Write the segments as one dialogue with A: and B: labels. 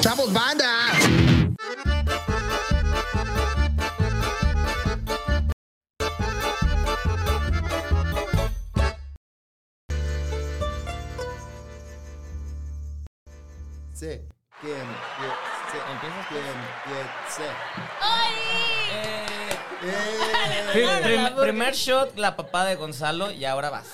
A: ¡Chavos, banda!
B: Se, que empiece, que empiece.
C: Pri-
B: ¡Ay!
C: prim- primer shot, la papá de Gonzalo, y ahora vas.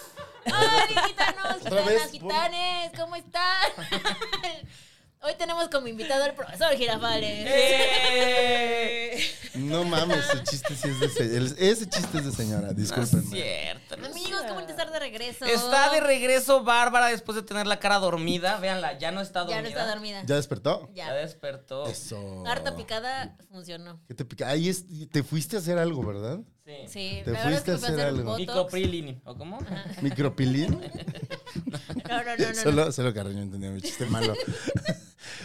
D: ¡Ay, gitanos,
B: Otra vez,
D: gitanas, gitanes! ¿Cómo están? Hoy tenemos como invitado al profesor Girafales.
C: Eh.
B: No mames, ese chiste sí es de señora. Ese chiste es de señora,
C: No es
B: discúlpenme.
C: cierto. no es
D: Amigos, qué bueno estar de regreso.
C: Está de regreso Bárbara después de tener la cara dormida. Véanla, ya no está dormida.
D: Ya no está dormida.
B: ¿Ya despertó?
C: Ya
D: Ya.
C: despertó.
B: Eso.
D: Harta picada funcionó.
B: ¿Qué te pica? Ahí es, te fuiste a hacer algo, ¿verdad?
C: Sí.
D: Sí,
B: Te
D: la verdad es
B: fuiste
D: que
B: a
D: me fui a
B: hacer
D: hacer
B: algo.
D: botox.
C: Microprilini, ¿o cómo?
B: ¿Micropilín?
D: No, no, no, no, no.
B: solo, solo Carreño entendía mi chiste malo.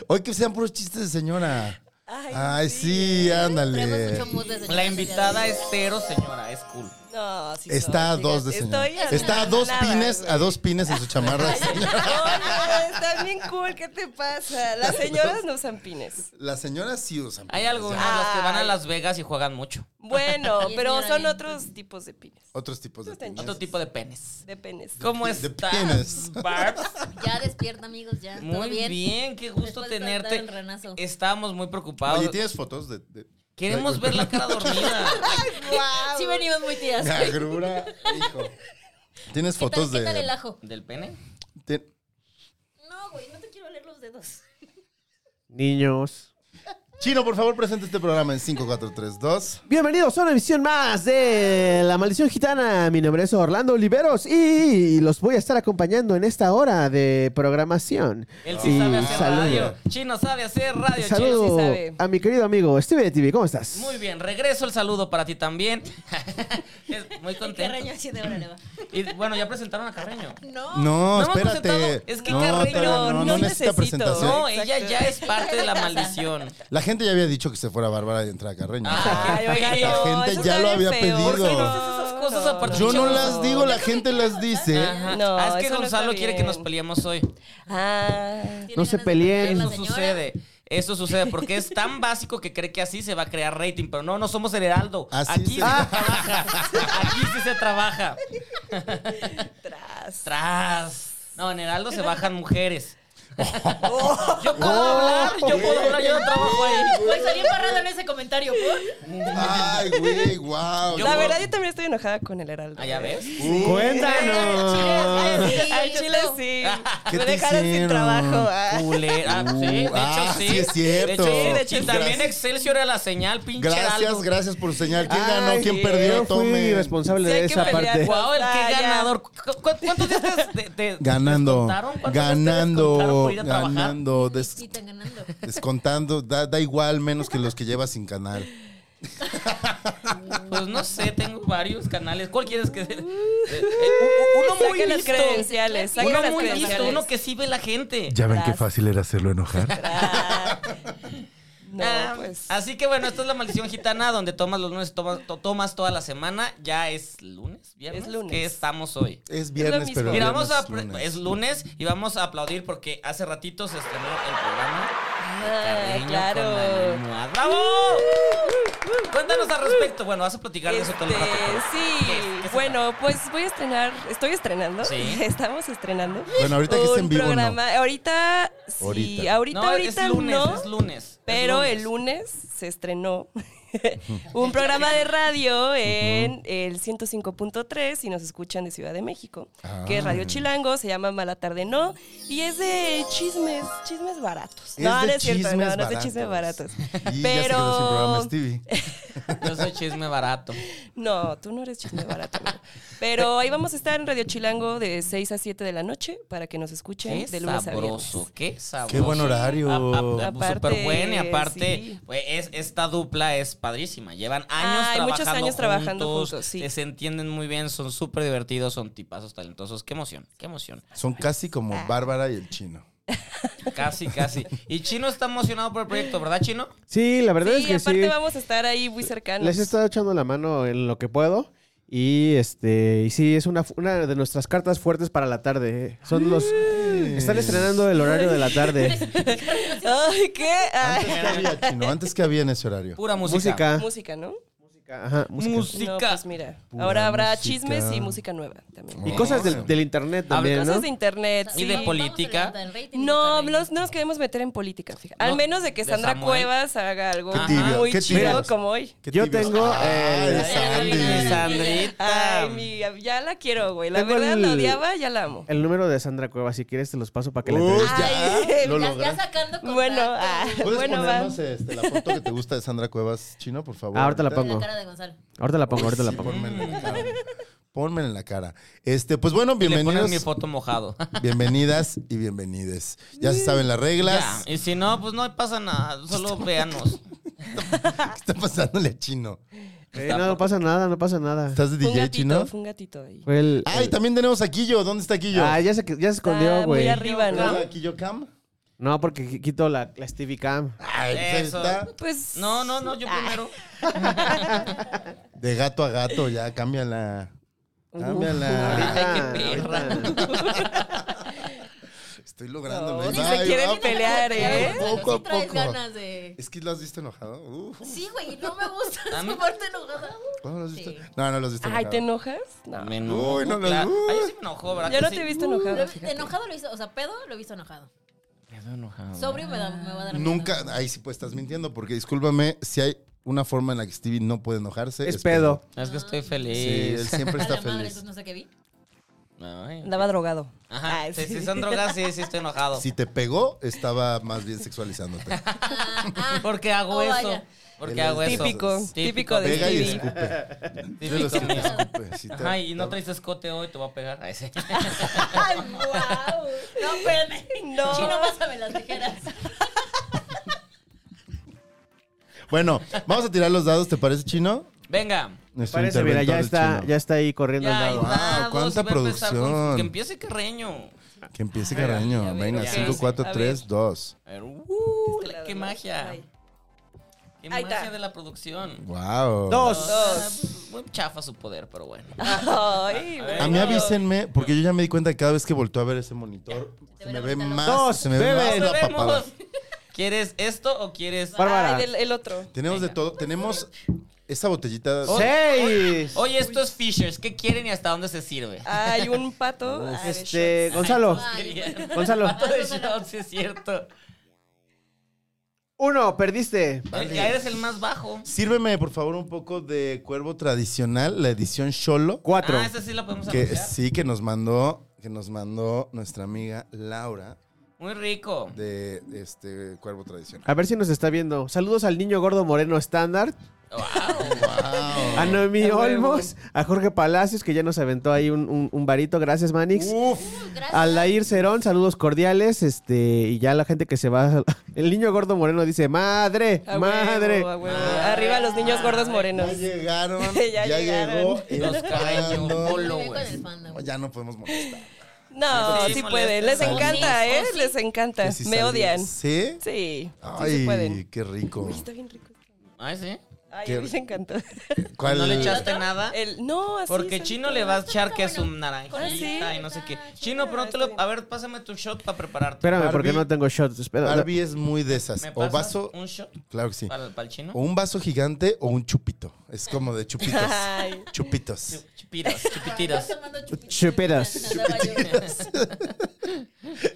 B: Hoy que sean puros chistes de señora. Ay, sí,
D: ¿eh? Traemos mucho
B: ándale.
D: mood desde
C: La invitada es cero, señora, es cool.
E: No, sí
B: Está a
E: soy,
B: dos de
E: fíjate.
B: señora.
E: Estoy
B: Está a dos
E: asustada,
B: pines, a
E: güey.
B: dos pines en su chamarra.
E: Oye, estás bien cool, ¿qué te pasa? Las señoras no usan pines.
B: Las señoras sí usan.
C: Hay
B: pines.
C: algunas las que van a Las Vegas y juegan mucho.
E: Bueno,
D: Sí,
E: pero
D: señora,
E: son
D: bien.
E: otros tipos de pines,
B: Otros tipos de
E: Otro
B: pines.
C: Otro tipo de penes.
E: de penes.
C: ¿Cómo
B: de
C: estás,
B: penes.
C: Barbs?
D: Ya despierta, amigos, ya. ¿Todo
C: Muy bien? qué gusto
D: Después de
C: tenerte.
D: saltar el renazo.
C: Estábamos muy preocupados.
B: Oye, ¿tienes fotos de, de-
C: Queremos ver la cara dormida.
D: Sí venimos muy tías.
B: de agrura? Hijo. ¿Tienes
D: ¿Qué tal,
B: fotos
D: qué tal el
B: de...?
D: ajo?
C: ¿Del pene?
B: tien-
D: No, güey, no te quiero oler los dedos.
F: Niños.
B: Chino, por favor, presenta este programa en 5432.
F: Bienvenidos a una emisión más de La Maldición Gitana. Mi nombre es Orlando Oliveros y los voy a estar acompañando en esta hora de programación.
C: Él sí sabe hacer
F: saludo.
C: radio. Chino sabe hacer radio,
F: Saludo
C: Chino.
E: sí sabe.
F: a mi querido amigo Steve de TV. ¿Cómo estás?
C: Muy bien, regreso el saludo para ti también. Es muy
D: El carreño
C: contento.
D: así de hora le va.
C: Y bueno, ya presentaron a Carreño.
D: No.
B: No,
C: hemos
B: espérate.
C: presentado. Es que
B: no,
C: Carreño,
B: todavía no, no
E: no
B: necesita
E: necesito.
B: presentación.
C: No, eh.
E: exacto.
C: ella ya es parte de la maldición. Ah,
B: La gente ya había dicho que se fuera Bárbara y entrara Carreño.
C: Ay, oigan,
B: la
C: no,
B: gente
E: eso
B: ya
E: está
B: lo
E: bien
B: había
E: feo.
B: pedido.
E: ¿Por qué no haces esas cosas
C: No, aparte?
B: Yo no
C: Yo-
B: las digo, la gente las dice.
C: Ajá.
E: No,
C: Ah, es que
E: eso no
C: Gonzalo
E: está
C: quiere que
E: bien.
C: nos peleemos hoy.
E: Ah,
D: Tiene
F: No
D: ganas
F: se
D: de golpear
F: peleen.
D: a
C: Eso
D: la señora.
C: sucede. Eso sucede porque es tan básico que cree que así se va a crear rating, pero no, no somos el Heraldo.
B: Así
C: Aquí sí
B: se-
C: se trabaja. Aquí sí se trabaja.
E: tras.
C: Tras. No, en Heraldo se bajan mujeres.
D: Oh.
C: yo puedo
B: Oh.
C: hablar, yo puedo hablar, yo no trabajo ahí.
D: Güey, salí embarrada Pues, en ese comentario. ¿por?
B: Ay, güey, wow.
C: Yo-
E: La verdad, yo también estoy enojada con el heraldo. eh.
C: Ah, ya ves.
F: Cuéntanos.
D: Sí,
E: Al
D: yo
E: chile
D: creo.
E: sí.
B: ¿Qué
E: Me
B: te
E: dejaron sin
B: hicieron?
E: trabajo. ah.
C: Culera. Sí, de hecho
B: ah,
C: sí.
B: sí es cierto.
C: De hecho, sí.
B: De hecho,
C: y también
B: gracias.
C: Excelsior era la señal, pinche
B: Gracias,
C: Heraldo.
B: gracias por su señal. ¿Quién
F: Ay,
B: ganó? ¿Quién
F: sí,
B: perdió?
F: Yo fui
B: Tome.
F: responsable
E: Sí, hay
F: de
E: que
F: esa
E: pelear.
F: parte.
C: Wow, el
E: Ah,
C: qué
E: ya.
C: ganador. ¿Cu- cu- ¿Cuántos días te, te- te-
B: Ganando,
C: descontaron? ¿Cuántos días te descontaron
B: ganando,
C: por ir a trabajar?
B: ganando, des-
D: Y están ganando.
B: descontando, da, da igual menos que los que llevas sin canal.
C: Pues no sé, tengo varios canales. ¿Cuál quieres que sea? Eh, eh, u- u- uno muy
E: Saquen las
C: listo.
E: credenciales. Saquen
C: Uno
E: las
C: muy listo,
E: credenciales.
C: uno que sí ve la gente.
G: Ya ven qué fácil era hacerlo enojar.
E: Ah. No,
C: Ah,
E: pues.
C: Así que bueno, esta es la maldición gitana donde tomas los lunes, tomas, to- tomas toda la semana. Ya es lunes, viernes.
E: Es lunes.
C: ¿Qué estamos hoy?
B: Es viernes,
E: mismo.
B: pero
C: Mira,
B: viernes
C: vamos a.
B: lunes.
C: Es lunes y vamos a aplaudir porque hace ratito se estrenó el programa.
E: Ah,
C: Cariño con la
E: claro. Uh,
C: almohada. ¡Bravo! Cuéntanos al respecto. Bueno, vas a platicar de eso todo el rato.
E: Este,
C: pero-
E: sí,
C: ¿Qué se
E: bueno, pues voy a estrenar, estoy estrenando,
C: Sí.
E: estamos estrenando.
B: Bueno, ahorita que es en
E: un
B: vivo, no.
E: programa. Ahorita, sí,
B: Ahorita.
E: ahorita,
C: No,
E: ahorita
C: es lunes,
E: no,
C: es lunes. es
E: pero
C: lunes.
E: el lunes se estrenó un programa de radio en el 105.3 y nos escuchan de Ciudad de México, que es
B: Ah.
E: Radio Chilango, se llama Mala Tarde No, y es de chismes, chismes baratos.
B: Es
E: no,
B: de
E: no es cierto, no,
B: chismes
E: no es de chismes baratos.
B: baratos. Y ya se quedó sin programa
E: Pero
B: Stevie.
C: Yo soy chisme barato.
E: no, tú no eres chisme barato. amigo. Pero ahí vamos a estar en Radio Chilango de 6 a 7 de la noche para que nos escuchen
C: Qué
E: de lunes a viernes.
C: sabroso, qué sabroso. Ah,
B: Qué buen horario.
E: Aparte,
C: Súper bueno pues, y aparte,
E: sí.
C: pues, es, esta dupla es padrísima. Llevan años
E: Ay,
C: trabajando eh,
E: muchos años trabajando juntos, sí.
C: Se entienden muy bien, son súper divertidos, son tipazos talentosos. Qué emoción, qué emoción.
B: Son casi como
E: Ah.
B: Bárbara y el chino.
C: Casi, casi. Y Chino está emocionado por el proyecto, ¿verdad, Chino?
F: Sí, la verdad
E: Sí,
F: es que
E: aparte
F: sí.
E: vamos a estar ahí muy cercanos.
F: Les he estado echando la mano en lo que puedo. Y este, y sí, es una, fu- una de nuestras cartas fuertes para la tarde. eh. Son los.
B: Ah.
F: Están estrenando el horario de la tarde.
E: Ay, ¿qué? Ay,
B: Antes que había chino, antes que había en ese horario.
C: Pura música.
F: Música.
E: música, ¿no?
F: Música. Ajá, música.
E: No, pues mira. Ahora habrá chismes y música nueva también. ¿Eh?
F: Y cosas del, del internet
C: Habla-
F: también,
E: Cosas
F: ¿no?
E: de internet.
C: Y de
E: sí.
C: política.
E: No, los- no nos queremos meter en política, fíjate. Al
C: No,
E: menos de que
C: de
E: Sandra
C: Samuel.
E: Cuevas haga algo
C: Qué
B: tibio,
E: muy
B: qué
E: chido
B: tibio.
E: como hoy.
B: Qué
F: Yo
B: tibios.
F: tengo,
B: Ah,
F: eh,
B: de
C: Mi
B: Sandy.
C: Sandrita.
E: Ay, mi, ya la quiero, güey. La
F: Tengo
E: verdad
F: el-
E: la odiaba, ya la amo.
F: El número de Sandra Cueva, si quieres, te los paso para que le
B: Uy,
F: pegues.
B: Pues ya, lo
D: ya, ya
B: lograste.
D: sacando contacto.
E: Bueno, ah,
B: ¿Puedes
E: bueno, va.
B: ponernos este, la foto que te gusta de Sandra Cuevas, chino, por favor?
F: Ah, ahorita la
D: La
F: pongo.
D: cara de Gonzalo.
F: Ahorita la pongo, ahorita la
B: Sí,
F: pongo.
B: pónmela en la cara. Pónmela en la cara. Este, pues bueno,
C: Y le ponen
B: bienvenidos,
C: mi foto mojado.
B: bienvenidas y bienvenides. Ya se saben las
C: Ya,
B: reglas.
C: Y si no, pues no pasa nada. Solo véanos.
B: ¿Qué está pasándole a Chino?
F: Eh, no, no pasa nada, no pasa nada.
B: ¿Estás de
E: Fue un
B: DJ Chino?
E: gatito, fue un gatito ahí.
F: Fue el.
B: Ay,
F: el-
B: también tenemos a Quillo. ¿Dónde está Quillo?
F: Ah, ya se, ya se
E: Está
F: escondió,
E: muy
F: güey.
E: arriba, ¿no?
B: ¿Hola, Quillo Cam?
F: No, porque qui- quito la, la Stevie Cam.
B: Ay, pues ahí
C: Eso.
B: está.
E: Pues
C: No, no, no, yo
B: Ah.
C: primero.
B: De gato a gato, ya, cámbiala. Cámbiala.
F: Ahorita,
C: qué perra.
F: ahorita.
B: Estoy logrando.
E: No, sí se quieren pelear, ¿eh?
B: Poco a
D: Sí traes
B: poco.
D: ganas de...
B: Es que lo has visto enojado. Uf.
D: Sí, güey, no me gusta
C: A mí-
D: su parte enojada.
B: ¿Cuándo lo has visto?
D: Sí.
B: No, no lo has visto
E: Ay,
B: enojado.
E: ¿te enojas? No.
C: Me enojo,
B: Uy, no, no,
C: claro.
B: no.
C: Ay, sí me enojó, ¿verdad?
E: Yo
C: que
E: no
C: sí?
E: te he visto enojado,
D: Pero
E: fíjate.
D: enojado lo hizo, o sea, pedo lo hizo enojado.
C: Me veo enojado.
D: Sobrio me, da- me va a dar miedo.
B: Nunca, ahí sí pues estás mintiendo, porque discúlpame, si hay una forma en la que Stevie no puede enojarse.
F: Es pedo.
C: Es que estoy
B: Sí, él
C: feliz.
D: A
B: siempre
D: la
B: está
D: madre,
B: feliz.
D: entonces no sé qué vi.
C: Ay.
E: Andaba drogado.
C: Ajá.
E: Ay,
C: sí,
E: Ah, sí.
C: Si son drogas, sí, sí estoy enojado.
B: Si te pegó, estaba más bien sexualizándote.
C: ¿Por qué hago
D: Oh,
C: eso?
D: vaya.
C: ¿Por
B: El-
C: qué hago eso?
E: Típico, típico de
B: Pega y
E: Stevie.
B: escupe. Es de
C: Típico
B: los que te
C: mío.
B: escupe. Sí te-
C: Ajá, y no traes escote hoy, te voy a pegar. Ay, sí.
D: Ay, wow. No, espérame.
E: No.
D: Chino, pásame las tijeras.
B: Bueno, vamos a tirar los dados, ¿te parece, Chino?
C: Venga.
B: Nuestro
F: Parece, mira, ya
B: interventor
F: está,
B: Chino.
F: ya está ahí corriendo
C: Ya,
F: el
C: ahí
F: dado.
B: Wow,
C: vamos,
B: Ah, cuánta
C: va a empezar con-
B: producción.
C: Que empiece Carreño.
B: Que empiece Caraño. Venga,
C: ya.
B: 5, 4,
E: A ver.
B: 3, 2.
C: A ver, uh,
E: este lado,
C: qué
E: ¿no?
C: magia.
E: Ay.
C: Qué
E: Ahí está.
C: magia de la producción.
B: Wow.
F: Dos.
C: Ah, Muy chafa su poder, pero bueno.
F: Ah,
E: Ay,
B: A mí avísenme, porque yo ya me di cuenta que cada vez que volteo a ver ese monitor, se me ve más,
F: Dos,
B: se me ve
F: bebe.
B: más
C: ¡Nos
B: la papada.
C: vemos! ¿Quieres esto o quieres...?
F: Bárbara.
E: Ay, del- el otro.
B: Tenemos de todo. Tenemos esa botellita.
E: Oh.
F: Seis.
C: Oye, esto es Fishers. ¿Qué quieren y hasta dónde se sirve?
E: Hay un pato. ah, de
F: Este, Gonzalo, Gonzalo.
C: Pato de shots, es cierto.
F: uno, perdiste.
C: Ya Ah, eres el más bajo.
B: Sírveme, por favor, un poco de cuervo tradicional, la edición Sholo.
F: Cuatro.
C: Ah, esa sí la podemos
B: Que
C: anunciar.
B: sí, que nos mandó, que nos mandó nuestra amiga Laura
C: Muy rico.
B: de este cuervo tradicional.
F: A ver si nos está viendo. Saludos al niño gordo moreno estándar, a Noemí
E: A huevo.
F: Olmos, a Jorge Palacios, que ya nos aventó ahí un, un, un varito. Gracias, Manix.
B: Uf,
D: Gracias.
F: Aldair Cerón, saludos cordiales. Este, y ya la gente que se va. El niño gordo moreno dice: Madre,
E: A huevo,
F: madre. Ah.
E: a huevo. Arriba los niños gordos morenos.
B: ya llegaron,
E: Ya
B: ya,
E: llegaron.
B: llegó el
C: Los
B: pando.
C: Carreño,
D: Muy bien con
C: followers.
D: el fandom.
B: Ya no podemos molestar.
E: No,
C: Sí,
E: sí
C: molesta.
E: pueden. Les
C: Oh,
E: encanta,
D: sí.
E: ¿eh?
D: Oh, sí.
E: Les encanta.
B: Que si
E: Me
B: sal-
E: odian.
B: ¿Sí?
E: Sí, sí, sí
B: Ay,
E: pueden.
B: qué rico.
E: Está bien rico.
C: Ay, sí.
E: Ay,
B: Qué
E: a mí
B: rico.
E: me encantó.
B: ¿Cuál?
C: No le echaste nada.
E: El, no, así.
C: Porque
E: solito.
C: Chino le va a echar que es un
E: Ah,
C: naranjita
E: sí.
C: y no sé qué.
D: Está
C: Chino, pero no te lo.
E: está
C: A ver, pásame tu shot para prepararte.
F: Espérame, porque
B: Barbie.
F: no tengo shots. Espera.
B: Barbie es muy de esas.
C: ¿Me Mm.
B: O
C: pasas
B: vaso,
C: un shot
B: claro que sí.
C: para, para el chino?
B: O un vaso gigante o un chupito. Es como de chupitos.
E: Ay.
B: chupitos.
C: Chupitos, chupititos.
D: Tomando chupitos.
F: Chupitos.
D: Andaba yo.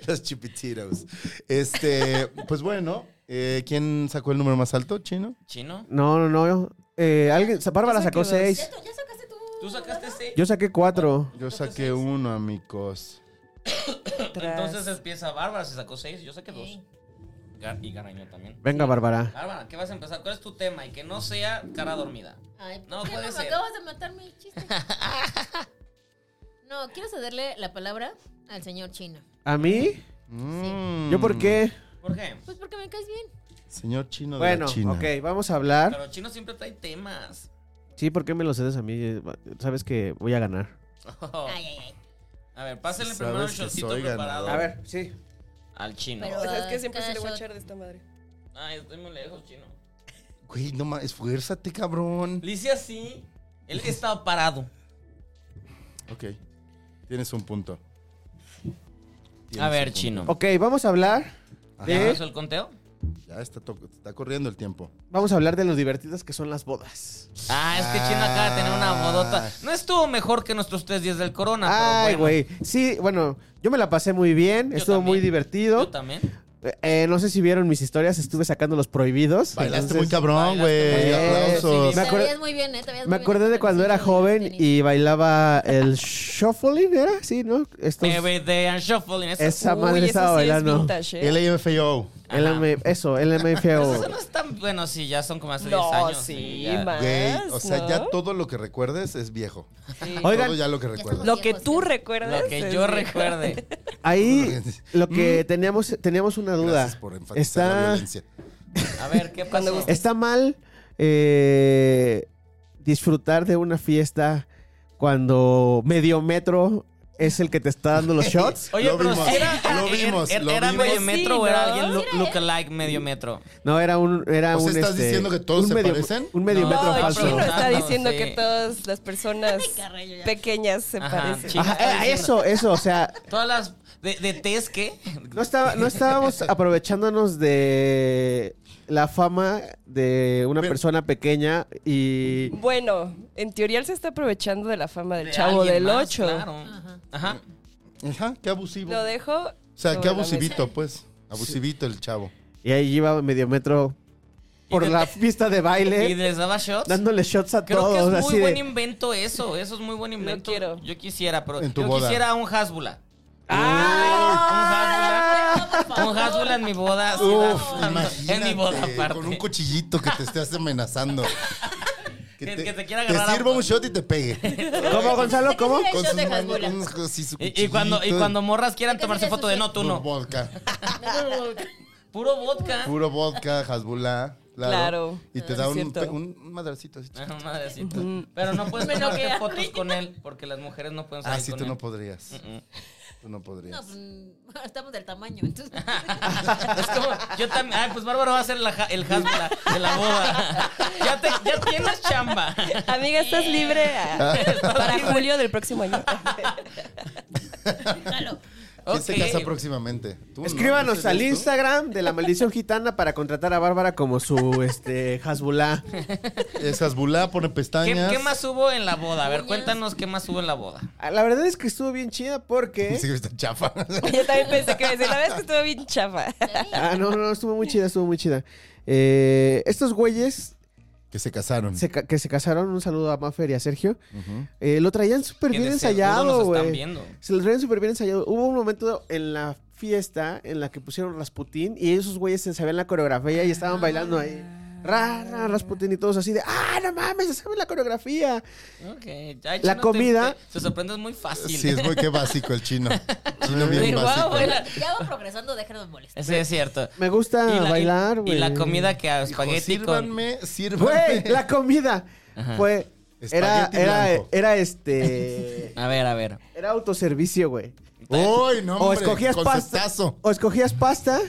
B: Los chupititos. Este, pues bueno, Eh, ¿Quién sacó el número más alto, chino?
C: ¿Chino?
F: No, no, no. Eh, alguien, Bárbara
E: Yo saqué
F: sacó
E: dos.
F: seis.
D: ¿Ya, tú- ya sacaste tú?
C: ¿Tú sacaste ese?
F: Yo saqué cuatro.
B: Yo saqué uno, amigos.
C: Entonces
E: Tras-
C: empieza Bárbara, se sacó seis, yo saqué dos.
D: Sí.
C: Gar- y Garaño también.
F: Venga, Bárbara.
C: Bárbara, ¿qué vas a empezar? ¿Cuál es tu tema? Y que no sea cara dormida.
D: Ay, ¿por
C: No,
D: qué
C: puede
D: no
C: ser.
D: me acabas de matar mi chiste? no, quiero cederle la palabra al señor China.
F: ¿A mí?
B: Mm.
F: ¿Yo por qué?
C: ¿Por qué?
D: Pues porque me caes bien.
B: Señor chino de
F: Bueno,
B: la China.
F: ok, vamos a hablar.
C: Pero Chino siempre trae temas.
F: Sí, ¿por qué me lo cedes a mí? Eh, Sabes que voy a ganar.
C: Oh.
D: Ay, ay, ay.
C: A ver, pásenle
B: Sabes
C: primero el
B: que
C: shotcito
B: soy
C: preparado.
B: ganador. A ver,
F: sí.
C: Al Chino.
D: Pero-
E: O sea, es que siempre se le voy a
D: Cachot.
E: echar de esta madre.
C: Ay, estoy muy lejos, Chino.
B: Güey, no más, esfuérzate, cabrón.
C: Licia sí. Él estaba parado.
B: Ok. Tienes un punto.
C: a
B: Tienes
C: ver,
B: un punto.
C: Chino.
F: Ok, vamos a hablar
C: ¿Ya
F: de...
C: hizo el conteo?
B: Ya está, to- está corriendo el tiempo.
F: Vamos a hablar de los divertidas que son las bodas.
C: Ah, es que Chino acaba de tener una
B: Ah.
C: bodota. No estuvo mejor que nuestros tres días del corona,
F: Ay,
C: Ah, pero bueno.
F: güey. Sí, bueno, yo me la pasé muy bien.
C: Yo
F: estuvo muy
C: también.
F: divertido.
C: Yo también.
F: Eh, no sé si vieron mis historias. Estuve sacando los prohibidos.
B: Bailaste
F: entonces-
B: muy cabrón,
C: bailaste
B: güey.
F: muy bien.
B: Aplausos.
F: Me
D: Me
F: acuerdo-
D: te veías muy bien, ¿eh? Te veías
F: Me
D: muy bien.
F: acordé de cuando era
D: Sí,
F: joven
D: tenis.
F: y bailaba el shuffling, ¿era? Sí, ¿no? Estos-
C: Everyday and shuffling. Eso,
F: esa
E: Uy,
F: madre
E: eso
F: estaba
E: sí es
F: bailando.
E: vintage, ¿eh?
B: LMFAO.
F: LM eso,
C: Pero eso no
F: LMFAO.
C: es tan bueno, sí, ya son como hace 10
E: No,
C: años.
E: sí,
C: ya.
E: más,
B: Güey, o sea,
E: ¿no?
B: ya todo lo que recuerdes es viejo.
E: Sí.
B: todo
F: Oigan,
B: ya lo que
D: estamos-
B: recuerdas.
E: Lo que tú recuerdas.
C: Lo que
E: es
C: yo
E: viejo.
C: recuerde.
F: ahí lo que teníamos teníamos una
B: Mm.
F: duda.
B: Gracias por enfatizar la
F: Está
B: violencia.
C: A ver, ¿qué
E: Cuando
C: pasó?
E: guste.
F: está mal eh, disfrutar de una fiesta cuando medio metro es el que te está dando los shots.
C: Oye,
B: Lo
C: pero
B: vimos,
C: si era,
B: lo
C: era-
B: vimos,
C: era,
B: lo
C: era
B: vimos.
C: medio metro
E: Sí,
C: o era
E: ¿no?
C: alguien look, lookalike medio metro.
F: No, era un era
B: O sea,
F: un,
B: ¿estás
F: este,
B: diciendo que todos
F: un
B: se
F: medio-
B: parecen?
F: Un medio
C: No,
F: metro
E: No, el
F: falso.
E: chino está
C: No,
E: diciendo
C: sí.
E: que todas las personas
D: Carrillo, ya.
E: pequeñas se
C: Ajá,
E: parecen.
C: chino.
F: Ajá, eh, eso, eso, o sea,
C: Todas las de, de test qué?
F: No, estaba, no estábamos aprovechándonos de la fama de una
B: Pero-
F: persona pequeña y...
E: Bueno, en teoría él se está aprovechando de la fama del
C: De
E: chavo
C: alguien
E: del
C: más,
E: 8.
C: Claro. Ajá.
B: Ajá, qué abusivo.
E: Lo
B: O
E: dejo. O
B: sea, qué abusivito, pues. Abusivito el chavo.
F: Y ahí iba medio metro por
C: Y de-
F: la pista de
C: Y
F: baile,
C: les daba shots.
F: dándole shots a
C: Creo
F: todos.
C: que es muy
F: así
C: buen
F: de,
C: invento eso, eso es muy buen invento.
E: quiero.
C: Yo quisiera, pero
B: En tu
C: yo
B: boda.
C: quisiera un Hasbula.
E: ¡Ah!
C: un Hasbula. Un Hasbula en mi boda. sí,
B: Uf,
C: la-
B: imagínate,
C: en mi boda aparte.
B: con un cuchillito que te estés amenazando.
C: Que- que te quiera agarrar a-
B: Te sirva un shot y te pegue.
F: ¿Cómo, Gonzalo? ¿Cómo?
D: Ay,
B: Con
D: yo
B: sus
D: de
B: manos,
D: Hasbula.
B: con unos- así su
C: Y, y cuando, y
B: cuchillito,
C: cuando morras quieran tomarse
D: digas
C: foto de
D: eso, sí.
C: no, tú no.
B: Vodka.
C: Puro vodka.
B: Puro vodka, hasbula. Claro.
E: Claro.
B: Y te
E: Ah,
B: da
E: es
B: un,
E: cierto.
B: pe- un un madracito. así.
C: Ah, madrecita. Pero no puedes tomarte fotos con él porque las mujeres no pueden salir
B: Ah, sí,
C: con
B: tú
C: él.
B: no podrías. Tú no
D: No,
B: podrías.
D: pues, mm, estamos del tamaño, entonces.
C: Es como, yo también. Ay, pues Bárbara va a ser la ja- el Hasbula de la boda. Ya, te, ya tienes chamba.
E: Amiga, estás libre ah, para julio del próximo año.
D: Jalo.
B: ¿Quién se
C: pues, Ok.
B: casa próximamente? Tú, ¿no? ¿No
F: Escríbanos
B: serías
F: al
B: tú?
F: Instagram de La Maldición Gitana para contratar a Bárbara como su este, hasbulá.
B: Es hasbula, pone
C: ¿Qué,
B: pestañas.
C: qué más hubo en la boda? A ver, cuéntanos qué más hubo en la boda.
F: Ah, La verdad es que estuvo bien chida porque...
B: Sí, está chafa.
E: Yo también pensé que iba a decir, la verdad es que estuvo bien chafa.
F: Ah, no, no, estuvo muy chida, estuvo muy chida. Eh, estos güeyes
B: que se casaron.
F: se ca- que se casaron, un saludo a Maffer y a Sergio,
B: Ujú.
F: eh, lo traían súper
C: Que
F: bien
C: de seguro
F: ensayado,
C: nos están
F: güey.
C: viendo.
F: Se lo traían súper bien ensayado. Hubo un momento en la fiesta en la que pusieron Rasputín y esos güeyes se sabían la coreografía y estaban bailando ahí.
C: Ah.
F: Ra, ra, Rasputín y todos así de, ah, no mames, se sabe la coreografía.
C: Ok. Ay, chino,
F: La
C: te-
F: comida-
C: te- se sorprende, es muy fácil.
B: Sí, es muy qué básico el chino. Chino bien
C: Digo, ah,
B: básico.
C: bueno.
D: Ya va progresando, déjanos molestar.
C: Sí, es cierto.
F: Me gusta
C: Y la- y-
F: bailar, güey.
C: Y la comida que
B: Ah,
C: a
B: Hijo,
C: espagueti con.
B: sírvanme, sírvanme.
F: Güey, la comida fue... Era,
B: Espagueti
F: era,
B: blanco.
F: era este...
C: A ver, a ver.
F: Era autoservicio, güey.
B: Uy, no,
F: O
B: hombre,
F: escogías pasta.
B: conceptazo.
F: O escogías pasta.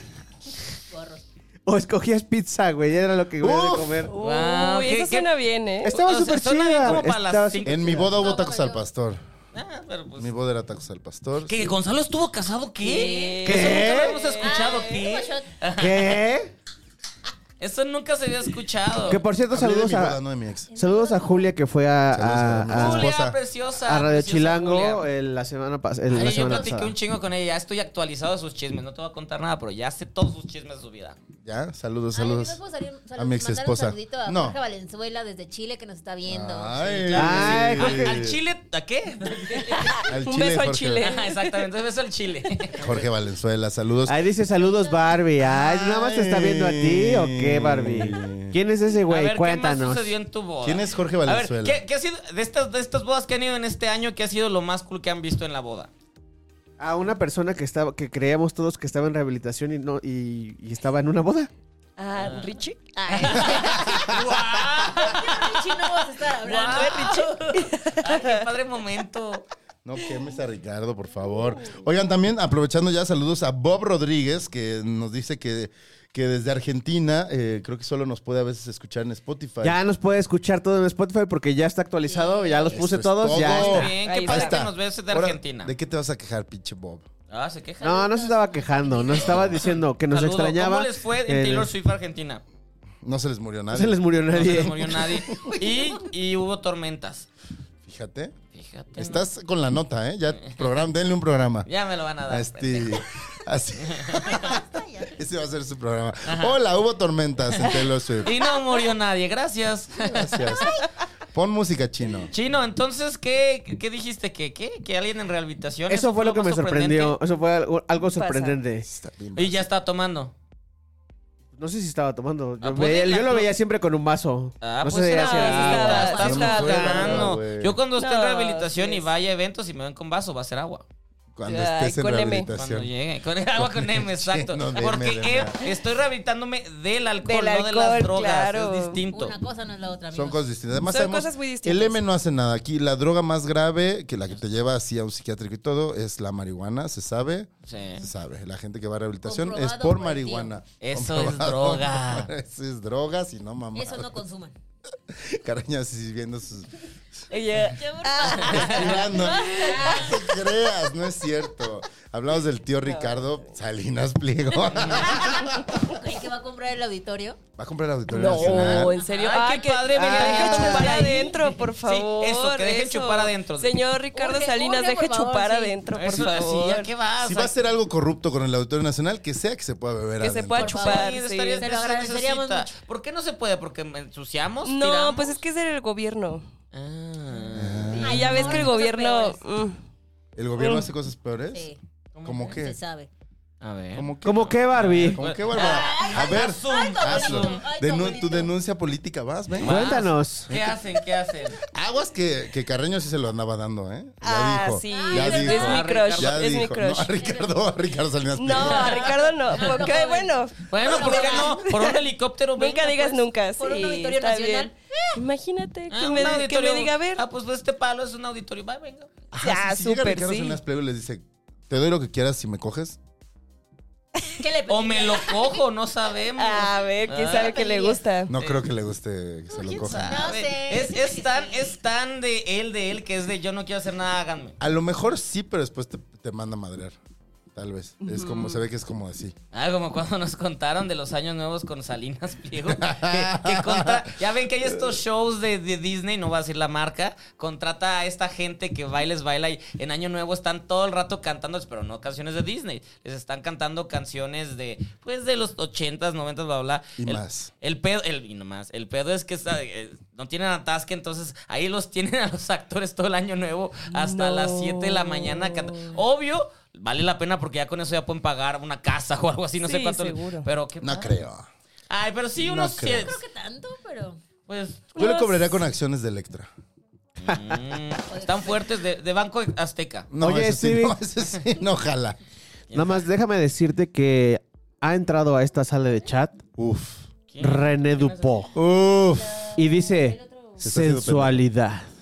F: O escogías pizza, güey. Era lo que iba a
B: Uf.
F: comer.
C: Wow,
E: Uy,
C: ¿qué-
E: eso
C: qué-
E: suena bien, ¿eh?
F: Estaba
C: O sea,
F: súper
C: suena bien
F: chida.
C: como para las
F: Estaba
C: cinco.
F: súper
B: En mi
F: chida.
B: boda hubo tacos al pastor.
C: Ah, pero pues.
B: Mi boda era tacos al pastor.
C: ¿Que
B: Sí.
C: Gonzalo estuvo casado? ¿Qué? Ah, pues
E: ¿Qué?
C: Eso nunca lo hemos escuchado.
D: Ay, toma
C: ¿Qué?
D: shot.
F: ¿Qué?
C: Eso nunca se había escuchado.
F: Que por cierto,
B: Hablé de
F: saludos
B: mi boda,
F: a,
B: no de mi ex.
F: saludos a Julia que fue a,
B: Saludos a mi
F: a, a-
C: Julia,
B: esposa.
C: preciosa.
F: a Ah, Radio
C: preciosa
F: Chilango
C: Julia.
F: eh, la semana, pas- eh,
C: Ay,
F: la
C: yo
F: semana
C: platiqué
F: pasada.
C: un chingo con ella, ya estoy actualizado de sus chismes, no te voy a contar nada, pero ya sé todos sus chismes de su vida.
B: Ya,
F: Pues
B: saludos,
D: Ay,
B: saludos.
D: amigos, ¿puedo salir- salud-
B: a mi ex
D: mandar
B: esposa.
D: Un saludito a
B: No.
D: Jorge Valenzuela desde Chile que nos está viendo.
F: Ah.
B: Ay,
F: claro que sí.
C: Ah, ¿Al, al chile? ¿A qué?
B: Al
E: Un
B: chile,
E: beso al
B: Jorge.
E: chile.
C: Ajá, Exactamente, beso al chile.
B: Jorge Valenzuela, saludos.
F: Ahí dice saludos Barbie. Ay, nada más te está viendo a ti o qué, Barbie. ¿Quién es ese
C: a
F: güey?
C: ver, ¿qué más
F: Cuéntanos.
C: sucedió en tu boda?
B: ¿Quién es Jorge
C: A ver,
B: Valenzuela?
C: ¿qué, qué ha sido de estas, de estas bodas que han ido en este año? ¿Qué ha sido lo más cool que han visto en la boda?
F: A una persona que estaba, que creíamos todos que estaba en rehabilitación y no, y, y estaba en una boda.
E: Ah, Richie.
D: Ay,
C: ¡Guau!
D: Richie, no vas a estar hablando.
C: ¡Guau! Ay, qué padre momento.
B: No quemes a Ricardo, por favor. Oigan, también aprovechando ya saludos a Bob Rodríguez, que nos dice que, que desde Argentina, eh, creo que solo nos puede a veces escuchar en Spotify.
F: Ya nos puede escuchar todo en Spotify porque ya está actualizado, ya los
B: Eso
F: puse
B: es
F: todos, ya
B: todo.
F: está.
C: Bien,
E: Ahí
C: qué
E: está.
C: padre que nos ves de
B: Ahora,
C: Argentina.
B: ¿De qué te vas a quejar, pinche Bob?
C: Ah, se queja.
F: No, no se estaba quejando, nos estaba diciendo que nos
C: Saludo.
F: extrañaba.
C: ¿Cómo les fue en
F: Eh,
C: Taylor Swift Argentina?
B: No se les murió
F: No
B: nadie.
F: se les murió
C: No
F: nadie.
C: se les murió nadie. Y, y hubo tormentas.
B: Fíjate.
C: Fíjate.
B: Estás con la nota, ¿eh? Ya, programa, denle un programa.
C: Ya me lo van a dar.
B: Este, así. Ese va a ser su programa. Hola, hubo tormentas en Taylor Swift.
C: Y no murió nadie, gracias.
B: Gracias. Pon música chino.
C: Chino, entonces, ¿qué, qué dijiste? ¿Que, qué? ¿Que alguien en rehabilitación?
F: Eso fue lo que
C: más
F: me sorprendió.
C: sorprendente?
F: Eso fue algo, algo
E: Pasa.
F: sorprendente.
B: Está bien.
C: Y ya está tomando.
F: No sé si estaba tomando.
C: Ah,
F: Yo,
C: pues,
F: veía-
C: en la
F: yo lo
C: cru-
F: veía siempre con un vaso.
C: Ah,
F: no
C: pues
F: sé
C: era-
F: hacia-
E: estaba-
C: ah,
E: sí
C: estás
E: estaba
C: buscando.
B: güey.
C: Yo cuando esté en
E: No,
C: rehabilitación
E: sí
C: y
E: es.
C: vaya a eventos y me ven con vaso, va a ser agua.
B: Cuando
E: Ay,
B: estés en
E: con M.
C: Cuando
B: rehabilitación.
C: llegue. Con agua con M, exacto.
B: Lleno de M
C: Porque
B: de
C: eh,
B: más.
C: estoy rehabilitándome del alcohol,
E: Del
C: no de las
E: alcohol,
C: drogas.
E: claro.
C: Es distinto.
D: Una cosa no es la otra,
B: Son
D: amigos.
B: cosas distintas. Además,
E: Son
B: sabemos,
E: cosas muy distintas.
B: El M no hace nada. Aquí la droga más grave, que la que te lleva así a un psiquiátrico y todo, es la marihuana, se sabe.
C: Sí.
B: Se sabe. La gente que va a rehabilitación
D: Comprobado
B: es por
D: por el tío.
B: marihuana.
C: Eso es
B: Comprobado.
C: droga.
B: Eso es droga, si no mamá.
D: Eso no consuman.
B: Caraña así viendo sus.
E: Ella.
D: Ya, por
B: Esquivando. No te creas, no es cierto. Hablamos del tío Ricardo Salinas Pliego. ¿Va
D: favor, güey, que va a comprar el auditorio?
B: a comprar el auditorio
E: No,
B: nacional?
E: en serio.
C: Ay, qué padre, me la
E: deja
C: dejan
E: chupar
C: chupar ahí.
E: adentro, por
C: ah, Sí,
E: favor.
C: eso, que dejen chupar adentro.
E: Señor Ricardo
D: Jorge,
E: Salinas,
D: Jorge,
E: deje
D: por favor,
E: chupar
D: sí.
E: adentro, por
C: Eso,
E: favor.
C: así, ¿a qué vas?
B: Si va a ser algo corrupto con el auditorio nacional, que sea que se pueda beber.
E: Que se
B: adentro.
E: pueda chupar.
C: Sí,
E: sí.
C: estaría-
D: Se lo agradeceríamos
C: necesita.
D: mucho.
C: ¿Por qué no se puede? ¿Porque me ensuciamos?
E: No,
C: ¿Tiramos?
E: pues es que es del gobierno.
C: Ah.
E: y ya ves que el gobierno. mm,
B: ¿El gobierno hace cosas peores?
D: Sí,
B: ¿Cómo
D: se
B: qué?
D: sabe.
C: A ver.
B: ¿Cómo qué?
F: ¿Cómo qué, Barbie?
B: ¿Cómo qué, Bárbara? A ver,
C: Zoom,
B: hazlo.
C: Zoom.
D: Ay,
B: Denu-
D: Samuelito.
B: tu denuncia política, vas, ven.
F: Cuéntanos.
C: ¿Qué hacen? ¿Qué hacen?
B: Aguas que, que Carreño sí se lo andaba dando, ¿eh? Ya
E: Ah,
B: dijo.
E: sí.
B: Ya
E: es
B: dijo.
E: mi crush.
B: Ya
E: es
B: dijo.
E: mi
B: No, a
E: crush.
B: Ricardo, a Ricardo Salinas
E: No,
B: Pliego.
E: a Ricardo no. Porque, bueno,
C: Bueno, ¿por qué no? Por un helicóptero, venga,
E: nunca digas
C: pues.
E: nunca.
D: Por un
E: sí,
D: auditorio
E: está
D: nacional.
E: bien. Imagínate
C: Ah,
E: que,
C: un
E: me, que
C: auditorio.
E: me diga, a ver.
C: Ah, pues pues, este palo es un auditorio. Va, venga.
B: Ajá,
E: Ah,
B: sí, sí, llega
E: súper,
B: Ricardo
E: sí.
B: Salinas Pliego y les dice, te doy lo que quieras si me coges.
D: ¿Qué le
C: O me lo cojo, no sabemos.
E: A ver, quién
C: Ah.
E: sabe que le gusta.
B: No creo que le guste que se lo coja.
C: A
D: No
C: ver,
D: sé.
C: Es, es tan, es tan de él, de él, que es de yo no quiero hacer nada, háganme.
B: A lo mejor sí, pero después te, te manda a madrear. Tal vez. Es como, se ve que es como así.
C: Ah, como cuando nos contaron de los años nuevos con Salinas Pliego. Que, que contra- ya ven que hay estos shows de, de Disney, no va a decir la marca, contrata a esta gente que bailes, baila y en Año Nuevo están todo el rato cantando, pero no canciones de Disney. Les están cantando canciones de, pues, de los 80s, 90s, bla, bla.
B: Y
C: El-
B: más.
C: El pedo, el, y nomás, el pedo es que está- eh, no tienen atasque, entonces ahí los tienen a los actores todo el año nuevo hasta
E: No.
C: las 7 de la mañana. canta- Obvio, vale la pena porque ya con eso ya pueden pagar una casa o algo así, no sé
E: Sí,
C: cuánto. le-
E: seguro.
C: Pero qué
B: No
C: padre.
B: creo.
C: Ay, pero sí,
B: No
C: unos
B: creo.
C: cien-
D: No creo que tanto, pero.
C: Pues.
B: Yo le
E: No
B: cobraría con acciones de Electra.
C: mm, están fuertes de, de Banco Azteca.
B: No,
F: Oye,
B: eso sí,
F: Stevie.
B: no, eso sí, no, ojalá.
F: Nada más déjame decirte que ha entrado a esta sala de chat
B: Uf.
C: ¿Quién?
F: René
C: ¿Quién es
F: Dupont
B: Uf.
F: y dice
B: Se está haciendo
F: sensualidad.
C: ese?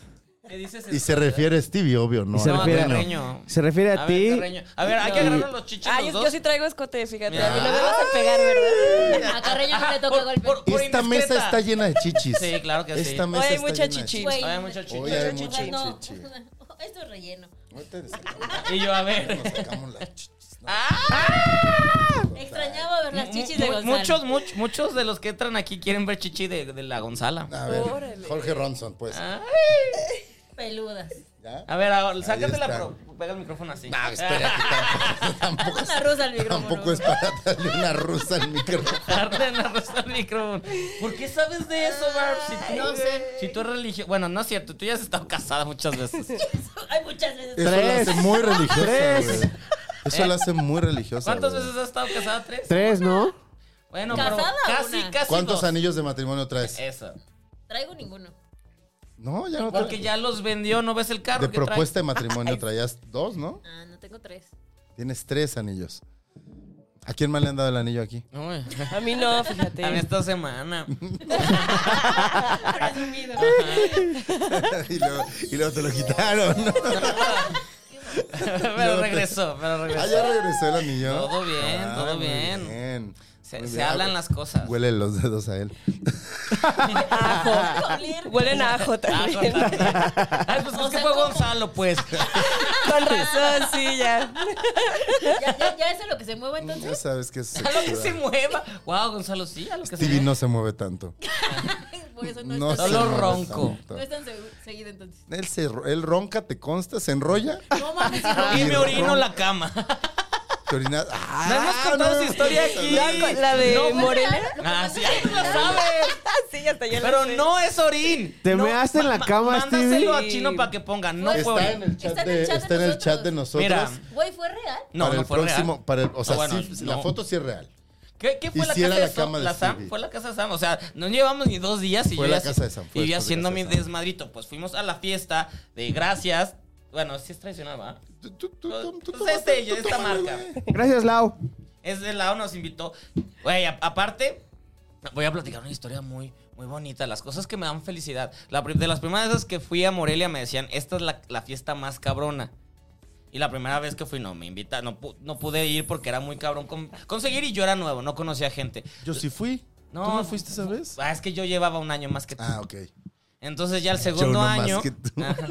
C: ¿Qué dices?
B: Y se refiere a Stevie, obvio, ¿no?
F: Y se
B: a
C: No,
F: refiere a-
B: Carreño.
C: Terreño.
F: Se refiere a,
C: A
F: ti.
C: ver, Terreño. A ver, hay que
F: No.
C: agarrar los chichis
E: Ay,
C: los
E: Ah, yo,
C: dos.
E: yo sí traigo escote, fíjate. A mí no me
C: Mira.
E: vas a pegar, ¿verdad?
D: A Carreño no le toca
C: Por-
D: golpe.
C: por- por
B: Esta mesa
C: indiscreta.
B: está llena de chichis.
C: Sí, claro que sí.
B: Esta
E: Hoy
B: mesa
E: hay
B: está
E: mucha
B: llena de
E: chichi.
D: Güey,
C: Ay, hay mucho chichi.
B: Hoy hay
D: no,
B: mucho
D: no.
B: chichi.
D: Esto es relleno.
C: Y yo, a ver.
B: Nos sacamos las chichis. ¿no?
D: Extrañaba ver las chichis de
C: Mu-
D: Gonzalo.
C: Muchos, much- muchos de los que entran aquí quieren ver chichi de, de la Gonzala.
E: Ah.
B: A ver, Jorge Ronson, pues.
C: Ay,
D: Peludas.
B: ¿Ya?
C: A ver, ahora, sácate la
B: está.
C: pro. Pega el micrófono así.
B: No, Ah, espérate, tampoco, tampoco es,
D: Haz una rusa al micrófono.
B: tampoco es para darle una rusa al micrófono.
C: Darte en arrastrar el micrófono. ¿Por qué sabes de eso, Barb? Si tú,
D: No sé.
C: Si tú eres religioso. Bueno, no es cierto. Tú ya has estado casada muchas veces.
D: Hay muchas veces.
B: Eso la
F: Tres.
B: hace muy religiosa.
F: Tres.
B: güey. Eso la hace muy religiosa.
C: Eh, ¿Cuántas
B: güey.
C: veces has estado casada? ¿Tres?
F: Tres, ¿no?
C: Bueno,
D: ¿Casada o
C: pero casi,
D: una?
C: casi
B: ¿Cuántos
C: dos.
B: anillos de matrimonio traes?
C: Eso.
D: Traigo ninguno.
B: No, ya no tra-
C: Porque ya los vendió, ¿no ves el carro
B: De
C: que trae?
B: propuesta de matrimonio traías dos, ¿no?
D: Ah, no tengo tres.
B: Tienes tres anillos. ¿A quién más le han dado el anillo aquí?
C: Uy,
E: A mí no,
C: a mí
E: fíjate.
C: esta semana.
D: Presumido.
B: y, luego, y luego te lo quitaron. ¿no?
C: pero regresó, pero
B: Ah,
C: regresó.
B: ya regresó el anillo.
C: Todo bien,
B: Ah,
C: todo
B: muy
C: bien.
B: bien.
C: Se,
B: Muy
C: se
B: bien. Ah,
C: hablan las cosas.
B: Huele los dedos a él.
E: Ajo. Huelen a ajo
C: Ah, con
E: también.
C: razón. Ay, pues
D: O
C: es que
D: sea,
C: fue
D: ¿cómo?
C: Gonzalo, pues.
E: Con razón, sí, ya.
D: ¿Ya, ya, ya es a lo que se mueva
B: Ya
D: entonces.
B: sabes que es
C: A lo que
B: sexual.
C: se mueva. Wow, Gonzalo, sí, a lo que se
B: Stevie
C: mueva.
B: no se mueve tanto.
D: Por eso no,
B: No
D: es
B: se
D: tan,
C: Solo
B: mueve
C: ronco.
B: tanto.
D: no es tan segu- seguido entonces.
B: Él, se, él ronca, te consta, se enrolla.
D: No mames, sí, no.
C: Y me orino
B: ron-
C: en la cama.
B: Te orina- ¡Ah!
C: No hemos contado
B: no!
C: su historia aquí.
E: Ya con la de
C: No, pues,
E: Morelia.
C: Ah, sí, ahí lo sabes.
E: Sí, hasta yo la
C: Pero
E: sé.
C: no es orín.
F: ¿Te
C: no,
F: measte en la
C: ma-
F: cama,
C: Mándaselo
E: Stevie?
C: a Chino para que ponga. No fue
B: Está en
C: orín.
B: el chat
D: Está en el
B: de,
D: chat de
B: está en el chat de nosotros.
C: Mira,
D: Güey, ¿fue real?
C: no,
B: para
C: no
B: el
C: fue
B: próximo,
C: real.
B: para el- o sea,
C: Ah, bueno,
B: sí,
C: no.
B: la foto sí es real.
C: ¿Qué, qué fue
B: Y
C: la
B: si
C: casa
B: era
C: de
B: la
C: Sam?
B: cama de
C: ¿La Sam?
B: Stevie.
C: ¿Fue la casa de Sam? O sea, no llevamos ni dos días y
B: Fue
C: yo
B: la
C: ya
B: casa de Sam, fue
C: y yo ya
B: después de
C: haciendo
B: casa
C: mi
B: de Sam.
C: desmadrito. Pues fuimos a la fiesta de gracias. Bueno, sí es tradicional, ¿verdad?
B: Tú- tú- tú- tú- tú-
C: Pues este, yo, esta marca.
F: Gracias, Lau.
C: Es de lado nos invitó. Güey, a- aparte, voy a platicar una historia muy, muy bonita. Las cosas que me dan felicidad. La pri- de las primeras veces que fui a Morelia me decían, esta es la, la fiesta más cabrona. Y la primera vez que fui, no, me invita, no, pu- no pude ir porque era muy cabrón con- conseguir y yo era nuevo, no conocía gente.
B: Yo sí fui.
C: No,
B: ¿Tú no fuiste esa vez?
C: Ah, es que yo llevaba un año más que tú.
B: Ah, ok.
C: Entonces ya el
B: Yo
C: segundo
B: no más
C: año,
B: que tú.
C: Ajá.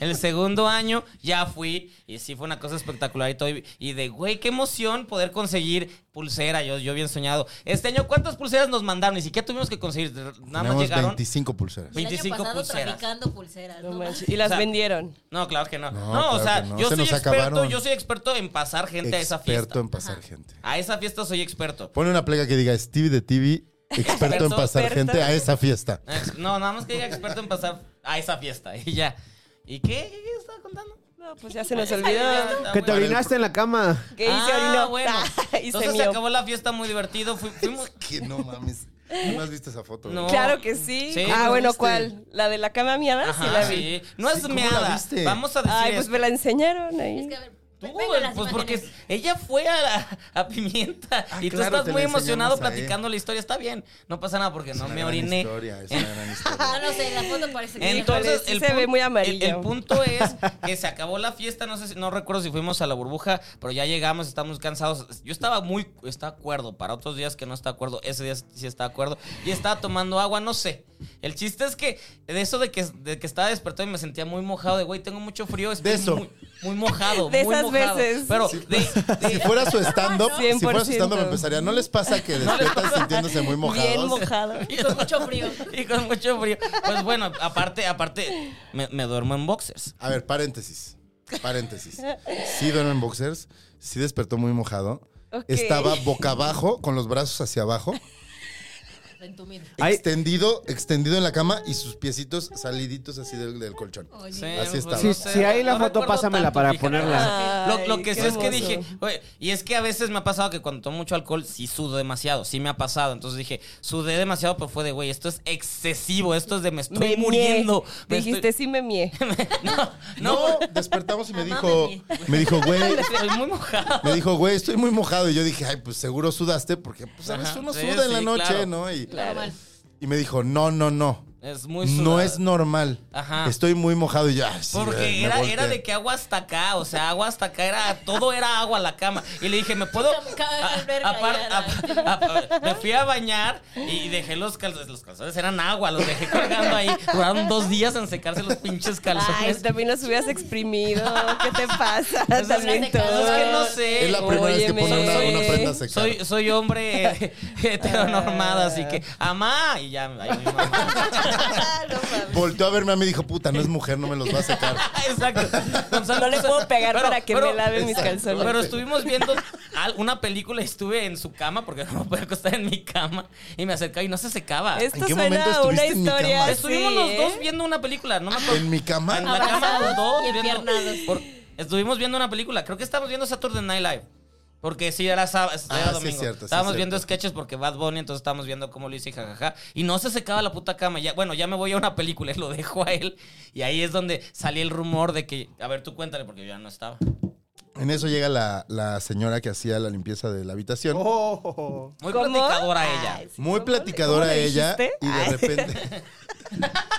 C: el segundo año ya fui y sí fue una cosa espectacular y todo y- y de güey qué emoción poder conseguir pulsera, yo yo bien soñado. Este año cuántas pulseras nos mandaron, ni siquiera tuvimos que conseguir, nada más
B: Tenemos
C: llegaron.
B: 25 pulseras.
D: El año
C: 25
D: pasado
C: pulseras.
D: traficando pulseras.
E: No
D: no
E: manches.
D: mames.
E: Y las
C: O sea,
E: vendieron.
C: No, claro que no. No,
B: No,
C: o
B: claro
C: sea,
B: que no.
C: yo
B: Se
C: soy
B: nos
C: experto,
B: acabaron.
C: yo soy experto en pasar gente a esa fiesta.
B: Experto en pasar gente.
C: A esa fiesta soy experto.
B: Pone una placa que diga Stevie de TV, experto en
E: Experto,
B: pasar
E: experto.
B: gente a esa fiesta.
C: Ex- No, nada más que diga experto en pasar a esa fiesta y ya. ¿Y qué? ¿Qué qué estaba contando?
E: No, pues ya se nos olvidó.
C: Ah,
F: Que te
C: bueno.
F: orinaste en la cama.
E: Que hice
C: Ah,
E: orinó.
C: bueno.
E: y se
C: Entonces se
E: mió.
C: acabó la fiesta muy divertido. Fui- fuimos.
B: Que no mames. ¿No has visto esa foto?
C: No.
E: Claro que sí.
C: Sí,
E: ah,
C: ¿la
E: bueno,
B: viste?
E: ¿cuál? ¿La de la cama miada? sí, la
C: Ajá,
E: vi.
C: sí. No
B: Sí,
C: es
B: ¿cómo la
C: meada.
B: viste?
C: Vamos a decir.
E: Ay, pues
C: esto.
E: me la enseñaron ahí.
D: Es que a ver.
C: Tú,
D: vengo
C: güey,
D: las
C: pues
D: imágenes.
C: porque ella fue a, la- a Pimienta
B: Ah,
C: y tú
B: claro,
C: estás
B: te la
C: muy
B: enseñamos
C: emocionado
B: a él.
C: platicando la historia. Está bien, no pasa nada porque
B: Es
C: no
B: una
C: me
B: gran
C: oriné.
B: Historia, es una gran historia.
D: Ah, no sé, la foto parece que.
C: Entonces,
E: sí se
C: pun-
E: ve muy amarillo.
C: El, el punto es que se acabó la fiesta, no sé si, no recuerdo si fuimos a la burbuja, pero ya llegamos, estamos cansados. Yo estaba muy, está acuerdo, para otros días que no está acuerdo, ese día sí está acuerdo, y estaba tomando agua, no sé. El chiste es que de eso de que, de que estaba despertado y me sentía muy mojado, de güey, tengo mucho frío, estoy
B: De eso.
C: Muy, muy mojado,
E: De
C: muy
E: esas
C: mojado.
E: veces.
C: Pero
B: Sí. pues,
C: de- de-
B: Si fuera su stand-up, si fuera su
E: 100%.
B: stand-up empezaría. ¿No les pasa que despiertan sintiéndose muy mojados?
E: Bien mojado.
D: Y con mucho frío.
C: y con mucho frío. Pues bueno, aparte, aparte, me, me duermo en boxers.
B: A ver, paréntesis. Paréntesis. Sí duerme en boxers, sí despertó muy mojado.
E: Ok.
B: Estaba boca abajo, con los brazos hacia abajo,
D: Entumido.
F: Ay.
B: extendido, extendido en la cama y sus piecitos saliditos así del, del colchón.
D: Oye.
C: Sí,
B: Así estaba.
C: pues,
B: Sí,
C: no
F: si hay la foto,
C: recuerdo
F: pásamela para ponerla.
C: Lo- Lo,
E: Ay,
C: que sí
E: qué
C: es que
E: hermoso.
C: dije, oye, y es que a veces me ha pasado que cuando tomo mucho alcohol sí sudo demasiado, sí me ha pasado. Entonces dije, sudé demasiado, pero fue de, güey, esto es excesivo, esto es de me estoy
E: Me mié.
C: muriendo. me
E: Dijiste,
C: estoy-
E: sí me mié.
C: no, no,
B: No, despertamos y me
D: Mamá
B: dijo, me dijo, güey,
C: estoy muy mojado.
B: me dijo, güey, estoy muy mojado. Y yo dije, ay, pues seguro sudaste, porque pues a veces
C: Ajá,
B: uno
C: sí,
B: suda en la
C: sí,
B: noche,
C: claro.
B: ¿no? Y,
D: Normal.
B: y me dijo, no, no, no.
C: Es muy
B: No
C: sudado.
B: es normal.
C: Ajá.
B: Estoy muy mojado y yo, ay, sí, güey,
C: Porque
B: me
C: era,
B: volteé.
C: era de que agua hasta acá, o sea, agua hasta acá, era, todo era agua la cama. Y le dije, ¿me puedo?
D: Cabe
C: a-
D: alberga
C: apar-
D: ya,
C: a- a- a- me fui a bañar y dejé los calzones. Los calzones eran agua, los dejé colgando ahí. Duraron dos días en secarse los pinches
E: Ay,
C: calzones.
E: también los hubieras exprimido. ¿Qué te pasa?
C: Pues es
E: También
D: que-
E: todo.
C: es que no sé.
B: Es la primera vez que
E: Óyeme.
B: pone una, una prenda a secar.
C: Soy, soy hombre eh, heteronormado, así que, amá, y ya, ahí mi mamá.
E: no mames.
B: Volteó a verme a mí y dijo, puta, no es mujer, no me los va a sacar.
C: Exacto. Gonzalo,
E: No le puedo pegar para que me lave mis
C: exacto.
E: calzones.
C: Pero estuvimos viendo al- una película y estuve en su cama porque no me podía acostar en mi cama y me acercaba y no se secaba.
E: Esto
B: qué
E: suena
B: momento
E: a una
B: estuviste en mi
E: historia.
B: cama?
E: así,
C: Estuvimos los
E: ¿eh?
C: dos viendo una película, no me acuerdo.
B: ¿En mi cama?
C: En la cama los dos
D: y
C: viendo-
D: empiernados.
C: por- estuvimos viendo una película, creo que estábamos viendo Saturday Night Live. Porque sí, era sábado,
B: Ah, sí es cierto,
C: domingo.
B: sí es
C: estábamos
B: cierto.
C: viendo sketches porque Bad Bunny, entonces estábamos viendo cómo lo hice y jajaja. Y no se secaba la puta cama. Ya, bueno, ya me voy a una película y lo dejo a él. Y ahí es donde salía el rumor de que, a ver, tú cuéntale porque yo ya no estaba.
B: En eso llega la, la señora que hacía la limpieza de la habitación.
F: Oh, oh, oh.
C: Muy
E: ¿Cómo?
C: platicadora ella.
E: Ay, sí,
B: Muy
E: ¿cómo le-
B: platicadora
E: cómo le
B: ella
E: dijiste?
B: y de
E: Ay.
B: repente...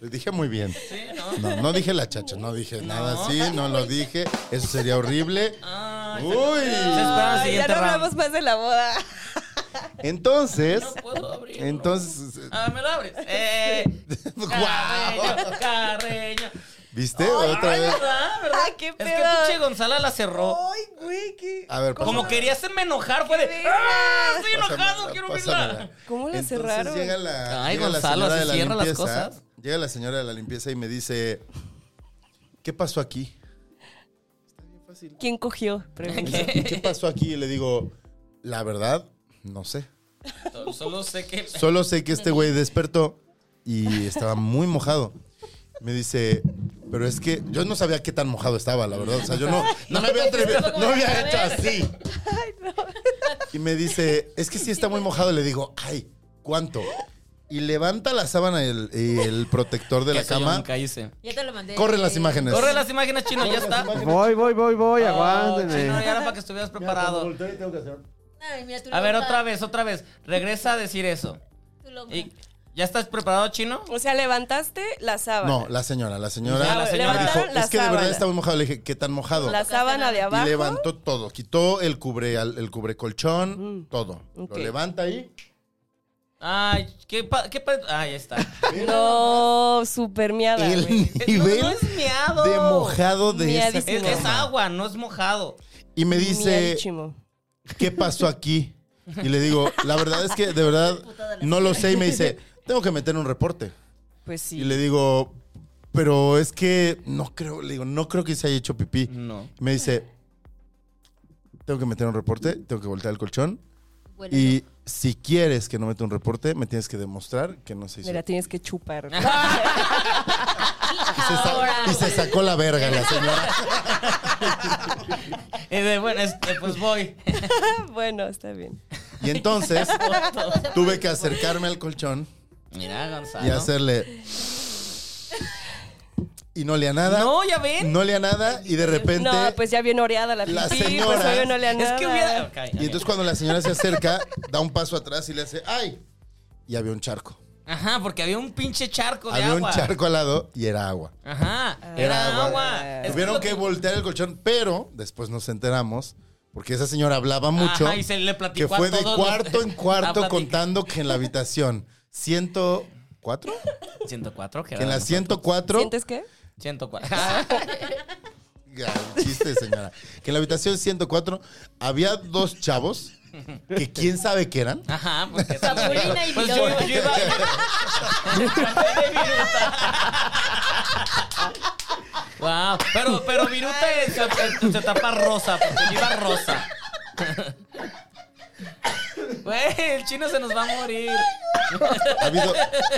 B: Les dije muy bien.
C: Sí, ¿no?
B: No, no dije la chacha, no dije nada
C: No.
B: así, no lo dije. Eso sería horrible.
C: Ay,
B: Uy.
C: se espera el
E: Ay, Ah, ya
C: siguiente
E: no
C: round.
E: hablamos más de la boda.
B: Entonces,
C: No puedo abrirlo.
B: entonces,
C: Ah, ¿me lo abres? Eh,
B: ¡guau!
C: Carreño, Carreño.
B: ¿Viste? Otra vez.
C: ¿Verdad? ¿Verdad?
E: Ah, qué
C: es que
E: pedo.
C: pinche Gonzala la cerró.
E: Ay, güey, qué.
B: A ver,
C: Como
B: pásame.
C: quería hacerme enojar, fue de.
E: verga!
C: "Ah, Estoy enojado,
B: Pásamela,
C: quiero
B: pásamela.
C: verla.
E: ¿Cómo la
B: Entonces
E: cerraron?
B: Llega la,
C: Ay,
B: llega la
C: Gonzalo,
B: señora
C: así
B: de la
C: cierra las
B: limpieza,
C: cosas.
B: Llega la señora de la limpieza y me dice, ¿qué pasó aquí?
E: ¿Quién cogió? Pregunta.
B: ¿Qué pasó aquí? Y le digo, la verdad, no sé.
C: Solo sé que.
B: Solo sé que este güey despertó y estaba muy mojado. Me dice, pero es que yo no sabía qué tan mojado estaba, la verdad. O sea, yo no, no me había atrevido, no había hecho así. Y me dice, es que sí está muy mojado. Le digo, ay, ¿cuánto? Y levanta la sábana y el, y el protector de la
C: Eso yo
B: cama.
C: nunca hice.
D: Ya te lo mandé.
B: Corre las imágenes.
C: Corre las imágenes, chino, ya está.
F: Voy, voy, voy, voy,
C: Oh, chino,
F: aguántenme.
C: y ahora para que estuvieras preparado.
D: Ay, mira, tú
C: A
D: lo
C: ver,
D: mandas,
C: otra vez, otra vez. Regresa a decir eso.
D: tú lo
C: Y-
D: mandas.
C: ¿Ya estás preparado, chino?
E: O sea, levantaste la sábana.
B: No, la señora, la señora.
C: Ah, la
B: me
C: señora.
B: dijo,
E: Levantaron la
B: es que de verdad
E: sábana.
B: está muy mojado. Le dije, ¿qué tan mojado?
E: La sábana de abajo.
B: Y levantó todo. Quitó el cubre, al- el cubre colchón, todo.
E: Mm. ok.
B: Lo levanta ahí.
C: Ay, qué. pa- qué pa- ah, ya está.
E: No, super miada.
B: el
E: güey.
B: nivel
C: Eh, No, no es miado.
B: de mojado de esa
E: Miadísimo.
C: Es,
B: cama.
C: es agua, no es mojado.
B: Y me dice,
E: Miadísimo.
B: ¿qué pasó aquí? Y le digo, la verdad es que de verdad no lo sé. Y me dice, tengo que meter un reporte.
E: Pues sí.
B: Y le digo, pero es que no creo, le digo, no creo que se haya hecho pipí.
C: No.
B: Me dice, tengo que meter un reporte, tengo que voltear el colchón.
D: Huélelo.
B: Y si quieres que no meta un reporte, me tienes que demostrar que no se hizo.
E: Me la tienes que chupar.
B: Ah. Y se sa-
D: Ahora.
B: y se sacó la verga la señora.
C: Y de, bueno, este, pues voy.
E: bueno, está bien.
B: Y entonces tuve que acercarme al colchón
C: Mira, Gonzalo.
B: y hacerle. Y no lea nada.
C: No, ya ven.
B: No lea nada. Y de repente.
E: No, pues ya bien oreada la pipí.
B: la
E: Pues
B: señora-
E: obvio no le han
C: Es que hubiera. ok, ok.
B: Y entonces cuando la señora se acerca, da un paso atrás y le hace. ¡Ay! Y había un charco.
C: Ajá, porque había un pinche charco de
B: había
C: agua.
B: un charco al lado y era agua.
C: Ajá, era,
B: Era agua.
C: agua. Es
B: Tuvieron
C: lo
B: que voltear el colchón, pero después nos enteramos. Porque esa señora hablaba mucho.
C: Ajá, y se le platicó
B: que fue
C: a
B: de
C: todos
B: cuarto
C: los-
B: en
C: Ah,
B: cuarto
C: platica.
B: contando que en la habitación 104,
C: 104, que
B: que
C: era
B: en la
C: nosotros.
B: 104
E: Ah, ¿Sientes qué?
C: 104.
B: Ya, un chiste, señora. Que en la habitación 104 había dos chavos que quién sabe qué eran.
C: Ajá, porque
D: Capulina y
C: Pues yo,
D: Biloba.
C: yo iba. wow, pero, pero Viruta es su, su etapa rosa, porque yo iba rosa. Güey, el chino se nos va a morir.
B: Ha habido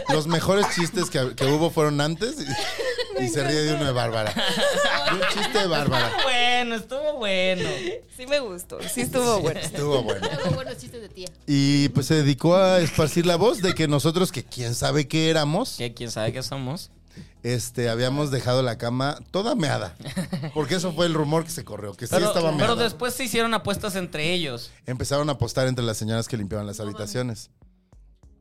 B: los mejores chistes que, que hubo fueron antes y, y se ríe de uno de Bárbara. De un chiste de Bárbara.
C: Estuvo bueno, estuvo bueno.
E: Sí me gustó. Sí estuvo bueno.
B: Estuvo bueno.
D: Luego buenos chistes de tía.
B: Y pues se dedicó a esparcir la voz de que nosotros, que quién sabe qué éramos,
C: Que quién sabe qué somos.
B: este, habíamos dejado la cama toda meada. Porque eso fue el rumor que se corrió, que sí
C: Pero,
B: estaba
C: pero
B: meada.
C: después se hicieron apuestas entre ellos.
B: Empezaron a apostar entre las señoras que limpiaban las habitaciones.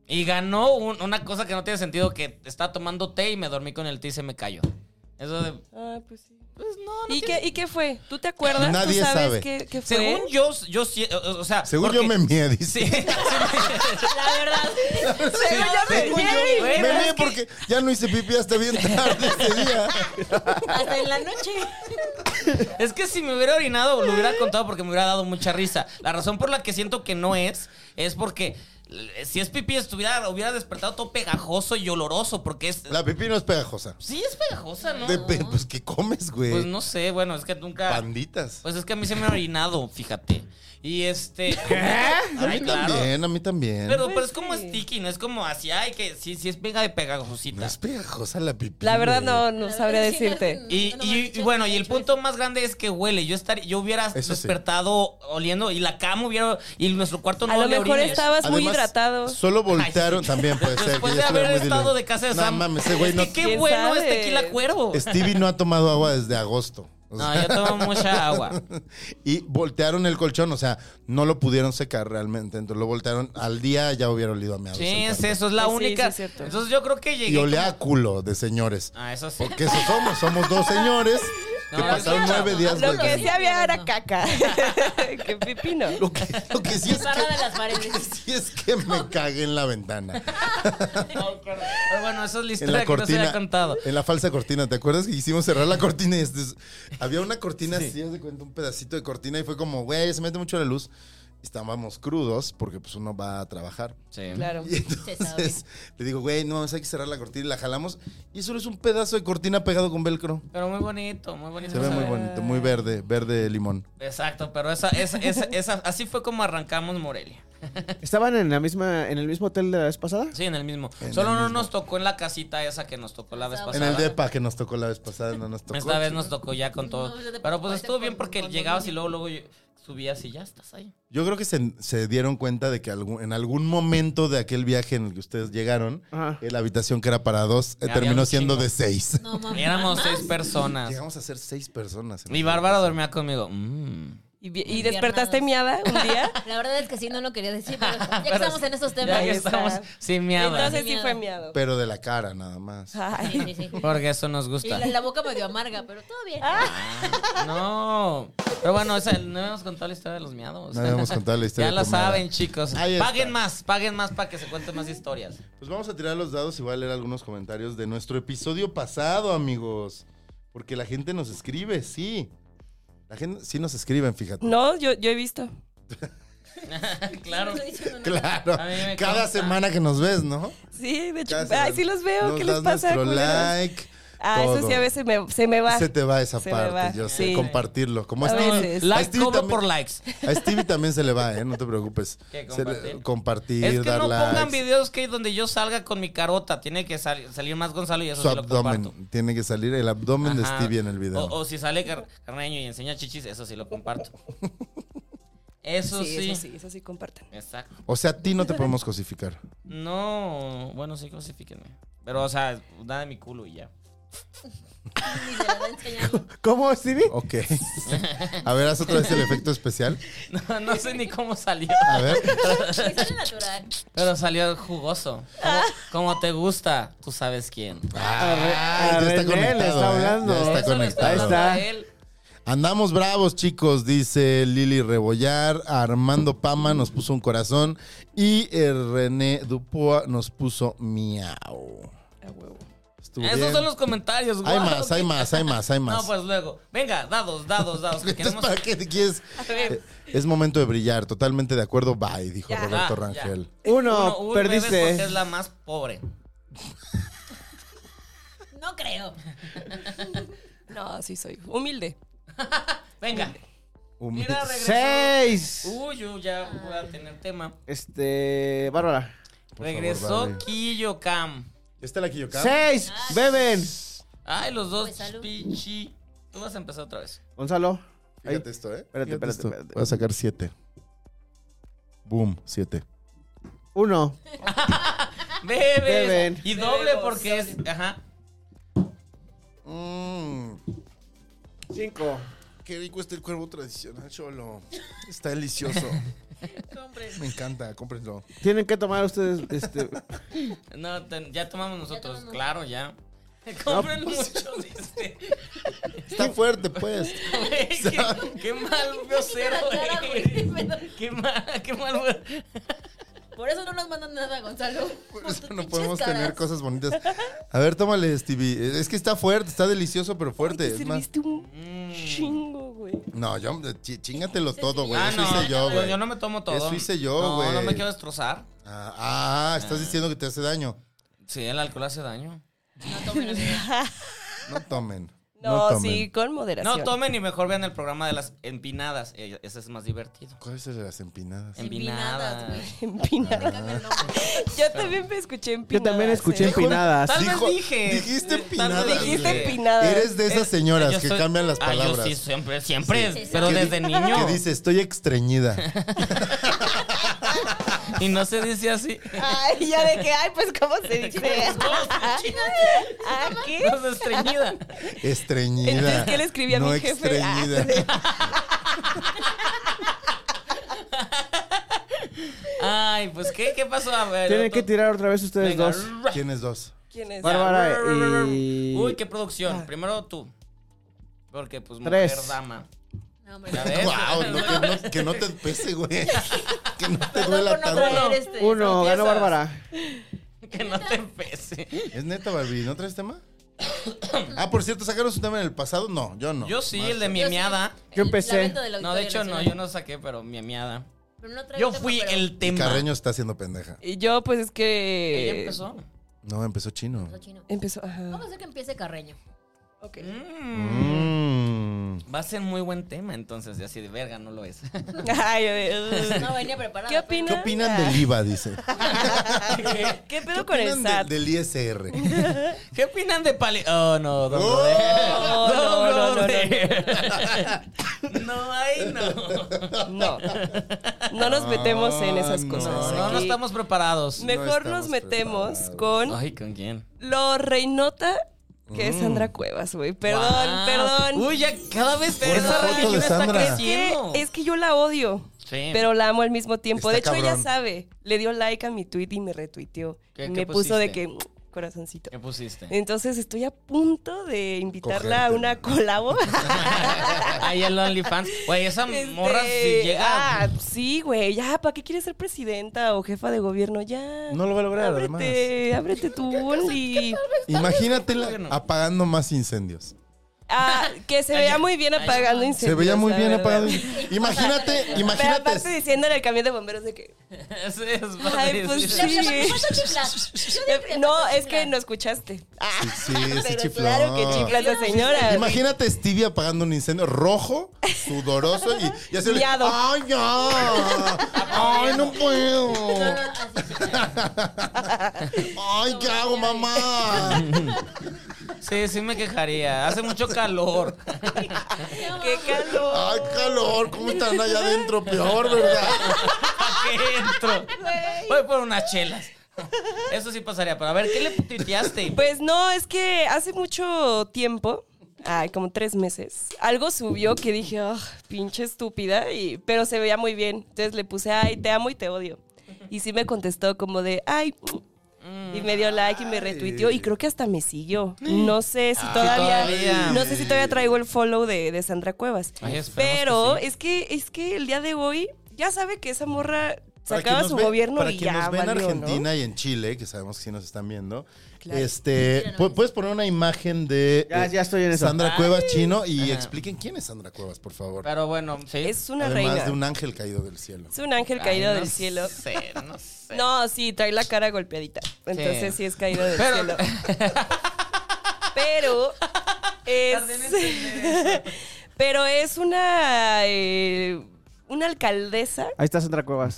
C: Y ganó un- una cosa que no tiene sentido, que estaba tomando té y me dormí con el té y se me cayó. Eso de...
E: Ah, pues sí.
C: Pues no, no
E: ¿Y
C: tiene-
E: qué, ¿Y qué fue? ¿Tú te acuerdas?
B: Nadie
E: ¿Tú sabes
B: sabe.
E: Qué, qué fue?
C: Según yo, yo sí, o, o sea...
B: Según yo me mié, dice.
C: Sí, sí,
D: La verdad.
E: Según yo me
C: Según
E: mié.
C: yo, güey,
B: Me
C: pero
B: mié
C: es que-
B: porque ya no hice pipí hasta bien tarde ese día.
D: Hasta en la noche.
C: Es que si me hubiera orinado, lo hubiera contado porque me hubiera dado mucha risa. La razón por la que siento que no es, es porque eh, si es pipí estuviera, hubiera despertado todo pegajoso y oloroso, porque es...
B: La pipí no es pegajosa.
C: Sí, es pegajosa, ¿no?
B: Depe- pues, ¿qué comes, güey?
C: Pues no sé, bueno, es que nunca...
B: Panditas.
C: Pues es que a mí se me ha orinado, fíjate. Y este...
B: a
C: Ay,
B: mí
C: claro.
B: también, a mí también.
C: Pero, pero es
E: Pues sí.
C: como sticky, no es como así, ay, que sí, sí es pega de pegajosita.
B: No es pegajosa la pipí.
E: La verdad
B: güey.
E: no, no sabría decirte.
C: Y, y- y bueno, y el punto más grande es que huele. Yo estar, yo hubiera
B: Eso sí.
C: despertado oliendo y la cama hubiera y nuestro cuarto no
E: A lo
C: olía
E: mejor
C: orines.
E: estabas muy
B: Además,
E: hidratado.
B: Solo voltearon también, puede ser.
C: Después
B: que
C: de
B: ya estuviera
C: haber
B: muy
C: estado
B: diluido.
C: de casa de
B: No
C: Sam.
B: mames, ese güey
C: es
B: no. Este-
C: que qué
E: ¿Quién
C: bueno
E: sabe?
C: es tequila cuervo.
B: Stevie no ha tomado agua desde agosto. O
C: No,
B: sea,
C: yo tomo mucha agua.
B: y voltearon el colchón, o sea, no lo pudieron secar realmente. Entonces lo voltearon al día, ya hubiera olido a mi
C: Sí, es eso, es la
E: Sí, sí,
C: única.
E: es cierto.
C: Entonces yo creo que llegué.
B: Y olea a culo de señores.
C: Ah, eso sí.
B: Porque eso somos, somos dos señores
C: No,
B: que
C: no,
B: pasaron
C: no, no.
B: nueve días.
E: Lo que
B: huelgas.
E: sí había era caca. Qué pipino.
B: Lo que, lo que sí es
D: Barra de las
B: que,
D: paredes.
B: lo que sí es que me cagué en la ventana.
C: Pero bueno, eso es la
B: En
C: historia
B: la
C: que no se había
B: cortina.
C: contado.
B: En la falsa cortina. ¿Te acuerdas que hicimos cerrar la cortina? Y este es- había una cortina así, haz de cuenta, un pedacito de cortina. Y fue como, güey, se mete mucho la luz. Estábamos crudos porque pues uno va a trabajar.
C: Sí.
E: Claro.
B: Y entonces le digo, güey, no, mames, hay que cerrar la cortina y la jalamos. Y solo es un pedazo de cortina pegado con velcro.
C: Pero muy bonito, muy bonito.
B: Se ve muy
C: saber.
B: bonito, muy verde, verde limón.
C: Exacto, pero esa, esa, esa, esa, así fue como arrancamos Morelia.
F: ¿Estaban en la misma, en el mismo hotel de la vez pasada?
C: Sí, en el mismo.
B: En
C: Solo
B: el
C: no
B: mismo.
C: nos tocó en la casita esa que nos tocó la vez pasada.
B: En el depa que nos tocó la vez pasada, no nos tocó.
C: Esta vez nos tocó ya con todo.
D: No, o sea, de-
C: Pero pues
D: puede
C: estuvo
D: ser
C: bien
D: con-
C: porque
D: con
C: llegabas y
D: dominio.
C: luego, luego yo- subías y ya estás ahí.
B: Yo creo que se, se dieron cuenta de que algún- en algún momento de aquel viaje en el que ustedes llegaron,
F: Ajá.
B: eh, la habitación que era para dos eh,
C: Ya había
B: terminó
C: un
B: siendo
C: chingo.
B: de seis.
D: No, mames.
C: Éramos seis personas.
B: Llegamos a ser seis personas.
C: Y Bárbara dormía conmigo. Mm.
E: ¿Y, vi- y despertaste miada un día?
D: La verdad es que sí, no lo quería decir, pero ya que
C: Pero
D: estamos
C: sí,
D: en estos temas.
C: Ya que
E: está.
C: estamos sin miada.
E: Entonces sí fue miado.
B: Pero de la cara nada más.
D: Sí,
E: Ay.
D: sí, sí.
C: ¿eh? Porque eso nos
D: Y
C: gusta. Ah.
D: la, la boca medio amarga, pero todo bien.
C: No. Pero bueno, esa- no hemos contado la historia de los miados.
B: No habíamos contado la historia
C: Ya la
B: con Mara.
C: saben, chicos.
B: Ahí está.
C: Paguen más, paguen más para que se cuenten más historias.
B: Pues vamos a tirar los dados y voy a leer algunos comentarios de nuestro episodio pasado, amigos. Porque la gente nos escribe, sí. La gente sí nos escriben, fíjate.
E: No, yo, yo he visto.
C: claro.
D: No estoy diciendo nada.
B: Claro.
C: A mí me
B: Cada
C: consta.
B: semana que nos ves, ¿no?
E: Sí, de hecho.
B: Cada semana
E: Ay, sí los veo.
B: nos
E: ¿Qué les
B: das
E: pasa?
B: Nuestro
E: culeros?
B: like.
E: Ah, eso
B: todo.
E: sí a veces me- se me va.
B: Se te va esa
E: Se me
B: parte,
E: va,
B: yo sé,
E: sí.
B: compartirlo. Como
E: A
B: Stevie-
E: veces.
B: a
C: Likes
B: Stevie
C: cobro
B: también-
C: por likes.
B: A Stevie también se le va, ¿eh? No te preocupes.
C: ¿Qué,
B: Se le-
C: compartir?
B: compartir,
C: Es que
B: dar
C: no pongan
B: likes.
C: videos que donde yo salga con mi carota. Tiene que sal- salir más Gonzalo y eso
B: Su
C: sí lo comparto.
B: abdomen. Tiene que salir el abdomen de
C: Ajá.
B: Stevie en el video.
C: O, o si sale car- Carneño y enseña chichis, eso sí lo comparto. Eso sí.
E: Sí, eso sí, eso sí, compartan.
C: Exacto.
B: O sea, a ti no te podemos cosificar.
C: No, bueno, sí, crucifíquenme. Pero, o sea, nada de mi culo y ya.
D: Ni se la da a enseñar.
F: ¿Cómo, Stevie?
B: Ok. A ver, haz otra vez el efecto especial.
C: No, no sé ni cómo salió.
B: A ver.
D: Es natural.
C: Pero salió jugoso. Como, como te gusta, tú sabes quién.
B: Ah,
F: a
B: ya está
F: René le
B: conectado.
F: está
B: ¿eh?
F: hablando.
B: Ya está
C: Eso le está
B: conectado.
F: Ahí
C: hablando
F: está.
C: a él.
B: Andamos bravos, chicos, dice Lili Rebollar. Armando Pama nos puso un corazón. Y eh, René Dupoa nos puso miau.
E: A huevo.
B: Estuvo
C: Esos
B: bien.
C: son los comentarios,
B: Hay
C: guau,
B: más,
C: qué
B: hay más, hay más, hay más.
C: No, pues luego. Venga, dados, dados, dados. que
B: Entonces,
C: queremos-
B: ¿para qué te quieres? Eh,
E: A ver.
B: Es momento de brillar, totalmente de acuerdo, bye, dijo
E: Ya.
B: Roberto
C: Ah, ya.
B: Rangel.
F: Uno,
C: uno, uy, bebes
F: perdiste.
C: porque es la más pobre.
D: No creo.
E: No, sí soy humilde.
C: Venga.
B: Un-
C: Mira, regresó. Uh.
F: Seis.
C: Uy, yo ya voy a tener tema.
F: Este, Bárbara.
B: Por
C: regresó
B: favor, vale.
C: Quillo Cam.
B: ¿Está la Kiyoka?
F: Seis. Beben.
C: Ay, los dos
D: Pues, salud.
C: pichi. Tú vas a empezar otra vez.
F: Gonzalo.
B: Fíjate esto, ¿eh?
F: Espérate,
B: Fíjate
F: espérate,
B: esto.
F: espérate.
B: Voy a sacar siete. Boom, siete.
F: Uno.
C: Bebes.
F: Beben.
C: Y doble porque es. Ajá.
F: Cinco.
B: Mm, qué rico está el cuervo tradicional, cholo. Está delicioso. Me encanta, cómprenlo.
F: Tienen que tomar ustedes, este,
C: No, ten- ya tomamos nosotros.
D: tomamos.
C: Claro, ya. Compren
B: pues,
C: mucho, dice.
B: Está fuerte, pues.
C: Güey, qué, qué mal vocero,
D: cara,
C: güey.
D: güey, pero-
C: Qué mal, qué mal. güey.
D: Por eso no nos mandan nada, Gonzalo.
B: Por
D: Por
B: eso
D: tus
B: no
D: pinches
B: podemos
D: caras.
B: tener cosas bonitas. A ver, tómale, Stevie. Es que está fuerte, está delicioso, pero
E: Te
B: fuerte. Es más,
E: serviste un
C: Mm.
E: chingo, güey.
B: No, yo, eh, chi- chingatelo todo, güey.
C: Ah,
B: Eso
C: no,
B: hice yo, güey.
C: yo no me tomo todo.
B: Eso hice yo,
C: No, No,
B: güey.
C: me quiero destrozar.
B: Ah, ah, estás diciendo que te hace daño.
C: Sí, el alcohol hace daño.
D: No tomen amigos.
B: No tomen.
E: No,
B: tomen.
E: sí, con moderación.
C: No tomen y mejor vean el programa de las empinadas. Eh, Ese es más divertido.
B: ¿Cuál es el de las empinadas?
E: Em-
D: Empinadas,
C: Empinadas.
D: güey.
E: Empinadas.
D: Cambia el nombre.
E: Yo también me escuché empinadas.
F: Yo también escuché
E: ¿eh?
F: empinadas.
C: Tal vez
B: Dijo-
C: dije.
B: dijiste empinadas,
C: Tal vez
E: Dijiste
C: dije.
E: empinadas.
B: Eres de esas
C: Es-
B: señoras
C: yo
B: que
C: soy-
B: cambian las
C: Ah,
B: palabras.
C: yo sí, siempre, siempre.
D: Sí, sí,
C: Pero
B: Que di-
C: desde niño.
B: Que dice, estoy extrañida.
C: Y no se dice así.
E: Ay, ya de que, ay, pues, ¿cómo se dice? ¿Ah, qué?
C: No es estreñida.
B: Estreñida.
E: Entonces, ¿qué le escribí a
B: no
E: mi jefe? Ah,
B: Extrañida.
C: Ay, pues, ¿qué, qué pasó? A ver.
F: Tienen
C: otro-
F: que tirar otra vez ustedes
C: Venga.
F: dos.
B: ¿Quiénes dos?
E: ¿Quién es?
F: Bueno. Bárbara y-
C: Uy, qué producción. Primero tú. Porque, pues, mujer,
F: Ah. Tres.
C: dama.
D: No, hombre.
C: Ya ves.
B: Wow, no, que, no, que no te pese, güey. Que no te
D: Perdón
B: duela
D: por no traer
B: tanto.
D: este.
F: Uno, ganó
C: piezas.
F: Bárbara.
C: Que no te pese.
B: Es neta, Barbie, ¿no traes tema? Ah, por cierto, ¿sacaron su tema en el pasado? No, yo no.
C: Yo sí,
B: Más-
C: el de mi
D: Yo sí.
C: miada.
F: Yo
D: El
F: empecé.
D: lamento del
C: No, de
D: Auditorio
C: hecho, no,
D: Nacional.
C: yo no saqué, pero mi miada.
D: Pero no traigo
C: Yo
D: tema,
C: fui
D: pero-
C: el
B: Y
C: tema.
B: Carreño está haciendo pendeja.
E: Y yo, pues, es que...
C: Ella empezó.
B: No, empezó chino.
D: Lo chino.
E: Empezó,
D: Vamos a
E: ajá.
D: hacer que empiece Carreño.
E: Ok.
C: Mm.
B: Mm.
C: Va a ser muy buen tema, entonces, y así de verga, no lo es.
E: Ay, uh, a ver,
D: No venía preparada.
E: ¿Qué
D: pero-
E: opinas?
B: ¿Qué opinan del IVA? Dice.
E: ah, ¿Qué
B: ¿Qué
E: pedo con el
B: opinan de-
E: SAT?
B: del ISR?
C: ¿Qué opinan de Pali? Oh, no, don
B: Oh,
C: Roder.
E: no, no, no, no, no.
C: no, no, ay, no.
E: No. No nos metemos en esas
B: No,
E: cosas.
C: No, no, no
E: aquí.
C: estamos preparados.
E: Mejor
B: No estamos
E: nos metemos
B: preparados.
E: con
C: Ay, ¿con quién?
E: lo reinota que es Sandra Cuevas, güey. Perdón,
C: Wow.
E: perdón.
C: Uy, ya cada vez esa
B: foto de
C: religión está
B: Sandra.
E: es, que,
C: creciendo.
E: es que yo la odio,
C: Sí.
E: pero la amo al mismo tiempo.
B: Está
E: de hecho, ella
B: cabrón.
E: sabe. Le dio like a mi tweet y me retuiteó.
C: ¿Qué- qué
E: me puso de
C: pusiste?
E: que "Mm, corazoncito.
C: ¿Qué pusiste?
E: Entonces estoy a punto de invitarla a
B: Cogerte.
E: una colabo.
C: Ahí el OnlyFans. Güey, esa
E: Este,
C: morra si llega.
E: ah, sí, güey. Ya, ¿para qué quieres ser presidenta o jefa de gobierno? Ya.
B: No lo va a lograr, además.
E: ábrete, ábrete tu Only.
B: Imagínatela
C: Bueno.
B: apagando más incendios.
E: Ah, que se veía muy bien apagando incendios.
B: Se veía muy
E: la
B: bien
E: verdad.
B: apagando. Imagínate,
E: Pero aparte
B: imagínate.
E: diciéndole al camión de bomberos de que.
C: Ese es
E: Ay, pues
D: Pero,
E: Sí.
D: pero, ¿cuánto chiflas? Yo digo que
E: eh, No,
D: ¿cuánto
E: es que
D: chiflas?
E: no escuchaste. Ah,
B: Sí, sí, sí,
E: pero
B: chifló.
E: claro que chifla esa señora.
B: Imagínate a Stevie apagando un incendio rojo, sudoroso y, y así.
E: Miado.
B: ¡Ay, ya! ¡Ay, no puedo! ¡Ay, qué hago, mamá!
C: Sí, sí me quejaría. Hace mucho calor.
E: ¡Qué calor!
B: ¡Ay, calor! ¿Cómo están allá adentro? Peor, ¿verdad?
C: ¿Qué entro? Voy por unas chelas. Eso sí pasaría, pero a ver, ¿qué le tuiteaste?
E: Pues no, es que hace mucho tiempo, ay, como tres meses, algo subió que dije, oh, pinche estúpida, y, pero se veía muy bien. Entonces le puse, ay, te amo y te odio. Y sí me contestó como de, ay, y me dio like y me retuiteó y creo que hasta me siguió. No sé si todavía,
C: todavía.
E: no sé si todavía traigo el follow de, de Sandra Cuevas.
C: Ay, esperemos
E: pero
C: que sí.
E: es que es que el día de hoy ya sabe que esa morra
B: Para
E: sacaba
B: quien nos
E: su
B: ve-
E: gobierno
B: para
E: y
B: quien
E: ya
B: nos ve en
E: valió, ¿no?
B: Argentina y en Chile, que sabemos que sí nos están viendo.
E: Claro.
B: Este, pu- puedes poner una imagen de
F: Ya-
B: eh,
F: ya estoy en eso.
B: Sandra Cuevas chino y
C: Ajá.
B: expliquen quién es Sandra Cuevas, por favor.
C: Pero bueno, sí.
E: Es una
B: Además
E: reina.
B: de un ángel caído del cielo.
E: Es un ángel
C: Ay,
E: caído
C: no
E: del cielo.
C: sé, no sé.
E: No, sí, trae la cara golpeadita. Entonces sí, es caído del
C: Pero-
E: cielo. Pero
C: Tardé en
E: es. pero es una. eh, una alcaldesa.
F: Ahí está Sandra Cuevas.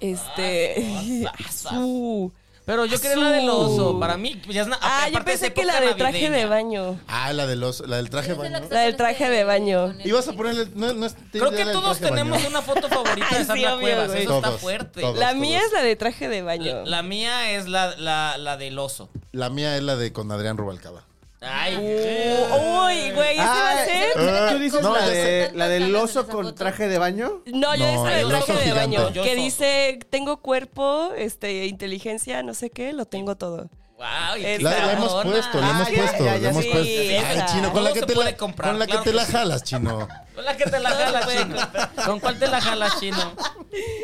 E: Este. su-
C: Pero yo quería la del oso.
E: Su-
C: Para mí, ya es una.
E: Ah, yo
C: aparte es
E: pensé que
C: época
E: la del traje
C: navideña.
E: de baño.
B: Ah, la del oso- la del traje de
D: Esa es
B: baño.
D: que
E: La del traje de baño.
D: con el-
B: Ibas a ponerle no, no es-
C: Creo
B: la
C: que
B: del
C: todos
B: traje de
C: tenemos
B: baño.
C: una foto favorita
E: Ay,
C: de
E: sí,
C: Sandra
E: obvio,
C: Cuevas.
E: güey.
C: Eso está
B: Todos,
C: fuerte.
B: todos.
E: La mía es la de traje de baño.
C: La mía es la, la, la del oso.
B: La mía es la de con Adrián Rubalcaba.
C: Ay,
B: Uh,
E: Uy, güey, ¿ese va a ser?
F: Ah, ¿Tú dices
B: No,
F: la,
B: esa-
F: de, la del
D: Tantas ganas
F: oso
D: en esa
F: con
D: foto.
F: traje de baño?
E: No, yo
B: No,
E: esa del
B: el
E: traje
B: oso
E: de
B: gigante.
E: baño.
C: Yo
E: Que
C: oso.
E: dice, tengo cuerpo, este, inteligencia, no sé qué, lo tengo todo.
C: Wow, y qué
E: Esa.
B: La, la hemos
C: cabrona.
B: puesto, la
F: Ah,
B: hemos
F: ya,
B: puesto,
F: ya,
B: la
F: ya,
B: hemos
E: sí,
B: puesto.
E: esa.
B: Ay, chino, con
C: Todo
B: la que
C: se
B: te
C: puede
B: la
C: comprar,
B: con la que
C: claro
B: te
C: que
B: la
C: sí.
B: jalas, chino.
C: Con la que te la jalas, chino. ¿Con cuál te la jalas, chino?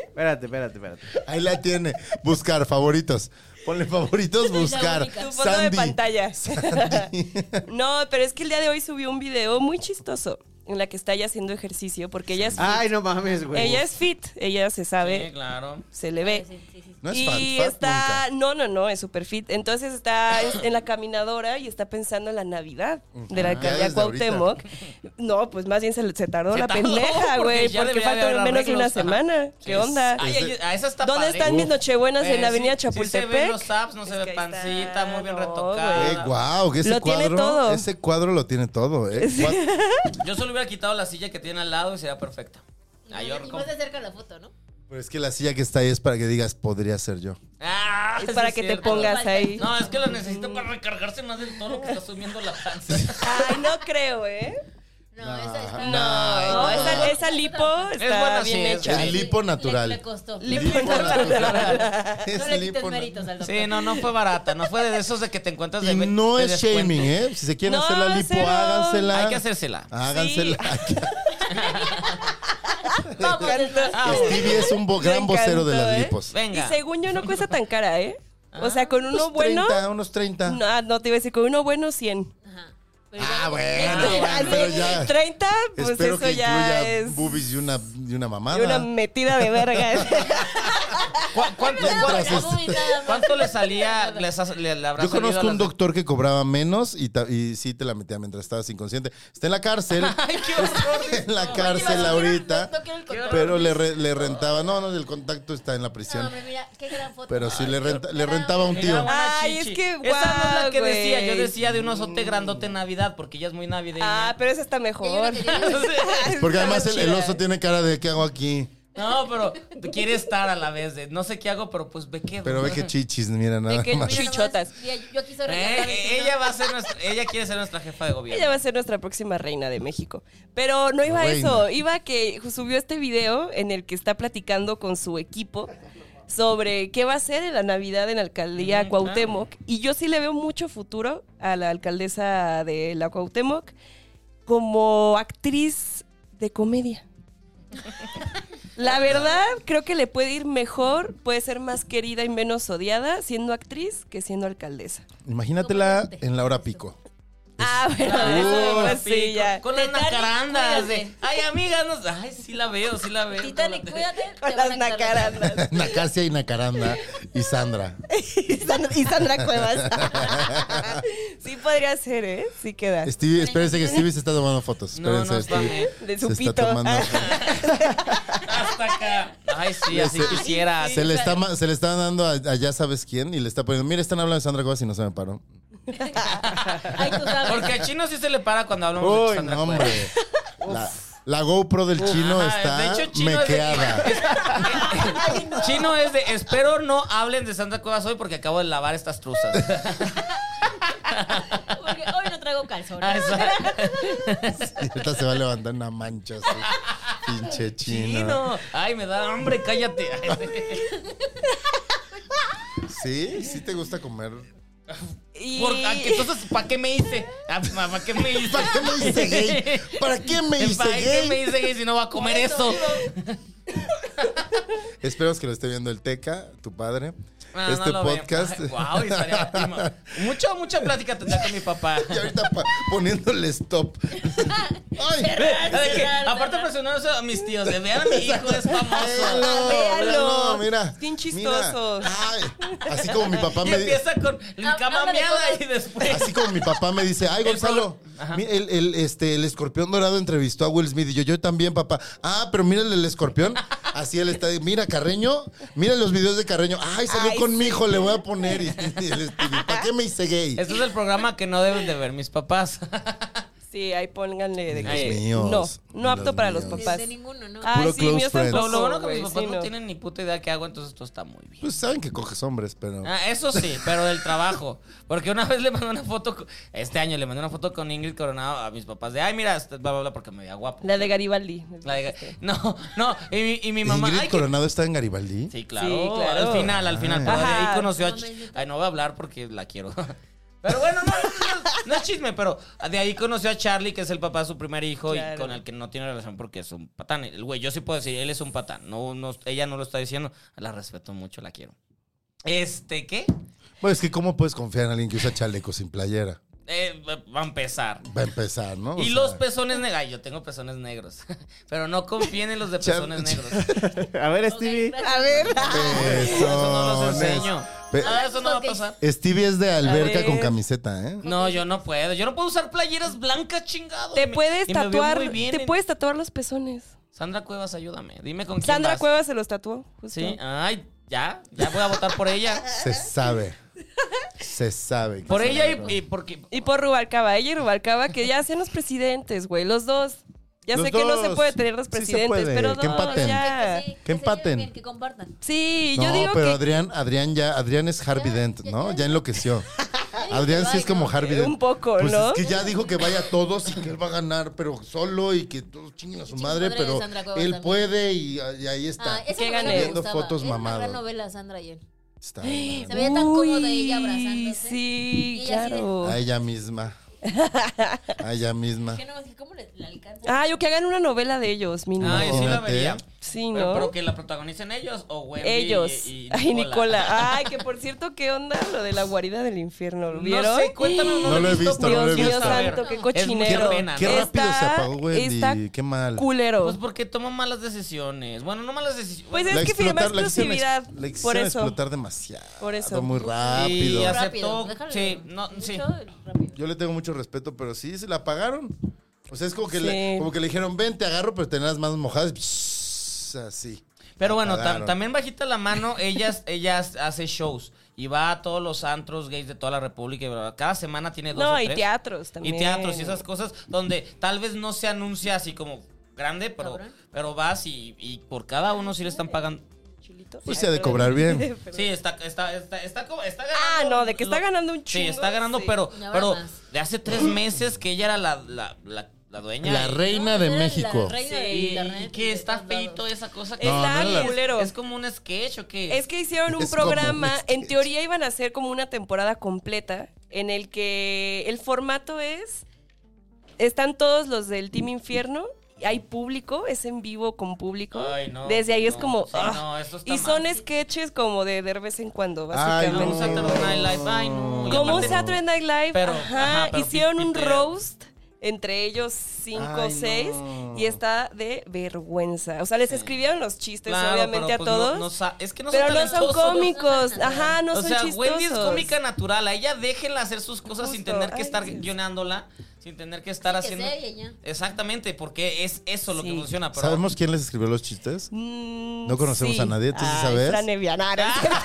F: Espérate, espérate, espérate.
B: Ahí la tiene. Buscar favoritos. Ponle favoritos,
D: Soy la
B: buscar.
D: única.
E: Tu foto de
B: Sandy. Eh,
E: pantalla.
B: Sandy.
E: No, pero es que el día de hoy subí un video muy chistoso en la que está ella haciendo ejercicio, porque ella es fit.
F: Ay, no mames, güey.
E: ella es fit, ella se
C: Sí,
E: sabe,
C: claro.
E: se le ve.
D: Sí, sí, sí.
B: No es
E: y
B: fan, fat
E: está,
B: nunca.
E: no, no, no, es super fit. Entonces está en en la caminadora y está pensando en la Navidad de
B: Ah,
E: la
B: ya
E: calle
B: desde ahorita.
E: Cuauhtémoc. No, pues más bien se, le- se tardó
C: Se
E: la
C: tardó,
E: pendeja,
C: porque
E: güey,
C: ya
E: porque
C: debía de haber
E: falta menos de una
C: arreglos.
E: semana. ¿Qué onda?
C: Ay, ay, a esa está
E: ¿Dónde
C: padre.
E: están mis
C: Uf.
E: nochebuenas
C: Eh,
E: en la Avenida
C: sí, sí se ven
E: Chapultepec?
C: los apps, no se
E: Es
C: ve
E: que ahí
C: pancita,
E: está,
C: muy bien
E: no,
C: retocada.
E: güey.
B: Eh, guau, que ese
E: Lo tiene
B: cuadro,
E: todo.
B: ese cuadro lo tiene todo, ¿eh? Cuad-
C: Yo solo hubiera quitado la silla que tiene al lado y sería perfecta. Ay, Ah, yo
D: y
C: como-
D: más de cerca la foto, ¿no?
B: Pero es que la silla que está ahí es para que digas, podría ser yo.
C: Ah,
E: Es
C: eso
E: para
C: es
E: que te
C: cierto.
E: pongas Mm. ahí.
C: No, es que la necesito para recargarse más del todo lo que está subiendo la panza.
E: Ay, no creo, ¿eh?
D: No, esa está.
E: No, esa, esa lipo
C: Es
E: está
C: buena, sí,
E: bien
C: es
E: hecha.
B: buena.
D: Sí,
B: lipo
D: le-
B: natural.
D: Le, costó.
E: Lipo
B: natural. Es
D: No le quites
B: lipo
D: méritos al doctor.
C: Sí, no, no fue barata. No fue de esos de que te encuentras de
B: Y
C: ve-
B: no
C: de
B: es
C: descuento.
B: shaming, ¿eh? Si se quieren
E: No,
B: hacer la lipo,
E: cero.
B: hágansela.
C: Hay que hacérsela.
B: Hágansela.
D: Vamos, doctor.
C: Ah,
B: Stevie es un bo-
E: Me
B: gran vocero de
E: encantó,
B: las
E: ¿eh?
B: lipos.
E: Y
C: Venga.
E: según yo no cuesta tan cara, ¿eh? O sea, con uno
B: Unos
E: bueno...
B: 30, unos 30.
E: No, ah, no te iba a decir, con uno bueno 100.
D: Ajá.
B: Ah,
D: Pero
B: bueno,
D: igual-
B: bueno, pero ya.
E: 30, pues
B: Espero
E: eso
B: que
E: ya
B: incluya
E: es
B: boobies y una, y una mamada.
E: una metida de verga.
C: ¿Cu- ¿Cuánto,
D: Pero
B: Mientras
D: la
B: es-
D: boobie nada más.
C: cuánto le salía? les has- le, le habrá
B: Yo
C: salido a
B: conozco
C: las-
B: un doctor que cobraba menos y, ta- y sí te la metía mientras estabas inconsciente. Está en la cárcel.
C: Ay, qué horror.
B: en la
D: Oye, no
B: cárcel
D: quiero-
B: ahorita.
D: no quiero el contacto.
B: Pero le, re- le rentaba. No, no, el contacto está en la
D: No,
B: prisión.
D: hombre, mira, qué gran foto.
B: Pero sí
D: Ay,
B: le,
D: qué
B: renta- le
D: gran-
B: rentaba a un
C: Mira,
B: tío.
C: buena
E: Ay,
C: chichi.
E: es que
C: Esa no es la que
E: guau,
C: decía. Yo
E: güey.
C: decía de un osote grandote en Navidad, porque ella es muy navideña.
E: ah, pero esa está mejor.
D: Yo creo que te
B: Porque
E: Está
B: además el,
E: chida.
B: el oso tiene cara de ¿qué hago aquí?
C: No, pero quiere estar a la vez de no sé qué hago, pero pues ve qué.
B: Pero ve que chichis, mira nada
E: qué
B: más.
D: Mira nomás,
E: Chichotas.
D: mira, Yo aquí soy
C: Eh,
D: relajada,
C: eh,
D: ¿no?
C: ella va a ser nuestra, ella quiere ser nuestra jefa de gobierno.
E: Ella va a ser nuestra próxima reina de México. Pero no iba a
B: Reina.
E: eso, iba a que subió este video en el que está platicando con su equipo sobre qué va a ser en la Navidad en la alcaldía
C: Ujú,
E: Cuauhtémoc. Y yo sí le veo mucho futuro a la alcaldesa de la Cuauhtémoc como actriz de comedia. La verdad, creo que le puede ir mejor, puede ser más querida y menos odiada siendo actriz que siendo alcaldesa.
B: Pues, Imagínatela en la hora pico.
E: Ah, bueno,
C: Ah,
E: eso,
C: ahora
E: pues, sí, ya.
C: Con las
D: Titanic,
C: nacarandas de,
D: cuídate.
C: ay, amigas, nos- ay, sí la veo, sí la veo.
D: Titanic, cuídate. te
E: Con
D: van a
E: las
D: quitar la-
E: nacarandas.
B: Nacasia y Nacaranda y Sandra.
E: y, Sandra, y Sandra Cuevas. sí podría ser, ¿eh? Sí queda.
B: Stevie, espérense que Stevie se está tomando fotos.
C: No, no,
B: Espérense,
C: está
B: Stevie.
C: bien.
E: De su
B: se está
E: pito.
B: tomando.
C: Hasta acá. Ay, sí, así
B: Ese-
C: quisiera.
B: Se le, está, ma- se le está dando a, a ya sabes quién y le está poniendo, mira, están hablando de Sandra Cuevas y no se me paró.
D: Ay, tú sabes.
C: Porque al chino sí se le para cuando hablamos de
B: Uy,
C: Sandra
B: no,
C: Cuevas.
B: hombre. La, la GoPro del chino
C: Ajá,
B: está
C: de hecho, Chino es de-
B: mequeada.
C: Chino es de, espero no hablen de Sandra Cuevas hoy porque acabo de lavar estas truzas.
D: Porque hoy no traigo calzón.
C: Ah, exacto.
B: Y ahorita se va a levantar una mancha así. Pinche chino.
C: Chino. Ay, me da hambre, cállate. Ay,
B: Sí, sí te gusta comer.
E: Y-
C: por- ah, que entonces, ¿para qué me hice? Ah, ¿Para qué me hice?
B: ¿Para qué me hice gay? ¿Para qué me hice
C: ¿Para qué me
B: gay?
C: hice gay si no va a comer eso?
B: Esperemos que lo esté viendo el Teca, tu padre.
C: Ah,
B: este podcast.
C: Wow, estaría prima. Mucha, mucha plática tendría con mi papá.
B: Y ahorita pa- poniéndole stop. ¡Ay!
C: Ah, de que, aparte presionando eso a mis tíos, de vean a mi hijo, es famoso.
B: Véalo,
E: véalo.
B: véalo, mira.
E: Bien
B: mira.
E: chistosos.
B: Ay, así como mi papá
C: Y
B: me dice.
C: empieza con la
D: Hab-
C: cama
D: habla de
C: meada
D: cosas.
C: y después.
B: Así como mi papá me dice, ay,
C: El
B: Gonzalo,
C: pro- Ajá.
B: mi- el, el, este, el escorpión dorado entrevistó a Will Smith y yo, yo también, papá. Ah, pero mírale el escorpión. Así él está, de, mira, Carreño, mira los videos de Carreño. Ay, salió
E: Ay,
B: con
E: sí.
B: mi hijo, le voy a poner. Y, y el Stevie, ¿Para qué me hice gay?
C: Este es el programa que no deben de ver mis papás.
E: Sí, ahí pónganle de
C: Los
E: que-
B: míos,
E: No,
B: de
E: no apto
B: los
E: para
B: míos.
E: los
D: Desde
E: papás.
D: ninguno, ¿no?
E: Ay,
B: Puro
E: sí,
B: close
E: míos
B: friends.
C: Lo,
E: tampoco,
C: lo bueno que mis
E: güey,
C: papás
E: sí,
C: no tienen ni puta idea qué hago, entonces esto está muy bien.
B: Pues saben que coges hombres, pero...
C: Ah, eso sí, pero del trabajo. Porque una vez le mandé una foto, co- este año le mandé una foto con Ingrid Coronado a mis papás de, ay, mira, este, bla, bla, bla, porque me veía guapo.
E: La de Garibaldi.
C: La de- no, no, y, mi- y mi mamá...
B: Ingrid
C: "Ay, qué
B: Coronado está en Garibaldi.
C: Sí claro.
E: Sí, claro.
C: Al final, al final. Pero de ahí
E: Ajá.
C: conoció a
D: No me
C: Ch-
D: digas.
C: Ay, no voy a hablar porque la quiero. Pero bueno, no, no, no, no es chisme, pero de ahí conoció a Charlie, que es el papá de su primer hijo y
E: Claro.
C: con el que no tiene relación porque es un patán. El güey, yo sí puedo decir, él es un patán. No, no, ella no lo está diciendo. La respeto mucho, la quiero. Este, ¿qué?
B: Bueno, es que ¿cómo puedes confiar en alguien que usa chaleco sin playera?
C: eh, va a empezar.
B: Va a empezar, ¿no? O
C: Y
B: sea,
C: los pezones negros. Ay, yo tengo pezones negros. Pero no confíen en los de
B: Cham-
C: pezones negros.
F: A ver, Stevie.
D: A ver.
C: Eso no los
B: pezones.
C: enseño.
B: Pe-
C: Ah, eso no va a
D: Ok.
C: pasar.
B: Stevie es de alberca
E: ver.
B: con camiseta, ¿eh?
C: No, yo no puedo. Yo no puedo usar playeras blancas, chingado. Y
E: Te
C: me-
E: puedes
C: y me veo
E: tatuar,
C: muy bien
E: te
C: en-
E: puedes tatuar los pezones.
C: Sandra Cuevas, ayúdame. Dime con quién
E: Sandra
C: vas.
E: Cuevas se los tatuó. justo.
C: Sí. ah. Ay, ya. Ya voy a votar por ella.
B: Se sabe. Se sabe. que
C: Por
B: se
C: ella
B: agarró.
C: y, y porque...
E: Y por Rubalcaba, ella y Rubalcaba, que ya sean los presidentes, güey, los dos. Ya
B: Los
E: sé que no se
B: dos.
E: puede tener los
B: Sí se
E: presidentes,
B: puede,
E: pero
B: que
E: no,
B: empaten.
E: ya.
B: Que
D: Pues sí, se lleven
B: empaten.
D: bien, Que compartan.
E: Sí,
B: no,
E: yo digo
B: pero
E: que
B: Adrián, Adrián ya, Adrián es Harvey
D: Ya,
B: Dent,
D: ya
B: ¿no?
D: quiere-
B: Ya enloqueció. Adrián sí es como Harvey Dent.
E: un poco,
B: Pues
E: ¿no?
B: es que ya dijo que vaya a todos y que él va a ganar, pero solo y que todos chinguen a su
D: Chingue
B: madre,
D: madre de
B: pero
D: Sandra Cuevas
B: él
D: también.
B: puede y, y ahí está.
D: Ah, esa
E: Que
D: novela
E: gane.
D: me
B: Viendo
D: gustaba.
B: fotos
D: Era una gran
B: mamadas.
D: novela, Sandra y él.
B: Está bien.
D: Se veía tan cómoda
E: Uy,
D: ella abrazándose.
E: Sí,
D: Y ella así de-
E: claro.
B: A ella misma. A ella misma.
D: ¿Qué no? ¿Cómo le, le alcanza?
E: Ah, yo que hagan una novela de ellos, mínimo.
C: Ay, sí la
B: Imagínate.
C: vería.
E: sí,
C: Pero,
E: ¿no?
C: pero que la protagonicen ellos o Wendy
E: ellos.
C: y, y
E: Ay, Nicola. Ay, que por cierto, ¿qué onda lo de la guarida del infierno? ¿Lo vieron?
C: No sé, cuéntanos. No,
B: No lo he visto,
C: pero
B: no lo he
C: quiero
E: Dios mío
B: visto.
C: saber.
E: santo, qué
C: Es
E: cochinero.
C: mucha pena,
B: Qué
C: ¿no?
B: rápido se apagó Wendy.
E: está
B: Qué mal.
E: Culero.
C: Pues porque toma malas decisiones. Bueno, no malas decisiones.
E: Pues es
B: La
E: que
B: explotar-
E: firma
B: la quisieron ex-
E: exclusividad.
B: La
E: por
B: quisieron
E: eso.
B: explotar demasiado.
E: Por eso.
B: Muy rápido.
C: Y
D: Rápido,
C: aceptó.
D: déjalo.
C: Sí, no, sí.
D: Mucho, rápido.
B: Yo le tengo mucho respeto, pero sí se la pagaron. O sea, es como que, le,
E: Sí.
B: como que le dijeron, ven, te agarro, pero tenías las manos mojadas. Pss, Así.
C: Pero bueno,
B: La
C: tam-
B: cagaron.
C: también bajita la mano, ellas, ellas hace shows y va a todos los antros gays de toda la república. y bla, bla. Cada semana tiene dos o
E: No, y
C: tres.
E: teatros también.
C: Y teatros y esas cosas donde tal vez no se anuncia así como grande, pero,
D: Cabrón.
C: pero vas y, y por cada uno sí le están pagando.
E: Chilito.
B: Pues
E: Ay,
B: se ha de
E: perdón.
B: cobrar bien.
E: Eh, Perdón.
C: Sí, está, está, está, está, como- está
E: Ah,
C: ganando.
E: no, de que está ganando un
C: Sí,
E: chingo,
C: está ganando,
E: sí.
C: pero,
D: Ya va
C: pero
D: más.
C: de hace tres meses que ella era la, la, la, la dueña.
B: La
C: y-
B: reina de
D: Era
B: México.
D: La reina de
C: Y,
D: internet.
C: que
D: de
C: está
D: todos lados.
C: feito esa cosa que
E: Está
B: no, no, no.
E: culero.
C: es como un sketch o qué
E: Es que hicieron un
B: Es como
E: programa,
B: un sketch.
E: en teoría iban a hacer como una temporada completa, en el que el formato es, están todos los del Team Infierno, hay público, es en vivo con público.
C: Ay, no,
E: Desde ahí es
C: no,
E: como...
C: sí,
E: ah.
C: no, eso está
E: y son
C: mal.
E: sketches como de de vez en cuando,
B: Ay,
E: básicamente.
C: Como un Saturday Night Live. Ay, no. Y
E: Como un
C: aparte-
E: Saturday Night Live,
C: Pero,
E: ajá,
C: ajá, pero
E: hicieron un
C: pipitero.
E: roast entre ellos cinco o
B: Ay,
E: seis
B: no.
E: y está de vergüenza. O sea, les escribieron los chistes
C: Claro,
E: obviamente
C: pero
E: a
C: pues no-
E: todos.
C: no sa- es que no
E: pero
C: son
E: no son
C: talentosos.
E: cómicos, ajá, no
C: o
E: son
C: sea,
E: chistosos.
C: Wendy es cómica natural. A ella déjenla hacer sus cosas sin
E: Justo,
C: tener que
E: ay,
C: estar
E: Dios.
C: guionándola, sin tener que estar
D: Que
C: haciendo.
D: sea ella, ya.
C: Exactamente, porque es eso lo que
E: Sí.
C: funciona. Pero
B: ¿Sabemos quién les escribió los chistes?
E: Mm,
B: No conocemos a nadie, entonces,
E: Ay,
B: ¿sabes?
E: Fran Evia, nah,
C: Ah,
E: no es cierto.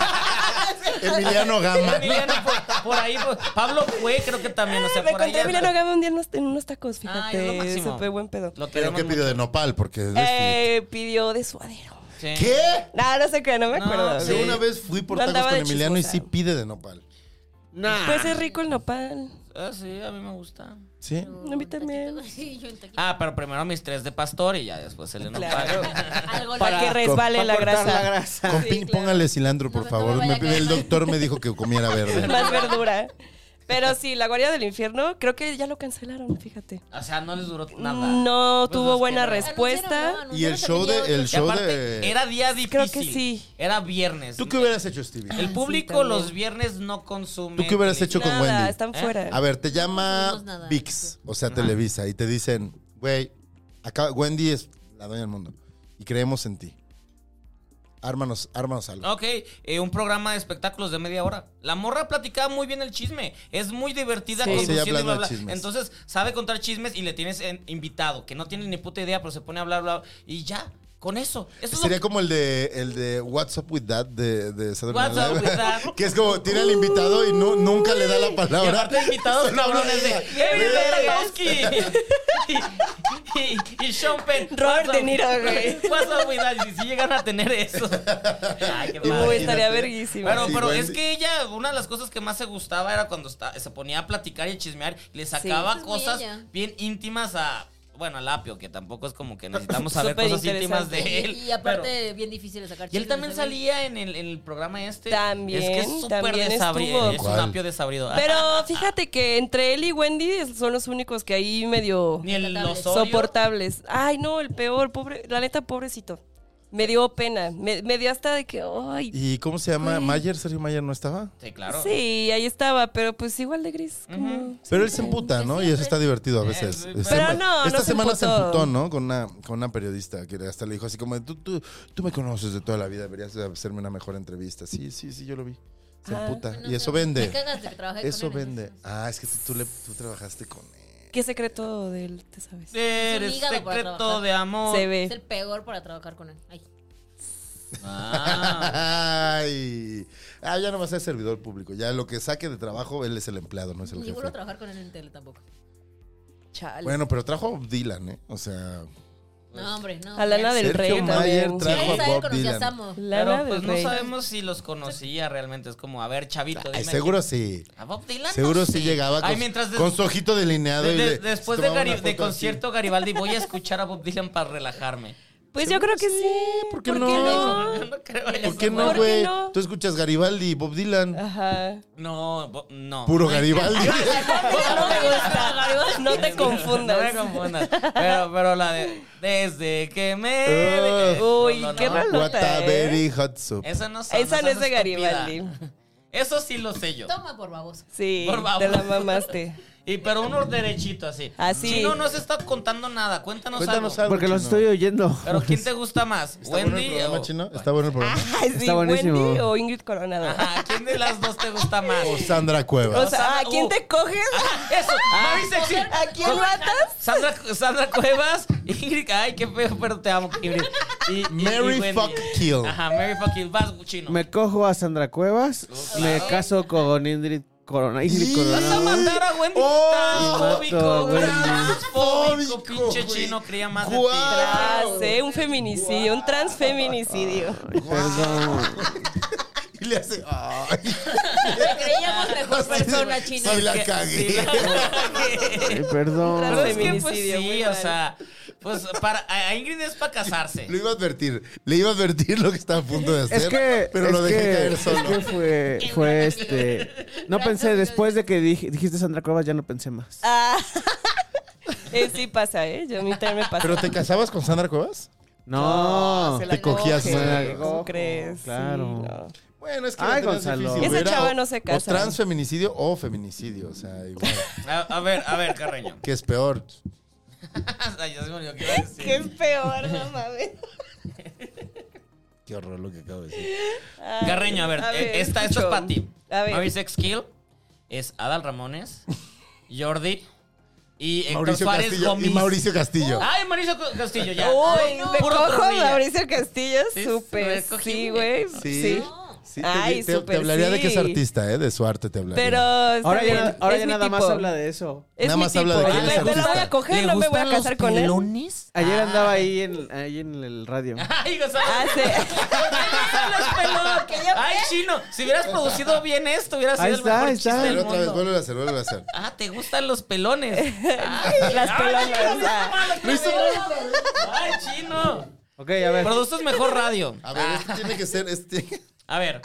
B: Emiliano Gama.
C: Emiliano, por, por ahí, por- Pablo fue, creo que también. O sea,
E: Me
C: por ahí.
E: encontré a Emiliano Gama un día en unos, en unos tacos,
C: Ay, es lo
E: fíjate.
C: máximo.
E: Súper buen pedo.
C: Lo
B: ¿Pero
C: queremos
B: qué pidió de nopal? Porque es de
E: Eh, pidió de suadero.
C: mucho. Sí.
B: ¿Qué?
E: No, no sé qué, no me
C: No,
E: acuerdo.
C: sí.
B: Yo
E: güey.
B: una vez fui por
E: No
B: tacos
E: andaba
B: con
E: de
B: Emiliano y sí
E: chismosa.
B: pide de nopal.
F: Nah.
E: Pues es rico el nopal.
C: Ah, sí, a mí me gusta.
B: ¿Sí?
E: A mí también.
D: Taquito, sí, yo en taquito.
C: Ah, pero primero mis tres de pastor y ya después el enopal.
E: Claro.
D: Algo
E: Ah, Para que
D: largo.
E: resbale
F: Pa'
E: la
F: cortar
E: grasa.
F: la grasa.
B: Con pi- Póngale cilantro, por
D: No, no me
B: favor.
D: vaya
B: Me-
D: a caer
B: el
D: mal.
B: doctor me dijo que comiera verde.
E: Más verdura. Pero sí, La Guardia del Infierno, creo que ya lo cancelaron, fíjate.
C: O sea, no les duró nada.
E: No
C: Pues
E: tuvo
C: es
E: buena
C: que no.
E: respuesta.
D: Anunciaron, ¿no?
B: Y el show
D: Anunciaron que
B: de...
D: tenía
B: El
C: Y
B: show
C: aparte,
B: de...
C: era día difícil.
E: Creo que sí.
C: Era viernes.
B: ¿Tú qué hubieras hecho, Stevie?
C: El público
E: también.
C: los viernes no consume.
B: ¿Tú qué hubieras hecho con
E: Nada,
B: Wendy?
E: están
C: ¿Eh? Ah,
E: fuera.
B: A ver, te
D: No
B: llama
D: hicimos nada.
B: VIX, o sea, Televisa, y te dicen, güey, acá Wendy es la dueña del mundo y creemos en ti. Ármanos, ármanos
E: Ah,
B: algo.
C: Ok, eh, un programa de espectáculos de media hora. La morra platicaba muy bien el chisme. Es muy divertida
B: Sí.
C: conduciendo
B: Sí,
C: y bla,
B: hablando de
C: bla.
B: chismes.
C: Entonces, sabe contar chismes y le tienes en- invitado, que no tiene ni puta idea, pero se pone a hablar, bla, bla, y ya, con eso. Eso es lo
B: Sería como el de el de What's Up With That de, de Saturday
C: What's
B: Night
C: Up
B: Live,
C: With That.
B: que es como tiene al invitado y no, nunca le da la
C: Y
B: palabra.
C: aparte invitados
B: Solo habla
C: cabrones de
B: ella.
C: David Tarkovsky y, y, y Sean Penn. What's
E: Robert
C: up-
E: De Niro, güey.
C: What's up with that? Y Si llegan a tener eso. Ay, qué
E: Uy,
C: padre.
E: estaría
B: Imagínate.
E: verguísima.
C: Pero,
B: Sí,
C: pero
B: güey.
C: es que ella, una de las cosas que más se gustaba era cuando está- se ponía a platicar y a chismear, y le sacaba
D: Eso es muy
C: cosas
D: ella.
C: bien íntimas a, bueno, al apio, que tampoco es como que necesitamos saber
E: Súper
C: cosas íntimas de
D: Y-
C: él.
D: Y aparte, bien difícil de sacar
C: pero- y él
D: chismes,
C: también
D: según.
C: salía en el, en el programa este.
E: También,
C: Es que es súper
E: también
C: desabrido.
E: estuvo.
C: Es un
B: ¿Cuál?
C: apio desabrido.
E: Pero fíjate que entre él y Wendy es- son los únicos que ahí medio
C: Ni el
D: Intratables.
C: Osorio.
E: soportables. Ay, no, el peor, pobre, la neta, pobrecito. Me dio pena. Me, me dio hasta de que, ay,
B: ¿Y cómo se llama? ¿Mayer? ¿Sergio Mayer no estaba?
C: Sí, claro.
E: sí, ahí estaba, pero pues igual de gris. como
B: Pero él se emputa, ¿no? Y eso está divertido a veces.
C: Eh,
B: Se-
E: pero no,
B: Esta
E: no se
B: semana se
E: emputó.
B: emputó, ¿no? Con una, con una periodista que hasta le dijo así como, tú, tú, tú me conoces de toda la vida, deberías de hacerme una mejor entrevista. Sí, sí, sí, yo lo vi. Se emputa.
D: No
B: y
D: sé,
B: eso
D: Me
B: vende.
D: cagas de que trabajé con
B: Eso
D: él,
B: vende.
D: entonces.
B: Ah, es que tú, tú le, tú trabajaste con él.
E: ¿Qué secreto de él te sabes?
C: Eres
D: hígado para
C: secreto
D: trabajar.
C: de amor.
E: Se
D: Es
E: ve.
D: el peor para trabajar con él. Ay.
C: Ah.
B: Ay. Ah, ya nomás es servidor público. Ya lo que saque de trabajo, él es el empleado, no es el
D: Ni
B: jefe.
D: vuelvo a trabajar con él en tele tampoco.
E: Pues, Chale.
B: Bueno, pero trajo a Bob Dylan, ¿eh? O sea,
D: No, hombre, no.
E: a Lana del
B: Sergio
E: Rey
B: Mayer
E: también.
B: trajo
D: Él
B: a
D: sabe,
B: Bob
D: conocía a
B: Dylan.
D: Samo.
E: Lana
C: Pero pues
E: del
C: no
E: Rey.
C: sabemos si los conocía realmente. Es como, a ver, chavito,
B: Ay,
C: dime
B: seguro
C: quién-
B: sí.
C: A Bob Dylan no
B: Seguro sí
C: sé.
B: llegaba
C: Ay,
B: con,
C: mientras des-
B: con su ojito delineado.
C: de-
B: y
C: de-
B: le-
C: después
B: se
C: de,
B: tomaba
C: Gari-
B: una
C: de
B: foto así.
C: concierto Garibaldi voy a escuchar a Bob Dylan para relajarme.
E: Pues yo creo que sí.
B: ¿por qué
E: no?
C: Yo no creo eso,
B: ¿Por qué no,
E: ¿Por
B: güey?
C: güey.
E: qué no?
B: Tú escuchas Garibaldi y Bob Dylan.
E: Ajá.
C: No, Bo- no.
B: Puro Garibaldi.
E: No me gusta. No
C: No
E: te
C: me
E: confundas.
C: confundas. Pero, pero la de. Desde que me.
B: Ah. Ugh.
E: Uy, qué malo.
B: What a
E: ¿eh?
B: very hot soup.
C: Esa no son,
E: Esa
C: seas
E: no es de
C: estúpida.
E: Garibaldi.
C: Eso sí lo sé yo.
D: Toma por baboso.
E: Sí,
C: Por favor.
E: te la mamaste.
C: Y pero uno derechito así.
E: Así.
C: Si no nos está contando nada, cuéntanos,
B: Cuéntanos
C: algo.
B: algo.
F: Porque los
B: Chino.
F: estoy oyendo.
C: Pero ¿quién te gusta más?
B: ¿Está bueno el
C: ¿Wendy oh. Ah.
B: programa,
C: o
B: Chino? ¿Está bueno el programa?
E: Ay, sí,
F: Está buenísimo.
E: Wendy o Ingrid Coronado.
C: Ajá, ¿quién de las dos te gusta más?
B: O Sandra Cueva.
E: O sea, ¿a quién
C: uh.
E: te coges?
C: Eso, Mary Sexy.
E: Ah, ¿A quién matas?
C: Sandra, Sandra Cuevas, Ingrid, ay, qué feo, pero te amo, Ingrid. Y, y- y
B: Mary
C: Wendy.
B: fuck kill.
C: Ajá, Mary fuck kill. Vas, chino.
F: Me cojo a Sandra Cuevas, me caso con Ingrid Corona. Ingrid
B: Y-
C: Vas a
F: Coronado.
C: matar a Wendy.
B: Oh,
F: mato,
C: transfóbico, güey.
F: güey.
C: Transfóbico,
B: Fóbico,
C: pinche
B: güey.
C: chino, cría más de ti.
B: Guau.
E: Tras, ¿eh? Un feminicidio, un transfeminicidio.
F: Ay, Perdón.
B: Y le hace. Ay.
D: Te creíamos mejor persona china.
B: Soy la
C: Que-
B: cagué.
C: sí, la-
F: Ay, perdón.
C: Pero es que pues
E: Feminicidio, muy
C: sí, o
E: mal.
C: sea, pues para a Ingrid es para casarse.
B: Lo iba a advertir. Le iba a advertir lo que estaba a punto de hacer.
F: Es que.
B: pero
F: es
B: lo dejé
F: que-
B: caer solo.
F: Es que fue, fue este. No pensé, después de que dij- dijiste Sandra Cuevas, ya no pensé más.
E: Ah. Eh, sí pasa, ¿eh? Yo a mí también me pasa.
B: ¿Pero te casabas con Sandra Cuevas?
F: No.
E: Se la
B: te cogías
E: coge,
B: mal.
E: ¿Cómo crees?
F: Claro.
E: Sí, no.
B: Bueno, es que
F: Ay,
B: la tenés
F: Gonzalo.
B: difícil.
E: Esa
B: Hubiera
E: chava
B: o-
E: no se casa.
B: O transfeminicidio o feminicidio. O sea, igual.
C: A, a ver, a ver, Carreño.
B: ¿Qué es peor?
C: Ay, ya se me olvidó qué iba a decir.
E: Qué es peor, no mames.
B: Qué horror lo que acabo de decir.
E: Ay,
C: Carreño, a ver, eh, esta, esta es
E: escucho.
C: para ti.
E: A ver.
C: Mary Sex Kill es Adal Ramones, Jordi y Héctor
B: Mauricio
C: Suárez
B: Castillo.
C: Gomis.
B: Y Mauricio Castillo.
E: Ah.
C: Ay, Mauricio Co- Castillo, ya.
E: Uy, me
C: Puro
E: cojo a
C: tornilla.
E: Mauricio Castillo,
C: Sí,
E: súper.
C: me cogí
E: Sí,
C: un-
E: güey.
B: Sí.
E: sí.
B: Sí, te,
E: Ay,
B: te- te
E: súper
B: hablaría de que es
E: sí.
B: artista, ¿eh? De su arte te hablaría.
E: Pero está
F: Ahora ya,
E: bien,
F: na- ahora
E: es
F: ya
E: mi
F: nada más
E: tipo.
F: habla de eso.
E: Es
B: Nada
E: mi
B: más
E: tipo.
B: habla de que él
E: Ah,
B: es
E: me, me la voy a
B: artista.
E: coger, no me voy a casar con él.
F: Ayer andaba ahí en, ahí en el radio.
C: Ay, Gonzalo.
E: Ah, sí.
C: Hablas, pelón. Ay, chino, si hubieras producido bien esto, hubieras sido
F: Ahí
C: el
F: está,
C: mejor
F: ahí
C: chiste
F: está.
C: del
B: Pero otra vez,
C: mundo.
B: vuelve a hacer, vuelve a hacer.
C: Ah, te gustan los pelones.
E: Las pelonas. ah.
B: Lo hizo-
C: Ay, chino.
F: Ok, a ver.
C: Produces mejor radio. Ah,
B: A
E: Ah.
B: ver, este tiene que ser. Este,
C: A ver,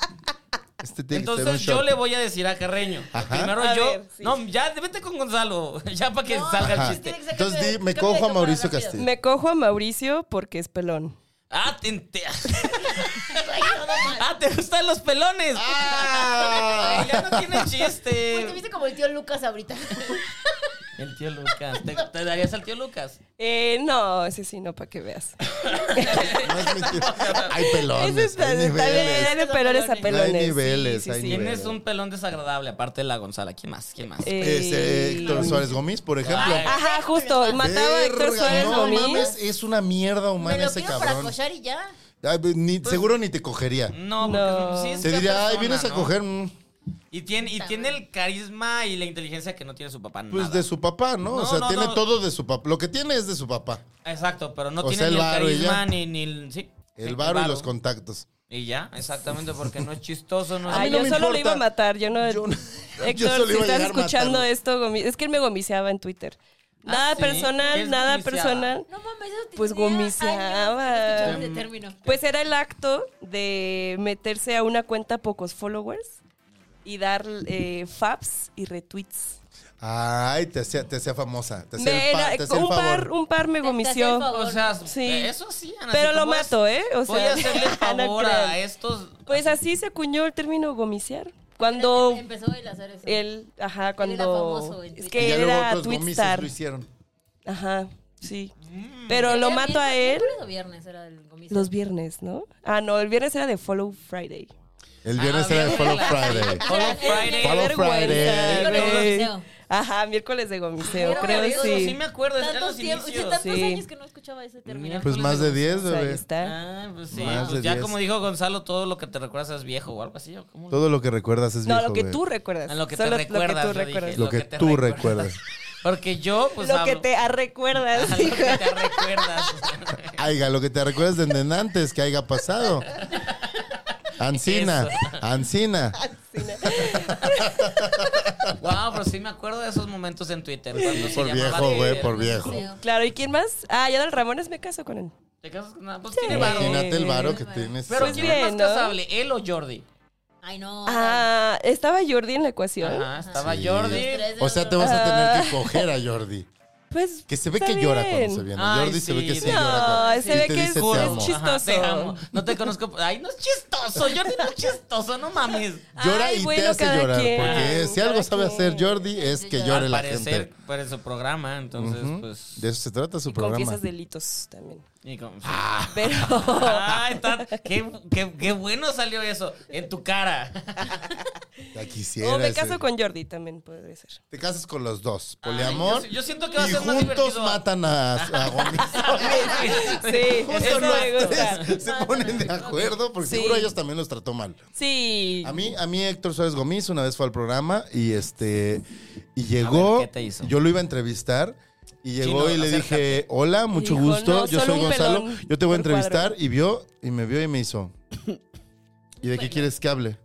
B: este tiene que
C: entonces
B: ser.
C: yo
B: un shot.
C: le voy a decir a Carreño.
B: Ajá.
C: Primero
E: A
C: yo.
E: ver, sí.
C: No, ya vete con Gonzalo. Ya para que salga el
B: Ajá.
C: chiste.
D: que sacar
B: Entonces
D: de-
B: di, me
D: cambia de
B: cojo a
D: cámara
B: Mauricio
D: rápido.
B: Castillo.
E: Me cojo a Mauricio porque es pelón.
C: Ah, te, te- ah, te gustan los pelones.
B: Ah.
C: ya no tiene
D: Uy, Pues, te
C: chiste.
D: viste como el tío Lucas ahorita.
C: El tío Lucas. ¿Te, te darías al tío Lucas?
E: Eh, no, ese sí, no, para que veas.
B: No es mentira. Hay pelones.
E: Ese está,
B: hay
E: está bien,
B: niveles.
E: hay de pelones a
D: Hay
E: pelones. Sí,
B: niveles,
E: sí,
B: hay
E: sí.
B: niveles.
C: Tienes un pelón desagradable, aparte de la Gonzala. ¿Quién más? ¿Quién más?
E: Eh,
B: Ese Héctor Suárez Gómez, por ejemplo.
C: Ay.
E: Ajá, justo, mataba a Héctor
B: Verga,
E: Suárez
B: no
E: Gomis.
B: mames, es una mierda
D: Me
B: humana
D: lo
B: ese
D: quiero para
B: cabrón.
D: cochar y ya.
B: Ay, pues, ni-
E: Pues,
B: seguro ni te cogería.
E: mm,
C: No,
E: No.
C: porque sí es
B: Te
C: una
B: diría, ay,
C: persona,
B: vienes a
C: ¿no?
B: coger, mm,
C: Y tiene, y tiene el carisma y la inteligencia que no tiene su papá.
B: pues
C: nada.
B: de su papá, ¿no? o
C: No,
B: sea,
C: no,
B: tiene
C: no.
B: todo de su papá. Lo que tiene es de su papá.
C: Exacto, pero no
B: O
C: tiene
B: sea, el
C: ni el
B: varo y ya.
C: carisma ni, ni el. Sí. sí,
B: El varo y los
C: varo.
B: contactos.
C: Y ya, exactamente, porque no es chistoso, no es.
E: Ay,
B: no
E: yo
B: me
E: solo lo iba
B: importa.
E: a matar, yo no.
B: Yo no- yo
E: Héctor,
B: solo
E: si
B: iba a
E: estás
B: llegar a
E: escuchando
B: matarlo.
E: esto, gomi- es que él me gomiseaba en Twitter.
C: Ah,
E: Nada
C: ¿sí? ¿Qué
E: personal,
C: es
E: nada
C: gomiseaba?
E: personal.
D: No mames, eso te
E: Pues
D: tenía
E: gomiseaba.
D: años que no escuchaba ese este término.
E: Pues era el acto de meterse a una cuenta pocos followers y dar eh, faps y retweets.
B: Ay, te hacía, te hacía famosa. Te hacía
E: Me-
B: el, fa- te hacía el
E: un, par,
B: favor.
E: un par me
D: Te- te hacía el
E: gomició.
D: favor.
C: O sea,
E: Sí.
C: eso sí, Ana.
E: Pero
C: si
E: lo
C: tú vas-
E: mato, ¿eh? O sea,
C: voy a hacerle
E: no
C: favor
E: crean.
C: a estos.
E: Pues así se acuñó el término gomisear. Cuando
D: em, Empezó a hacer eso.
E: él, ajá, cuando.
D: famoso en
E: es
B: Y
E: que
B: ya
E: él
B: luego
E: era
B: otros gomises
E: Twitstar.
B: lo hicieron.
E: Ajá, sí. Pero lo
D: ¿Era
E: mato a
D: miércoles
E: él
D: o viernes era el comicio?
E: los viernes, ¿no? Ah, no, el viernes era de Follow Friday.
B: El viernes
C: Ah,
B: era el
C: bien,
B: Follow
C: claro.
B: Friday.
C: Follow Friday.
E: Qué
B: Follow
E: vergüenza,
B: Friday.
D: Miércoles de
E: güey.
D: gomiseo.
E: Ajá, miércoles de gomiseo,
D: Pero
E: creo
D: de
E: que
C: eso
E: sí.
C: Ah, sí me acuerdo, eran
D: Tantos
C: los
D: tiempos,
C: inicios.
D: tantos
E: Sí.
D: años que no escuchaba ese término.
B: Pues más de 10,
E: O sea, ahí
B: bebé.
E: está.
C: Ah, pues sí.
B: Más
C: Pues
B: de
C: ya
B: 10.
C: como dijo Gonzalo, todo lo que te recuerdas es viejo o algo así. ¿o cómo?
B: Todo lo que recuerdas es
E: No,
B: viejo,
E: lo que
B: güey.
E: tú recuerdas.
C: Ah, lo que te
E: Solo
C: recuerdas. yo
E: Lo que tú
C: dije,
E: recuerdas.
B: Lo que tú recuerdas.
C: Porque yo, pues.
E: lo que
C: hablo-
E: te arrecuerdas.
C: a lo que te recuerdas.
B: Aiga, lo que te recuerdas de antes que haya pasado. Ancina,
C: Eso.
B: Ancina.
C: wow, pero sí me acuerdo de esos momentos en Twitter. cuando se
B: Por
C: llamaba
B: viejo, güey,
C: Twitter.
B: por viejo.
E: Claro, ¿y quién más? Ah, ya del Ramones me caso con él.
C: ¿Te casas con nada? Pues
E: Sí.
C: tiene varo.
B: Imagínate el varo que tienes.
C: Pero
E: Pues
C: ¿quién es más
E: bien, ¿no?
C: casable? ¿Él o Jordi?
D: Ay, no.
E: Ah, estaba Jordi en la ecuación.
C: Ajá, estaba
B: Sí.
C: Jordi.
D: Tres de
B: O sea,
D: los
B: te
D: dos.
B: vas a tener que coger a Jordi.
E: Pues.
B: Que se ve
E: Ah. está
B: que llora
E: bien.
B: cuando se viene.
C: Ay,
B: Jordi se ve que
C: sí.
B: sí
C: No,
B: llora. cuando-
E: se
B: y
E: ve
B: te
E: que
B: dice,
E: es-
B: "Te
E: es
B: amo".
E: chistoso.
C: Ajá, te amo. No te conozco. Ay, no es chistoso. Jordi no es chistoso, no mames.
B: Llora
E: Ay,
B: y
E: bueno,
B: te hace
E: cada
B: llorar.
E: quien,
B: Porque si
E: cada
B: algo sabe
E: quien.
B: hacer Jordi es que llore
C: Al
B: la
C: parecer,
B: gente.
C: para su programa, entonces, pues.
B: De eso se trata su
E: Y confiesas
B: programa.
E: delitos también.
C: y como-
B: Ah.
E: Pero.
C: Ay, está- qué, qué- qué bueno salió eso en tu cara.
B: La
E: o Oh, me
B: quisieras,
E: caso
B: eh.
E: con Jordi también podría ser.
B: Te casas con los dos. Poliamor.
C: Ay, yo, yo siento que va a
B: y
C: ser más
B: juntos
C: divertido.
B: matan a, a Gomis.
E: Sí, eso
B: Juntos
E: me
B: los
E: gusta.
B: tres se ponen de acuerdo porque
E: Sí.
B: seguro ellos también los trató mal.
E: Sí.
B: A mí, a mí Héctor Suárez Gomis una vez fue al programa y este y
C: A
B: llegó.
C: ver, ¿qué te hizo?
B: Yo lo iba a entrevistar y llegó
C: Chino,
B: y le dije, hola, mucho
E: Dijo,
B: gusto,
E: "No,
B: yo
E: solo
B: soy
E: un
B: Gonzalo,
E: pelón
B: yo te voy a
E: por cuadro".
B: entrevistar y vio y me vio y me hizo. ¿Y de qué quieres que hable?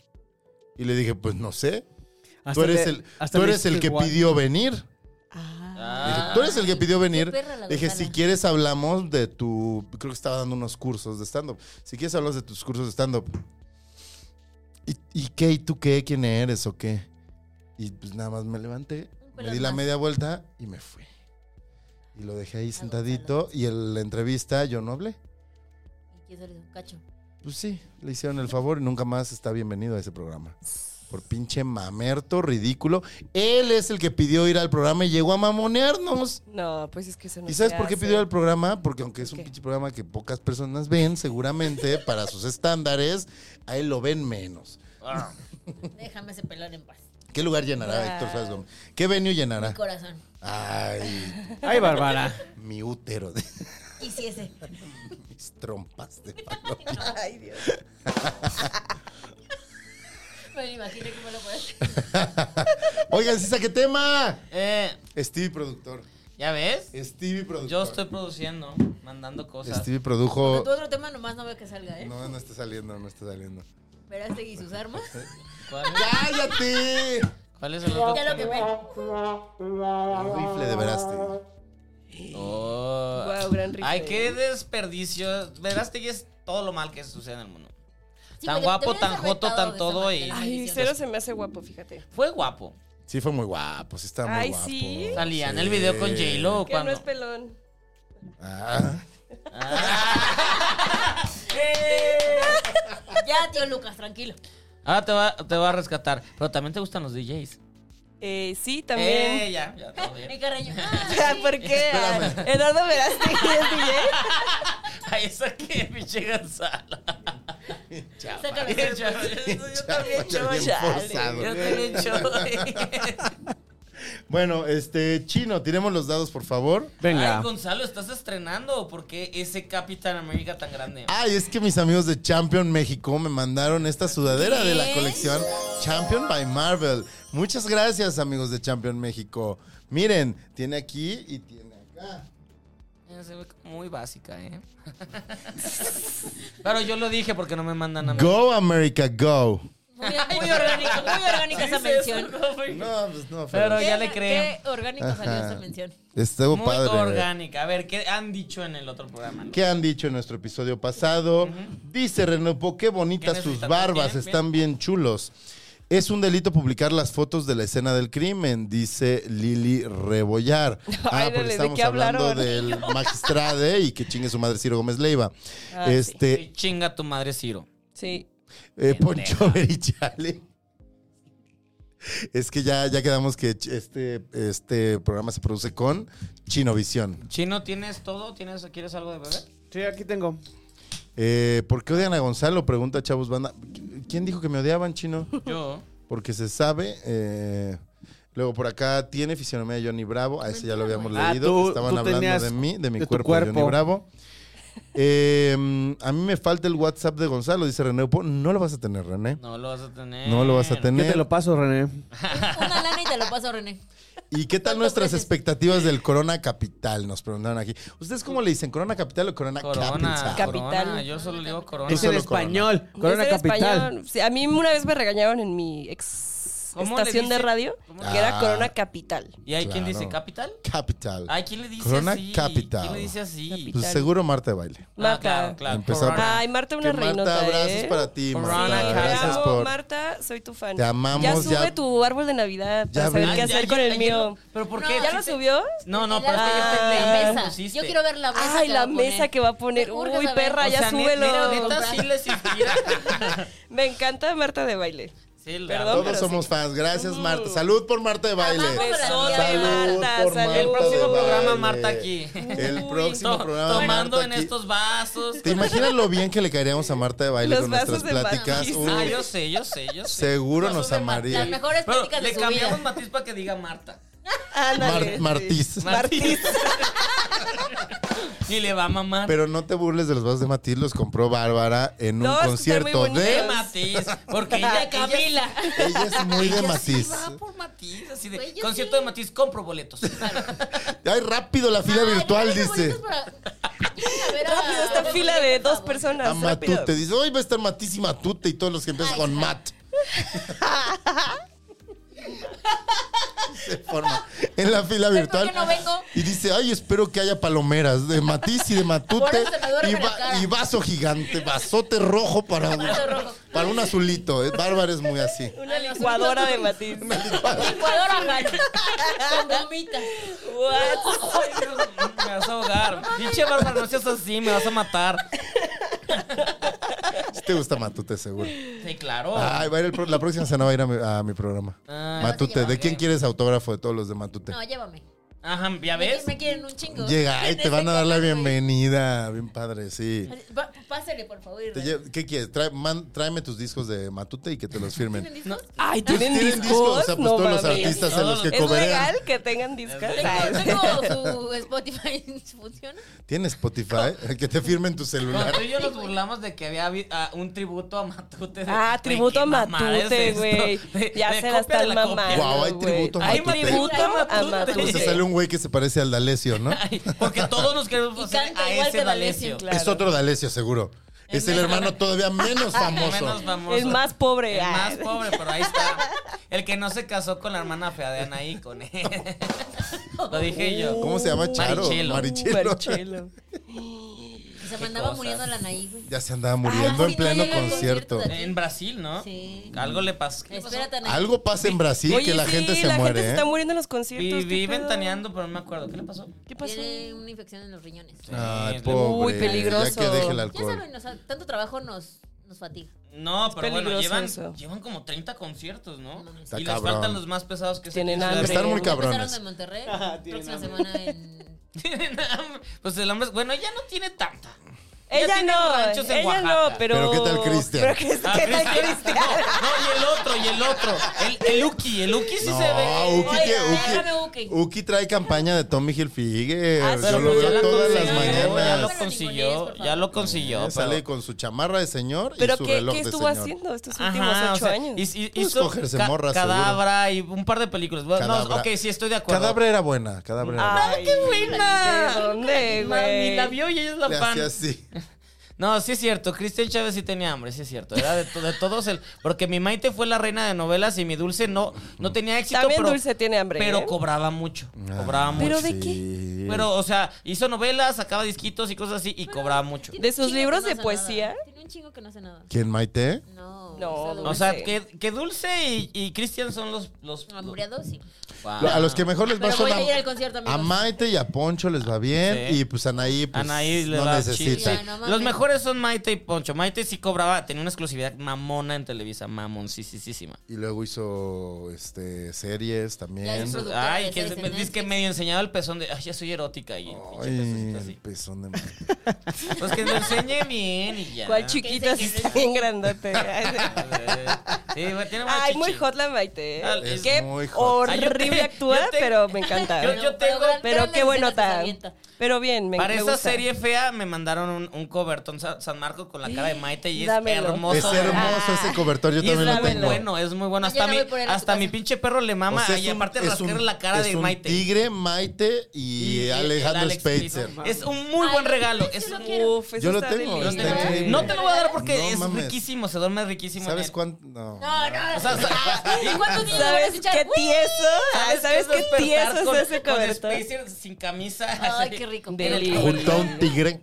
B: Y le dije, pues no sé. Tú eres el, tú eres el que pidió venir.
C: Ah.
B: Le dije, tú eres el que pidió venir.
D: perra la
B: Le dije,
D: Gonzala.
B: si quieres hablamos de tu... Creo que estaba dando unos cursos de stand-up. Si quieres hablamos de tus cursos de stand-up. ¿Y, y qué? ¿Y tú qué? ¿Quién eres o qué? Y pues nada más me levanté,
D: Un
B: me
D: pelón
B: di la
D: más.
B: media vuelta y me fui. Y lo dejé ahí sentadito y en la entrevista yo no hablé.
D: Y quién sale de un cacho.
B: Pues sí, le hicieron el favor y nunca más está bienvenido a ese programa. Por pinche mamerto, ridículo. Él es el que pidió ir al programa y llegó a mamonearnos.
E: No, pues es que eso no
B: ¿Y sabes
E: se
B: por qué
E: hace.
B: pidió el programa? Porque aunque es un
E: ¿Qué?
B: pinche programa que pocas personas ven, seguramente para sus estándares, a él lo ven menos.
D: Déjame ese pelón en paz.
B: ¿Qué lugar llenará Héctor Suárez Gómez? ¿Qué venue llenará?
D: Mi corazón.
B: Ay,
F: Ay, Bárbara.
B: mi útero de
D: Y si ese.
B: mis trompas de palo.
D: Me lo imaginé cómo lo puedes.
B: Oigan, Sisa, ¿qué tema?
C: Eh,
B: Stevie productor.
C: ¿Ya ves?
B: Stevie productor.
C: Yo estoy produciendo, mandando cosas.
B: Stevie produjo.
D: Tu otro tema nomás no veo que salga, ¿eh?
B: No, no está saliendo, no está saliendo.
D: Veraste y sus armas.
C: ¿Cuál,
B: ¡Cállate!
C: cuál es el otro?
D: Ya lo que ve.
B: Un rifle de veraste.
C: Oh.
E: Guau, gran rifle.
C: Ay, qué desperdicio. Verás, que es todo lo mal que sucede en el mundo.
D: Sí,
C: Tan
D: pero
C: guapo,
D: deberías
C: tan
D: haber
C: joto,
D: estado
C: tan
D: de esa
C: todo
D: manera,
C: y-
D: la
E: Ay,
D: maldición.
E: cero se me hace guapo, fíjate.
C: Fue guapo.
B: Sí, fue muy guapo, sí estaba muy
E: Ay,
B: guapo.
E: ¿sí?
C: Salía en el video con J-Lo
E: Que no
C: cuando.
E: es pelón.
B: Ah.
C: Ah.
D: Ya, tío Lucas, tranquilo.
C: Ahora te va, te va a rescatar. Pero también te gustan los DJs.
E: Eh, sí, también.
C: Eh, ya, ya, todo bien.
D: Mi carreño. Ah,
E: Ah, ¿Por qué? Eduardo Verástegui es DJ.
C: Ay, esa que pinche Gonzalo.
D: sácame.
C: Yo yo también
B: Está bien
C: yo.
B: forzado.
C: Yo también yo.
B: Bueno, este, Chino, tiremos los dados, por favor.
C: Ay,
G: Venga.
C: Gonzalo, estás estrenando. ¿Por qué ese Capitán América tan grande?
E: Ah.
B: Ay, es que mis amigos de Champion México me mandaron esta sudadera de la colección Champion by Marvel. Muchas gracias, amigos de Champion México. Miren, tiene aquí y tiene acá.
C: Eh, Se ve muy básica, ¿eh? Pero yo lo dije porque no me mandan a mí.
B: Go, America, go.
D: Muy, muy orgánico, muy orgánica esa mención.
B: No, pues no,
C: Pero
B: pero...
C: ya le
D: Qué-
C: creo.
D: Qué orgánico salió
B: Ajá.
D: esa mención.
B: Estuvo
C: Muy
B: padre.
C: orgánica. A ver, ¿qué han dicho en el otro programa?
B: ¿Qué han dicho en nuestro episodio pasado? Dice Renopo, qué bonitas
C: ¿Qué
B: sus
C: necesitan?
B: barbas,
C: Bien, bien.
B: están bien chulos. Es un delito publicar las fotos de la escena del crimen, dice Lili Rebollar. Ah,
E: Ay,
B: porque
E: ¿de
B: estamos
E: qué hablaron?
B: hablando del magistrade y que chingue su madre Ciro Gómez Leiva.
E: Ah, sí.
B: este,
C: Y Chinga tu madre, Ciro.
E: Sí.
B: eh, Poncho Berichale. Es que ya, ya quedamos que ch- este, este programa se produce con Chinovisión.
C: Chino, ¿tienes todo? ¿Tienes, ¿Quieres algo de beber?
F: Sí, aquí tengo.
B: Eh, ¿Por qué odian a Gonzalo? Pregunta Chavos Banda. ¿Quién dijo que me odiaban, Chino?
C: Yo.
B: porque se sabe. eh, luego por acá tiene fisionomía de Johnny Bravo, a ese ya lo habíamos
F: Ah,
B: leído.
F: tú-
B: Estaban
F: tú
B: hablando
F: tenías
B: de mí, de mi
F: de tu
B: cuerpo, de Johnny
F: cuerpo.
B: Bravo. Eh, a mí me falta el WhatsApp de Gonzalo, dice René. Upo. No lo vas a tener, René.
C: No lo vas a tener.
B: No lo vas a
F: Yo
B: tener.
F: te lo paso, René.
D: Una lana y te lo paso, René.
B: ¿Y qué tal nuestras expectativas del Corona Capital? Nos preguntaron aquí. ¿Ustedes cómo le dicen? ¿Corona Capital o Corona,
C: Corona.
B: Ah, Capital?
E: Capital.
C: Corona. Yo solo digo corona.
F: Es en
B: solo corona.
F: español. Corona
E: Es en
F: Capital.
E: español. Sí, a mí una vez me regañaron en mi ex
C: ¿Cómo le
E: estación de
C: dice?
E: radio,
C: ¿Cómo?
E: que era
B: Ah.
E: Corona Capital.
C: ¿Y hay quien
B: Claro.
C: dice capital?
B: Capital.
C: Ay, ¿quién le dice
B: Corona
C: así?
B: Capital.
C: ¿Quién le dice así?
B: Pues seguro Marta de baile.
C: Ah,
E: Marta.
C: claro, claro.
B: Empezó
C: Corona.
E: Ay, Marta, una
B: Que Marta,
E: reinota,
B: abrazos
E: ¿eh?
B: para ti,
C: Corona
B: Marta.
C: Capital.
B: Gracias
E: Bravo,
B: por.
E: Marta, soy tu fan.
B: Te amamos,
E: Ya sube
B: ya-
E: tu árbol de Navidad
B: Ya
E: para saber
B: hablé.
E: qué
B: Ay,
E: hacer
C: ya-
E: con
C: ya-
E: el
C: ya-
E: mío.
C: ¿Pero por
D: No,
C: qué?
E: ¿Ya
C: ¿Sí
E: lo Ah,
C: te-
E: subió?
C: No, no,
D: El
C: pero es que ya
D: árbol,
C: te- ya
D: La
C: te
D: mesa.
C: pusiste.
D: Yo quiero ver la mesa.
E: Ay,
D: que
E: la
D: va a poner.
E: mesa que va a poner.
D: Te urge
E: Uy,
D: saber.
E: perra,
D: O
E: ya
C: sea, ne-
E: súbelo.
C: mira, neta, sí les inspira.
E: Me encanta Marta de baile.
C: Sí, la-
E: Perdón.
B: Todos
E: pero
B: somos
E: sí.
B: fans. Gracias, Marta. Salud por Marta de baile.
D: Amamos a la
E: Besote, Marta,
B: por
E: salud.
B: Marta
C: El próximo
B: de
C: programa,
B: Baile.
C: Marta aquí.
B: El próximo
C: To-
B: programa,
C: Tomando
B: Marta
C: en
B: aquí.
C: estos vasos.
B: ¿Te imaginas lo bien que le caeríamos a Marta de baile
E: Los
B: con nuestras
E: vasos de
B: pláticas?
E: Matiz.
B: Uy,
C: Ah, yo sé, yo sé, yo sé.
B: seguro nos
D: Las
B: amaría.
D: mejores
C: Pero
D: pláticas de
C: le
D: su
C: cambiamos
D: vida.
C: matiz para que diga Marta.
E: Ándale.
B: Mar- Martiz.
E: Martiz.
C: Y le va a mamar.
B: Pero no te burles de los vasos de Matiz, los compró Bárbara en un
E: No, es que
B: concierto
E: están muy
C: ¿Qué
B: de.
E: bonitos.
C: matiz? Porque ella Camila.
B: Ella es muy de Matiz.
C: va por matiz, así de.
D: Güey, yo
C: concierto
D: sí.
C: de matiz, compro boletos.
B: Ay, rápido la fila
D: Ay,
B: virtual,
D: qué
B: dice.
D: bonitos para- Quiero ver a-
E: Rápido, esta fila de dos personas.
B: A
E: rápido.
B: Matute. Dice, hoy va a estar Matiz y Matute y todos los que empiezan con Mat. Se forma en la fila virtual.
D: qué no vengo?
B: Y dice, ay, espero que haya palomeras de Matiz y de
D: Por
B: Matute.
D: eso me duerme
B: Y,
D: la
B: va-
D: cara.
B: y vaso gigante, vasote rojo para,
D: Vaso rojo.
B: para un azulito. Eh, Bárbara es muy así.
E: Una licuadora de Matiz.
D: Licuadora Hannah. Con gomitas.
E: What?
C: Ay, Dios, me vas a ahogar. Pinche Bárbara, no seas así, me vas a matar.
B: Si te gusta Matute, seguro.
C: Sí, claro.
B: Ay, va a ir el pro- la próxima semana va a ir a mi, a mi programa.
C: Ah,
B: Matute, ¿de
C: ok.
B: quién quieres autógrafo de todos los de Matute?
D: No, llévame.
C: Ajá, ¿ya
D: Me-
C: ves?
D: Me quieren un chingo.
B: Llega, ay, te van a dar la bienvenida. Bien padre, sí.
D: Va- Pásale, por favor.
B: Te
D: Irene.
B: lle- ¿Qué quieres? Trae- man- tráeme tus discos de Matute y que te los firmen.
D: ¿Tienen discos?
E: Ay, ¿tienen,
B: ¿Tienen
E: discos?
B: discos? O sea, pues
E: no,
B: todos los
E: mames.
B: artistas en los que
E: ¿Es
B: coberean.
E: legal que tengan discos?
D: Tengo, tengo su Spotify. ¿Funciona?
B: ¿Tienes Spotify? El que te firmen tu celular.
C: Cuando tú y yo nos burlamos de que había habi- ah, un tributo a Matute. de-
E: Ah,
C: güey,
E: tributo
C: ¿qué
E: a
C: mamada es
E: Matute,
C: esto?
E: güey.
C: De-
E: Ya
C: de
E: se la
C: copia de
E: están
C: la copia.
E: mamando.
B: Guau, hay
E: güey.
B: tributo a
E: Hay
B: Matute. Pues
E: tributo a
C: Matute.
B: O sea,
E: Matute.
B: sale un güey que se parece al D'Alessio, ¿no?
C: Ay, porque todos nos queremos
D: Y
C: hacer
D: canta
C: a
D: igual
C: ese
D: que
C: D'Alessio.
D: D'Alessio,
E: Claro.
B: Es otro D'Alessio, seguro. Es el hermano todavía menos famoso.
C: Menos famoso.
E: El más pobre.
C: El
E: ah.
C: más pobre, pero ahí está. El que no se casó con la hermana fea de Anaí, con él. Lo dije
E: Uh.
C: yo.
B: ¿Cómo se llama Charo?
C: Marichelo.
B: Marichelo.
E: Marichelo.
D: Y se mandaba
C: cosas.
D: muriendo la Naí, güey.
B: Ya se andaba
E: Ah,
B: muriendo
D: Ay,
B: en
D: no
B: pleno
D: llega el
B: concierto.
D: concierto
C: En Brasil, ¿no?
D: Sí.
C: Algo le pasó. Ah, ¿Qué pasó?
D: Espérate, Naí.
B: Algo pasa en Brasil
E: Oye,
B: que la
E: sí,
B: gente se
E: la
B: muere.
E: gente se
B: ¿eh?
E: está muriendo en los conciertos.
C: Viví
E: ¿qué pedo?
C: ventaneando, pero no me acuerdo. ¿Qué le pasó?
E: ¿Qué pasó?
D: Tiene una infección en los riñones.
B: Ay,
C: Uy,
B: pobre. Ya
E: peligroso.
B: que deje el
D: Ya
B: alcohol.
D: saben, o sea, tanto trabajo nos, nos fatiga.
C: No, pero bueno,
E: peligroso
C: llevan,
E: eso.
C: llevan como 30 conciertos, ¿no?
B: Está
C: y
B: cabrón.
C: les faltan los más pesados que se-
E: Tienen
C: que se-
E: hambre.
B: Están muy
D: Empezaron
B: cabrones.
D: en Monterrey. próxima semana en.
C: Tienen hambre. Pues el hambre, es- bueno, ella no tiene tanta.
E: Ella
C: tiene
E: no,
C: ranchos en
E: ella
C: Oaxaca.
E: no, pero...
B: Pero ¿qué tal Cristian?
E: Pero ¿qué, qué
C: Ah,
E: tal
C: Cristian.
E: Cristian?
C: No, y el otro, y el otro. El, el Uki, el Uki sí
B: No,
C: se ve.
B: Uki,
D: Oiga,
B: que-
D: déjame
B: Uki,
D: Uki.
B: Uki trae campaña de Tommy Hilfiger.
E: Ah, sí,
B: Yo
E: pero
B: lo
E: pues
B: veo
E: ya la
B: todas las
C: Ya
E: consiguió,
C: lo
B: mañanas.
D: Bueno, ningunees,
C: consiguió,
D: por
C: ya lo consiguió.
B: Eh, Sale con su chamarra de señor y
E: ¿Pero
B: su
E: qué,
B: reloj
E: qué
B: de
E: estuvo
B: señor.
E: haciendo estos
C: Ajá,
E: últimos ocho
C: o sea,
E: años?
C: y- y-
B: Pues
C: hizo
B: cogerse
C: ca-
B: morra, seguro.
C: Cadabra y un par de películas. Bueno, no,
B: Cadabra.
C: ok, sí, estoy de acuerdo.
B: Cadabra era buena, cadabra era buena.
E: ¡Ay, qué buena! ¿De dónde,
C: Ma- Ni la
E: Eh, güey?
C: vio y ella es la
B: Le
C: fan.
B: hacía así.
C: No, sí es cierto. Cristian Chávez sí tenía hambre, sí es cierto. Era de, to- de todos el. Porque mi Maite fue la reina de novelas y mi Dulce no, no tenía éxito.
E: También
C: pero,
E: Dulce tiene hambre,
C: Pero
E: ¿eh?
C: cobraba mucho.
B: Ah,
C: Cobraba mucho.
E: ¿Pero de
B: Sí.
C: Pero, o sea, hizo novelas, sacaba disquitos y cosas así y cobraba mucho.
E: ¿De sus libros de poesía?
D: Tiene Un chingo que no hace nada.
B: ¿Quién, Maite?
D: No.
E: No,
C: O
E: Dulce.
C: sea, que, que Dulce y, y Cristian son los... los
D: Abureados, sí.
C: Guau.
B: A los que mejor les va
D: Pero voy
B: son
D: a ir al
B: a,
D: concierto,
B: a
D: amigos.
B: Maite y a Poncho les va bien.
C: Sí.
B: Y pues Anaí, pues
C: Anaí le
B: no
C: va
B: necesita.
C: chido. Sí.
D: No, no mames.
C: Los mejores son Maite y Poncho. Maite sí cobraba, tenía una exclusividad mamona en Televisa, mamoncísima.
B: Y luego hizo este series
D: Ya
B: también.
D: hizo su- Productora
C: Ay,
D: de
C: que
D: series en
C: me dices que
D: Netflix.
C: medio enseñaba el pezón de, ay, ya soy erótica y el pinche
B: Ay,
C: pezoncito
B: el
C: así.
B: pezón de Maite.
C: Pues que lo enseñe bien y ya.
E: ¿Cuál chiquito?
D: Dice que
E: está bien grandote.
C: Sí, güey, tiene buena
E: Ay, muy
C: chichi.
E: hot la Maite.
C: Ah,
E: ¿eh?
C: es
E: Qué
B: muy hot.
C: Ay, yo te-
E: horrible
C: yo
E: actúa,
C: te-
E: pero me encanta.
C: Yo- yo tengo-
D: gran-
E: Pero
D: grandes
E: qué bueno
D: escenas
E: está.
D: se avienta.
E: Pero bien, me,
C: Para
E: me
C: esa
E: gusta.
C: serie fea me mandaron un, un cobertón Sa- San Marco con la cara de Maite y es
E: Dámelo.
B: Es
C: hermoso.
B: hermoso ese cobertor, yo
C: Y es
B: también lo
C: muy
B: tengo.
C: bueno, es muy bueno.
D: No,
C: Hasta,
D: yo no
C: mi,
D: voy por él a
C: hasta
D: tu
C: mi
D: casa.
C: pinche perro le
B: O
C: mama
B: sea, es
C: y
B: un-
C: aparte
B: es
C: rascarle
B: un-
C: la cara
B: es
C: de
B: un
C: Maite.
B: Tigre, Maite y,
C: el- el
B: Alejandro
C: Alex
B: Spitzer.
C: Pinto. Es un muy
D: Ay,
C: buen
D: yo-
C: regalo.
D: yo
C: Es
D: lo
C: un-
D: quiero.
E: Uf, eso
B: Yo lo
E: está
B: tengo,
E: delicioso.
B: está increíble.
C: No te lo voy a dar porque
B: No
C: es
B: mames.
C: riquísimo, se duerme riquísimo.
B: ¿Sabes Ah,
C: en-
B: cuánto? No.
D: No, no.
C: O sea, sa-
D: ¿Y cuántos niños le van a
E: ¿Sabes
D: escuchar?
E: qué
D: Uy,
E: tieso? Ah,
C: ¿Sabes,
E: ¿Sabes
C: qué
E: qué
C: es despertar
E: tieso
C: con-
E: es ese
C: con
E: cobertor?
C: Spacer sin camisa.
D: Ay,
C: así?
D: qué rico.
E: Deli.
B: Junto a un tigre.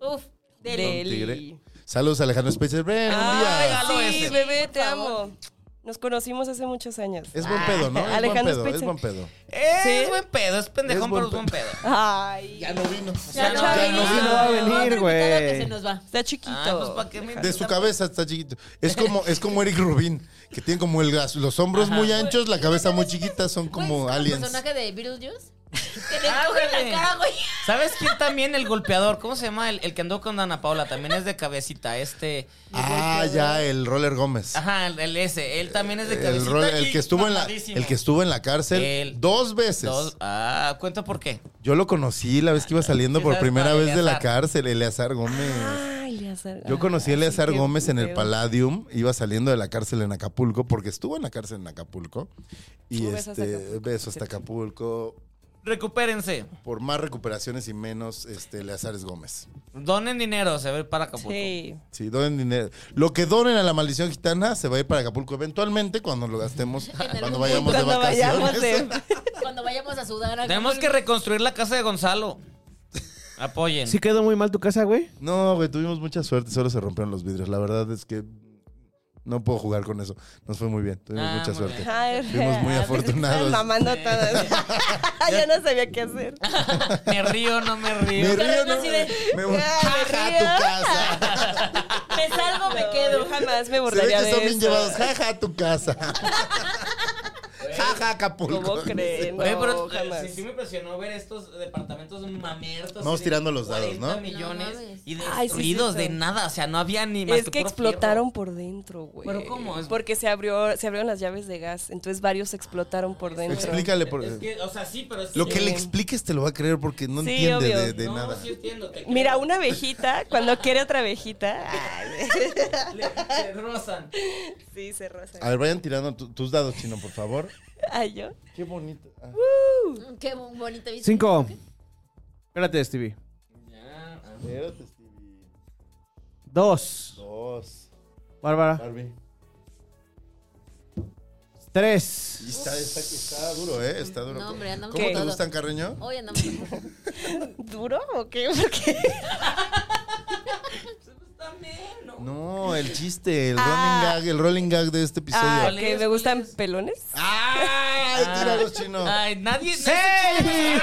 D: Uf, deli.
B: Junto a un
E: Deli.
B: tigre. Saludos, Alejandro Spitzer. Ven, un
C: Ay,
B: día.
C: regalo
E: Ay, sí,
C: ese.
E: bebé, te
D: Por favor.
E: amo. Nos conocimos hace muchos años.
B: Es buen pedo, ¿no? Es
E: Alejandro
B: buen pedo, es
E: Spitzer.
B: buen pedo.
C: Es
E: Sí.
C: buen pedo, es pendejón,
B: Es buen
C: pero es buen pedo.
E: Ay,
B: Ya no vino.
D: Ya no
C: Ya
D: va a
C: no
D: venir.
F: vino, va a venir,
D: Otra invitada que
F: güey.
D: se nos va.
E: está chiquito.
C: Ay, pues, ¿pa' qué me
B: De
C: invitan?
B: su cabeza está chiquito. Es como, es como Eric Rubin, que tiene como el gas- los hombros muy anchos, la cabeza muy chiquita, son como
D: Güey, es
B: aliens.
D: El Pues, personaje de Beetlejuice. Que le
C: Ah,
D: coge
C: güey.
D: la cara, güey.
C: ¿Sabes quién también? El golpeador. ¿Cómo se llama? El, el que andó con Ana Paula. También es de cabecita. Este.
B: Ah, ya, el Roller Gómez.
C: Ajá, el, el ese. Él también es de
B: El,
C: cabecita.
B: roller- el
C: y
B: que estuvo en la,
C: mamadísimo.
B: el que estuvo en la cárcel
C: El-
B: dos veces.
C: Dos- ah, cuenta por qué.
B: Yo lo conocí la vez que iba saliendo
C: Sí,
B: por
C: sabes,
B: primera
C: para
B: vez de la
C: Eleazar.
B: cárcel, Eleazar Gómez.
E: Ay, Eleazar.
B: Yo conocí a
E: Ay,
B: Eleazar
E: Ah, qué
B: Gómez en el
E: feo.
B: Palladium, iba saliendo de la cárcel en Acapulco, porque estuvo en la cárcel en Acapulco. Y
E: Un beso hasta
B: este,
E: Acapulco.
B: beso hasta Acapulco.
C: Recupérense.
B: Por más recuperaciones y menos, este, Eleazar es Gómez.
C: Donen dinero, se ve para Acapulco.
E: Sí.
B: Sí, donen dinero. Lo que donen a la maldición gitana se va a ir para Acapulco eventualmente cuando lo gastemos, cuando
D: algún
B: vayamos de
E: Cuando
B: vacaciones.
E: vayamos de-
D: Cuando vayamos a sudar. a-
C: Tenemos que reconstruir la casa de Gonzalo. Apoyen.
F: ¿Sí quedó muy mal tu casa, güey?
B: No, güey, tuvimos mucha suerte, solo se rompieron los vidrios. La verdad es que no puedo jugar con eso. Nos fue muy bien, tuvimos
C: Ah,
B: mucha
C: muy
B: suerte.
C: bien.
E: Ay,
B: Fuimos muy
E: real.
B: afortunados.
E: Mamando todas. Yo no sabía qué hacer.
C: Me río, no me río.
B: Me río,
D: no,
B: ¿no?
D: así de-
B: Me voy
E: Ah,
B: a
E: me
B: tu
E: río.
B: casa.
D: Me salgo, me
E: Yo
D: quedo.
E: jamás me
B: Se ve
E: burlaría
B: que
E: de
B: son bien
E: eso.
B: llevados. Jaja, a tu casa. Jaja, Acapulco.
E: ¿Cómo creen?
C: Oye, pero
E: No,
C: eh,
E: jamás.
C: sí, sí me impresionó ver estos departamentos mamertos.
B: Vamos
C: y de
B: tirando los dados,
C: 40
B: ¿no?
C: millones
D: No mames.
C: y
E: Ay, sí,
C: destruidos
E: sí, sí.
C: de nada. O sea, no había ni más
E: Es que
C: puro
E: explotaron por dentro, güey.
C: ¿Pero cómo? Es-
E: Porque se abrió, se abrieron las llaves de gas, entonces varios explotaron por dentro.
B: Explícale por
C: fierro. Es que, o sea, sí, pero es
B: Lo que
E: Sí.
B: le expliques te lo va a creer porque no
E: Sí,
B: entiende
E: obvio.
B: de, de
C: no,
B: nada.
C: sí entiendo. te creo.
E: Mira, una abejita, cuando quiere otra abejita, ay,
C: Le, le rozan.
E: sí, se rosa.
B: A ver, vayan tirando tu- tus dados, Chino, por favor.
E: Ay, yo.
B: Qué bonito. Ah.
D: Mm, Qué bonito. ¿viste?
F: Cinco. Espérate, Stevie.
C: Ya, ah.
B: Espérate, este Stevie.
F: Dos.
B: Dos.
F: Bárbara.
B: Barbie. Y
F: Tres.
B: está, está, está duro, ¿eh? Está duro.
D: No, hombre, andamos
B: ¿Cómo
E: con
B: te
D: todo.
B: gustan, Carreño?
D: Hoy andamos.
E: ¿Duro o qué? ¿Por qué?
B: No, el chiste, el
E: Ah.
B: rolling gag, el rolling gag de este episodio.
E: Ah,
B: ¡Ay,
E: que me gustan pelones.
B: Ah, tíralos, Chino!
C: Ay, nadie. nadie-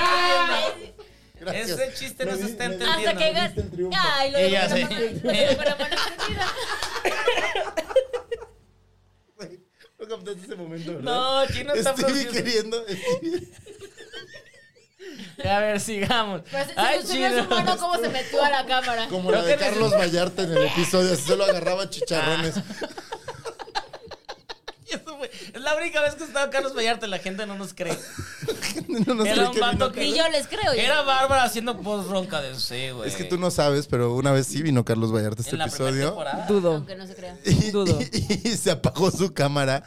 B: Gracias.
C: Ese chiste no
B: Me
C: se
B: di-
C: está
B: me di-
C: entendiendo.
D: Hasta que gas.
B: diste el triunfo.
D: Ay, lo
C: Y ya
D: dejo con
C: sé.
D: la mano- lo dejo con la mano perdida.
B: No captaste ese momento, ¿verdad?
C: No, Chino está
B: Estoy
C: produciendo.
B: queriendo.
C: A ver, sigamos.
D: Pero
E: Pues,
D: se-
C: Ay,
D: se subió su mano cómo se metió a la cámara.
B: Como la
C: Creo
B: de
C: que
B: Carlos Vallarta en el episodio, así solo agarraba
C: Ah.
B: chicharrones.
C: Eso fue- Es la única vez que ha estado Carlos Vallarta, la gente no nos cree.
B: No, no sé
C: Era
B: de
C: un
B: qué
C: vato
B: vino.
C: que-
D: Ni yo les creo. yo.
C: Era Bárbara haciendo voz ronca de sí, güey.
B: Es que tú no sabes, pero una vez sí vino Carlos Vallarta a este
C: En la primera
B: episodio.
C: temporada.
E: Dudo.
D: Aunque no se crea.
B: Y,
E: Dudo.
B: y- y se apagó su cámara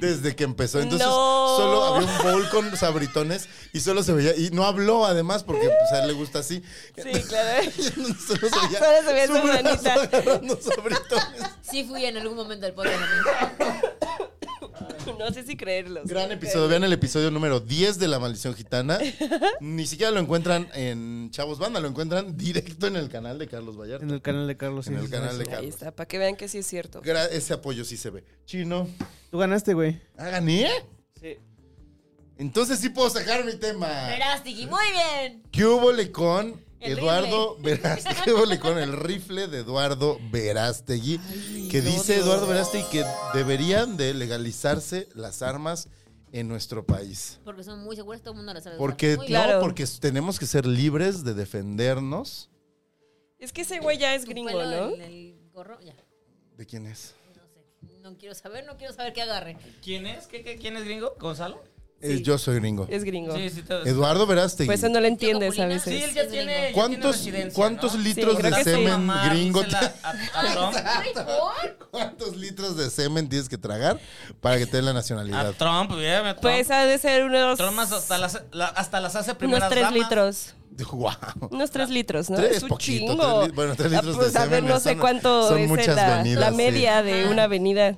B: desde que empezó. Entonces
E: No.
B: solo había un bowl con sabritones y solo se veía. Y no habló además porque pues, a él le gusta así.
E: Sí, claro.
B: solo se veía,
E: Solo se veía su
B: brazo
E: manita.
B: agarrando sabritones.
D: Sí fui en algún momento del podcast. amigo.
E: No sé si creerlos.
B: Gran episodio. Vean el episodio número 10 de La Maldición Gitana. Ni siquiera lo encuentran en Chavos Banda, lo encuentran directo en el canal de Carlos Vallarta.
F: En el canal de Carlos.
B: En
F: sí,
B: el
F: sí,
B: canal
F: sí.
B: de
E: Ahí
B: Carlos.
E: está, para que vean que sí es cierto.
B: Gra- ese apoyo sí se ve. Chino,
F: Tú ganaste, güey.
B: ¿ah, gané?
F: Sí.
B: Entonces sí puedo sacar mi tema.
D: Verás, Tiki, muy bien.
B: ¿Qué hubo le con
D: El
B: Eduardo Verástegui? ¿Qué hubo le con el rifle de Eduardo Verástegui? que dice Eduardo Verástegui que deberían de legalizarse las armas en nuestro país.
D: Porque son muy seguras, todo el mundo lo sabe.
B: Porque,
D: Muy bien.
E: Claro.
B: no, porque tenemos que ser libres de defendernos.
E: Es que ese güey ya es
D: Tu
E: gringo,
D: pelo,
E: ¿no?
D: El, el gorro, ya.
B: ¿De quién es?
D: No sé. No quiero saber, no quiero saber qué agarre.
C: ¿Quién es? ¿Qué, qué, quién es gringo? ¿Gonzalo?
B: Eh, yo soy gringo.
E: Es gringo.
C: Sí, sí, te-
B: Eduardo Verástegui.
E: Por eso no lo entiendes a
D: Capulina,
C: sí,
E: veces.
C: él ya tiene. ya tiene
B: ¿Cuántos,
C: residencia,
B: ¿cuántos
C: ¿no?
B: litros
E: Sí, creo
B: de
E: que sí.
B: semen
C: Mamá,
B: gringo
C: dísela A, a Trump.
D: Ay, ¿por?
B: ¿Cuántos litros de semen tienes que tragar para que te den la
C: A
B: nacionalidad?
C: Trump, bien, a Trump.
E: Pues ha de ser unos.
C: Trump hasta las, la- hasta las hace primeras
E: Unos tres
C: damas. Ah.
E: litros.
B: Wow.
E: Unos tres litros, ¿no?
B: Tres
E: es un
B: poquito,
E: chingo.
B: tres li- bueno, tres
E: Ah,
B: litros de
E: pues, a ver,
B: semen
E: no sé
B: son-
E: cuánto
B: son
E: es
B: muchas
E: la, la
B: avenidas, sí.
E: media de una avenida.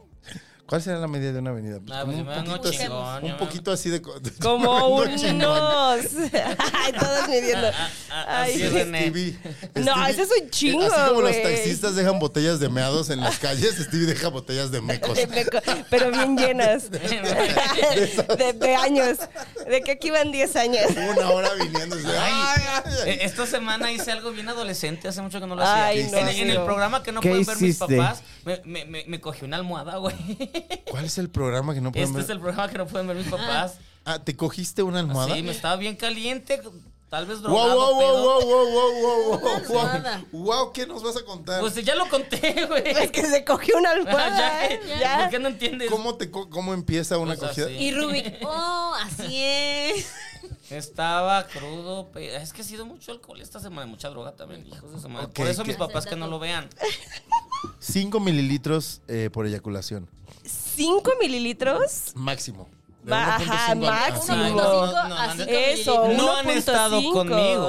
B: ¿Cuál será la medida de una avenida? Pues
C: Ah,
B: como
C: pues,
B: un,
C: me dan un
B: poquito, así-
C: chingón,
B: un
C: yo me-
B: poquito así de... co- de-
E: Como
B: un chingón.
E: unos. Ay, todos midiendo.
C: Ah, así
E: Ay.
C: es, René.
B: Stevie,
E: No, ese es un
B: eh,
E: chingo,
B: Así como los
E: güey.
B: taxistas dejan botellas de meados en las calles, Stevie deja botellas de mecos.
E: De meco, pero bien llenas. De, de años. De que aquí van 10 años.
B: Una hora viniendo. así, ay, ay, ay.
C: Eh, Esta semana hice algo bien adolescente, hace mucho que no lo hacía.
E: Ay,
B: ¿Qué
E: no.
C: en, en el
E: amigo.
C: programa que no
F: ¿Qué
C: pueden ver mis
F: hiciste?
C: papás, me, me, me- me cogí una almohada, güey.
B: ¿Cuál es el programa que no pueden
C: Este
B: ver?
C: es el programa que no pueden ver mis papás.
B: Ah, ¿te cogiste una almohada?
C: Sí, me estaba bien caliente, tal vez
B: Wow, wow, wow,
C: drogado, pedo.
B: wow, wow, wow, wow, wow, wow.
D: Nada.
B: Wow, ¿qué nos vas a contar?
C: Pues ya lo conté,
E: Es
C: güey.
E: que se cogió una almohada.
C: ya,
E: ¿eh?
C: ya,
E: Ya.
C: ¿Por qué no entiendes?
B: ¿Cómo, te, co- ¿Cómo empieza una
C: O sea,
B: cogida?
C: sí.
D: Y Rubik, oh, así es.
C: Estaba crudo. pe- Es que ha sido mucho alcohol esta semana, mucha droga también, hijos de su madre.
B: Ok,
C: Por eso
B: ¿qué?
C: mis papás que no lo vean.
B: 5 mililitros eh, por eyaculación.
E: 5 mililitros.
B: Máximo. De
E: Va,
B: 1.5
E: ajá,
B: al-
E: máximo. Eh,
B: Ajá.
C: Ay, no, no,
D: Cinco a
C: no.
D: cinco
E: Eso,
D: mililitros.
C: No han
E: 1.5.
C: estado conmigo.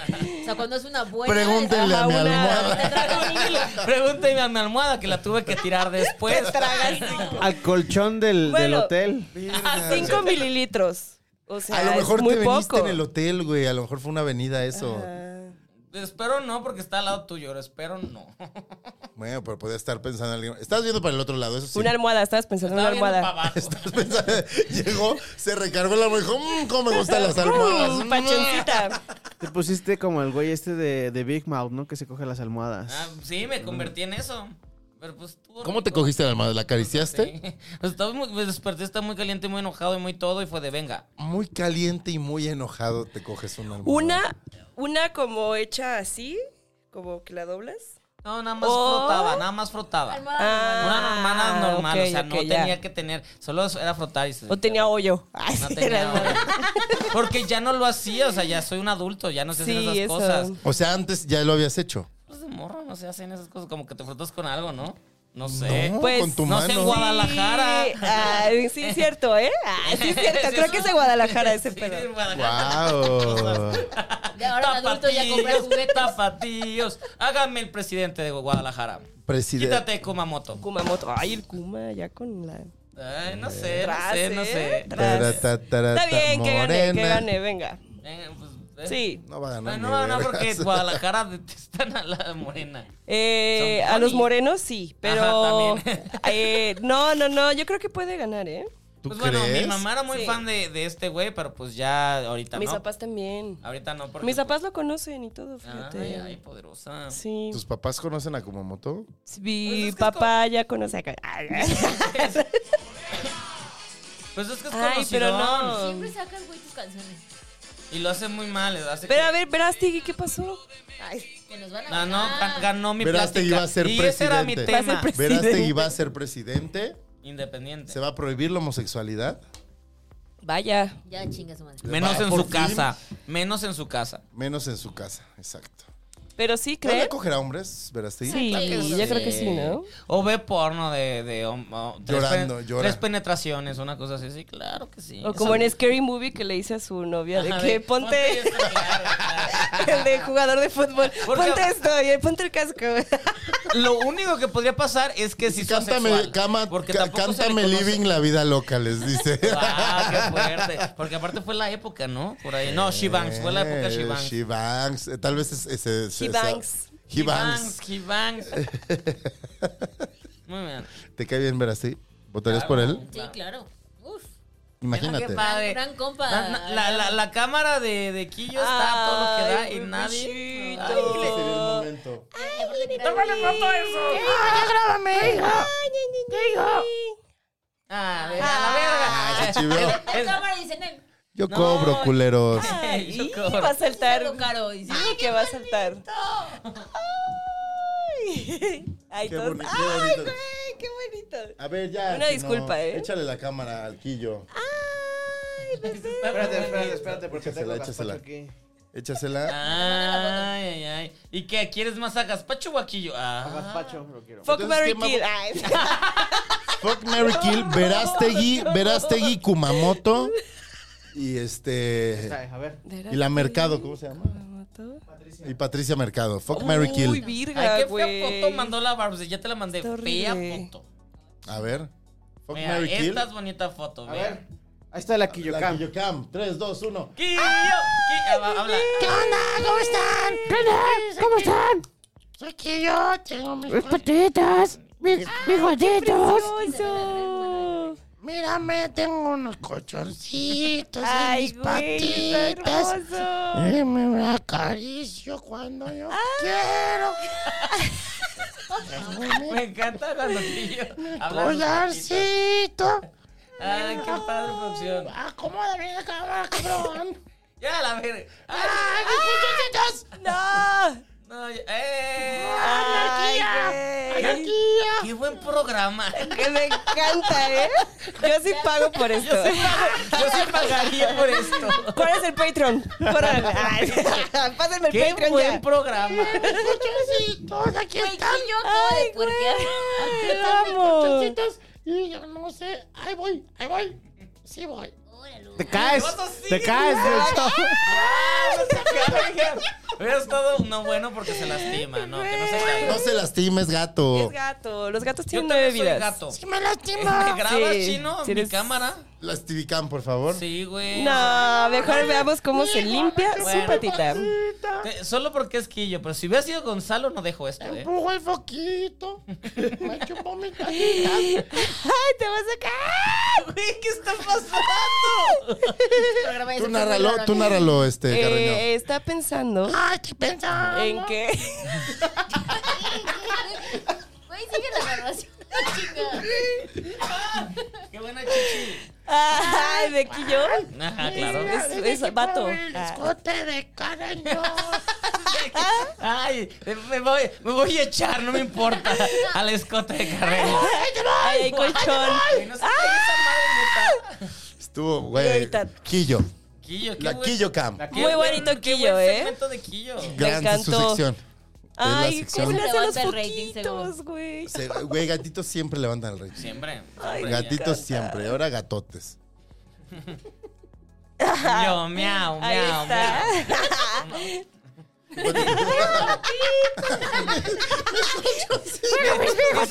D: O sea, cuando es una buena.
B: Pregúntenle a mi
E: Ajá, una-
B: almohada.
C: Pregúnteme a mi almohada que la tuve que tirar después.
F: Al colchón del, del
E: Bueno.
F: hotel.
B: Verga.
E: 5 mililitros. O sea,
B: Ah, A lo mejor
E: Ah, es
B: te
E: muy
B: veniste
E: poco.
B: en el hotel, güey. A lo mejor fue una avenida eso.
E: Ah.
C: Espero no, porque está al lado tuyo. Espero no.
B: Bueno, pero podía estar pensando en alguien. Estás viendo para el otro lado, eso sí.
E: Una almohada, estabas pensando
C: Estaba
E: en una
C: viendo para
E: almohada.
C: abajo.
B: Estás pensando- Llegó, se recargó la almohada y dijo, mmm, ¿cómo me gustan las almohadas?
E: Mm, pachoncita.
F: Te pusiste como el güey este de, de Big Mouth, ¿no? Que se coge las almohadas.
C: Ah, sí, me convertí en eso. Pero pues tú. Pues,
B: ¿Cómo te cogiste la almohada? ¿La acariciaste?
C: Estaba muy, me desperté, estaba muy caliente, muy enojado y muy todo. Y fue de venga.
B: Muy caliente y muy enojado te coges una almohada.
E: Una, una como hecha así, como que la doblas.
C: No, nada más
E: Oh.
C: frotaba, nada más frotaba.
E: Ah,
C: Una normal, una normal,
E: ok,
C: o sea,
E: ok,
C: no
E: ya.
C: tenía que tener, solo era frotar y se
E: O tenía hoyo. Ay,
C: No
E: sí,
C: tenía pues,
E: era-
C: hora. Porque ya no lo hacía, o sea, ya soy un adulto, ya no sé hacer
E: Sí,
C: esas
E: eso.
C: cosas.
B: O sea, antes ya lo habías hecho.
C: Pues de morro no se hacen esas cosas, como que te frotas con algo, ¿no? No sé.
B: No,
E: Pues,
B: con tu
C: no sé,
B: mano.
C: guau. Guadalajara.
E: Sí, ay, sí, cierto, ¿eh? Ay, sí, cierto. Creo que es de Guadalajara ese
C: Sí,
E: pedo.
C: en Guadalajara.
B: Guau.
D: De ahora de adulto ya compré
C: Tapatíos,
D: juguetes.
C: tapatíos. Hágame el presidente de Guadalajara.
B: Presidente.
C: Quítate, Kumamoto.
E: Kumamoto. Ay, el Kuma, ya con la.
C: Ay, eh, no sé, no
E: Tras,
C: sé, no
E: ¿eh?
C: sé.
E: Tras.
B: Tarata, tarata,
E: Está bien, que gane, que
B: morena.
E: gane, venga.
C: Venga, pues, eh.
E: Sí.
B: No va a
C: No,
B: ganar.
C: no,
B: ni
C: no, no, porque
B: vergas.
C: Guadalajara detestan a la morena.
E: Eh,
C: Son
E: a los
C: funny.
E: morenos sí, pero.
C: Ajá, también.
E: eh, no, no, no, yo creo que puede ganar, ¿eh?
B: ¿Tú
C: pues bueno,
B: crees?
C: mi mamá era muy
E: Sí.
C: fan de, de este güey, pero pues ya ahorita
E: Mis
C: no.
E: papás también.
C: Ahorita no, porque. pues,
E: Mis papás lo conocen y todo, fíjate.
C: Ay, ay, poderosa.
E: Sí.
B: ¿Tus papás conocen a Kumamoto?
E: Mi
C: Pues es que
E: papá ya conoce a... Ay,
C: Pues es que es
E: Ay,
C: conocido.
E: pero no.
D: Siempre sacas, güey, tus canciones.
C: Y lo hace muy mal. Hace
E: Pero
C: que- Ah,
E: a ver, Verástegui, ¿qué pasó?
D: Ay, que nos van a.
C: No, no, gan-
D: ganar.
C: ganó mi
B: Verás, te
C: plática.
B: iba a ser
C: y ese era mi
B: presidente.
E: Va a ser
C: tema.
E: pres- Presidente.
B: Verástegui va a ser presidente.
C: Independiente.
B: ¿Se va a prohibir la homosexualidad?
E: Vaya.
D: Ya chinga su madre.
C: Menos
B: Va,
C: en
B: por
C: su
B: fin.
C: casa. Menos en su casa.
B: Menos en su casa, exacto.
E: Pero sí,
B: ¿No le
E: ¿cree?
B: cogerá hombres, Verástegui?
E: Sí, yo creo que sí, ¿no?
C: Eh, O ve porno de. de hom- oh, tres
B: Llorando,
C: pen-
B: llora.
C: Tres penetraciones, una cosa así. Sí, claro que sí.
E: O
C: Eso-
E: como en Scary Movie que le dice a su novia de
C: Ajá,
E: que
C: de,
E: ponte...
C: eso, claro, claro.
E: El de jugador de fútbol.
C: Porque-
E: Ponte esto y ponte el casco.
C: lo único que podría pasar es que si sos
B: Cántame,
C: sexual.
B: cama-
C: porque
B: ca-
C: tampoco se le
B: cántame
C: conoce.
B: Living la vida loca, les dice.
C: Ah, qué fuerte. Porque aparte fue la época, ¿no? Por ahí. No, She Banks. Fue la época
B: Eh,
C: She Banks.
B: She Banks. Eh, Tal vez es ese.
E: He Banks.
B: He Banks.
C: He Banks. Muy bien.
B: ¿Te cae bien ver así? ¿Votarías por él?
D: Sí, claro. Uf.
B: Imagínate.
C: Qué padre.
D: Gran compa.
C: Na- na- La, la- la cámara de, de Quillo está a todo lo que da y nadie.
E: bebecito.
C: ¡Tómale foto a eso! ¡Ah, ya
B: Ah, se
C: grábame!
B: chivió.
D: La cámara dice, "Nen,
B: Yo
C: No.
B: cobro, culeros.
C: ¡A
E: Y
C: la
E: va a
C: verga!
D: es algo
E: saltar.
D: caro. Dice,
E: Ay, que va a saltar. Ay, Ay,
B: Qué
E: todos-
B: boni- qué
E: ay,
B: bonito.
E: güey, qué bonito.
B: A ver, ya.
E: Una
B: si
E: disculpa, ¿eh? Ah,
B: Échale la cámara al quillo.
H: Espérate, espérate, espérate, porque
B: Échasela,
H: tengo
B: échasela.
H: gazpacho aquí.
C: Ah.
B: Échasela.
C: Ay, ay, ay. ¿Y qué? ¿Quieres más a Gaspacho o a Quillo? Ah.
H: Gazpacho, lo quiero.
E: Fuck Mary
B: ¿qué más-
E: Kill. Ay.
B: Fuck Mary Kill, Verástegui, Verástegui, Kumamoto. Y este.
H: Ay, A ver.
B: Y la Mercado, ¿cómo se llama? Y Patricia Mercado. Fuck Mary
E: Uy,
B: Kill.
E: virga,
C: Ay, qué
E: güey.
C: fea foto mandó la Barbs. Ya te la mandé.
E: Está
C: Fea
E: horrible.
C: foto.
B: A ver. Fuck
C: Mira,
B: Mary Kill.
C: esta es bonita foto.
H: A
C: vea.
H: ver. Ahí está la Kiyokam.
B: La Kiyokam. 3, 2, 1.
C: Quillo, Quillo, hab- habla.
E: ¡Precioso!
B: Mírame, tengo unos colchoncitos
E: Ay, güey, está hermoso.
B: Y me acaricio cuando yo quiero.
C: Me encanta cuando Quillo habla.
B: Pues, Collarcito.
C: Ay, qué padre producción.
B: Acomódame Ah, la cámara, cabrón.
C: Ya la verga. Ay,
E: ¡No!
C: no, ya- eh.
E: ¡Ay, güey.
C: Qué buen programa.
E: Que me encanta, ¿eh? Yo sí pago por esto.
C: Yo sí, pago- yo sí pagaría por esto.
E: ¿Cuál es el Patreon? Córrale. Ay, Pásenme el
C: Qué
E: Patreon
C: buen
E: ya.
C: programa.
D: Güey, ¿quién yo acabo
E: Ay,
D: de puerquear?
E: güey, te amo.
D: Órale.
F: Te caes.
C: Vas así,
F: Te caes.
C: Hubiera estado no bueno porque se lastima, ¿no? Que no se caiga.
B: No se lastimes,
E: Es
B: gato.
E: gato. Los gatos
C: Oh. Yo
E: tienen nueve
C: también soy
E: vidas.
C: gato.
B: me
C: ¿Me
B: lastima.
C: grabas
E: Sí,
C: chino?
E: sí
C: ¿Mi
E: eres-
C: cámara?
B: Las Tivicam, por favor.
C: Sí, güey.
E: No, mejor veamos cómo se limpia
C: Bueno.
E: su patita.
C: Te- Solo porque es Quillo, pero si hubiera sido Gonzalo no dejo esto, ¿eh?
B: Empujo el foquito. Me chupó mi patita.
E: ¡Ay, te vas a caer!
C: Güey, ¿Qué está pasando?
D: Pero graba eso,
B: Tú
D: fue
B: nárralo,
D: muy raro,
B: tú
D: ¿no?
B: nárralo, este, Carreño.
E: Eh, está pensando
B: Ay, qué pensando.
E: en que
D: Güey, sigue la grabación. Chinga.
C: Qué buena chichi.
E: ay de Quillo
C: Ajá, claro.
E: es, es vato Ah,
B: de Carreño.
C: Ay, me voy, me voy a echar, no me importa. Al escote de carrera.
E: ay hay colchón
C: Güey, no sé qué es esa madre neta.
B: Estuvo,
E: Y
B: güey.
E: ahorita-
B: Quillo.
C: Quillo, qué
B: La
C: buen-
B: Quillo Cam.
C: qué
E: Muy
C: buen-
E: bonito
C: qué
E: Quillo,
C: buen
E: ¿eh?
C: segmento de Quillo.
B: Gran su
E: encantó.
B: sección. Es la
E: ay cómo
B: sección.
E: le hacen los
D: Levanta el rating,
E: foquitos güey
B: Se- Güey, gatitos siempre levantan el rey.
C: Siempre.
B: Gatitos siempre. Ahora gatotes.
C: Yo, miau,
E: ahí
C: miau,
E: está
C: miau. Mis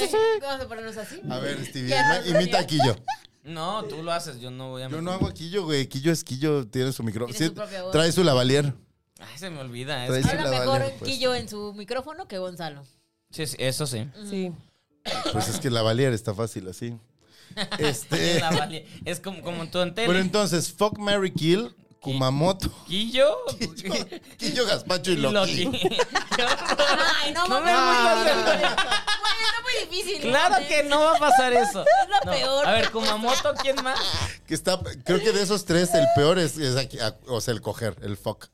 C: almohaditas.
D: Vamos a ponernos así.
B: A ver, Stevie,
D: Ya,
B: ima-
D: Antonio.
B: imita a Quillo.
C: No, tú lo haces, yo no voy a.
B: Yo no hago a Quillo, güey. Quillo es Quillo, tiene su micrófono.
D: Tiene su propia voz.
B: trae su lavalier.
C: Ay, se me olvida.
B: Trae
C: Es...
B: su
D: Habla
B: lavalier,
D: mejor
B: pues.
D: Quillo en su micrófono que Gonzalo.
C: Sí, sí, eso sí.
E: sí
B: Pues es que lavalier está fácil así. Este.
C: La vali- es como, como tú en tele.
B: Bueno, entonces, Fuck Mary Kill, Kumamoto,
C: Quillo.
B: Quillo Gaspacho y
C: y Loki.
B: Loki.
C: Qué horror.
D: Ay, no,
C: No
D: mames.
C: me hagas
D: Güey,
C: eso.
D: está muy difícil.
C: Claro que no va a pasar eso.
D: Es la
C: No.
D: peor.
C: A ver, Kumamoto, ¿quién más?
B: Que está, creo que de esos tres, el peor es, es aquí- a- o sea, el coger, el fuck.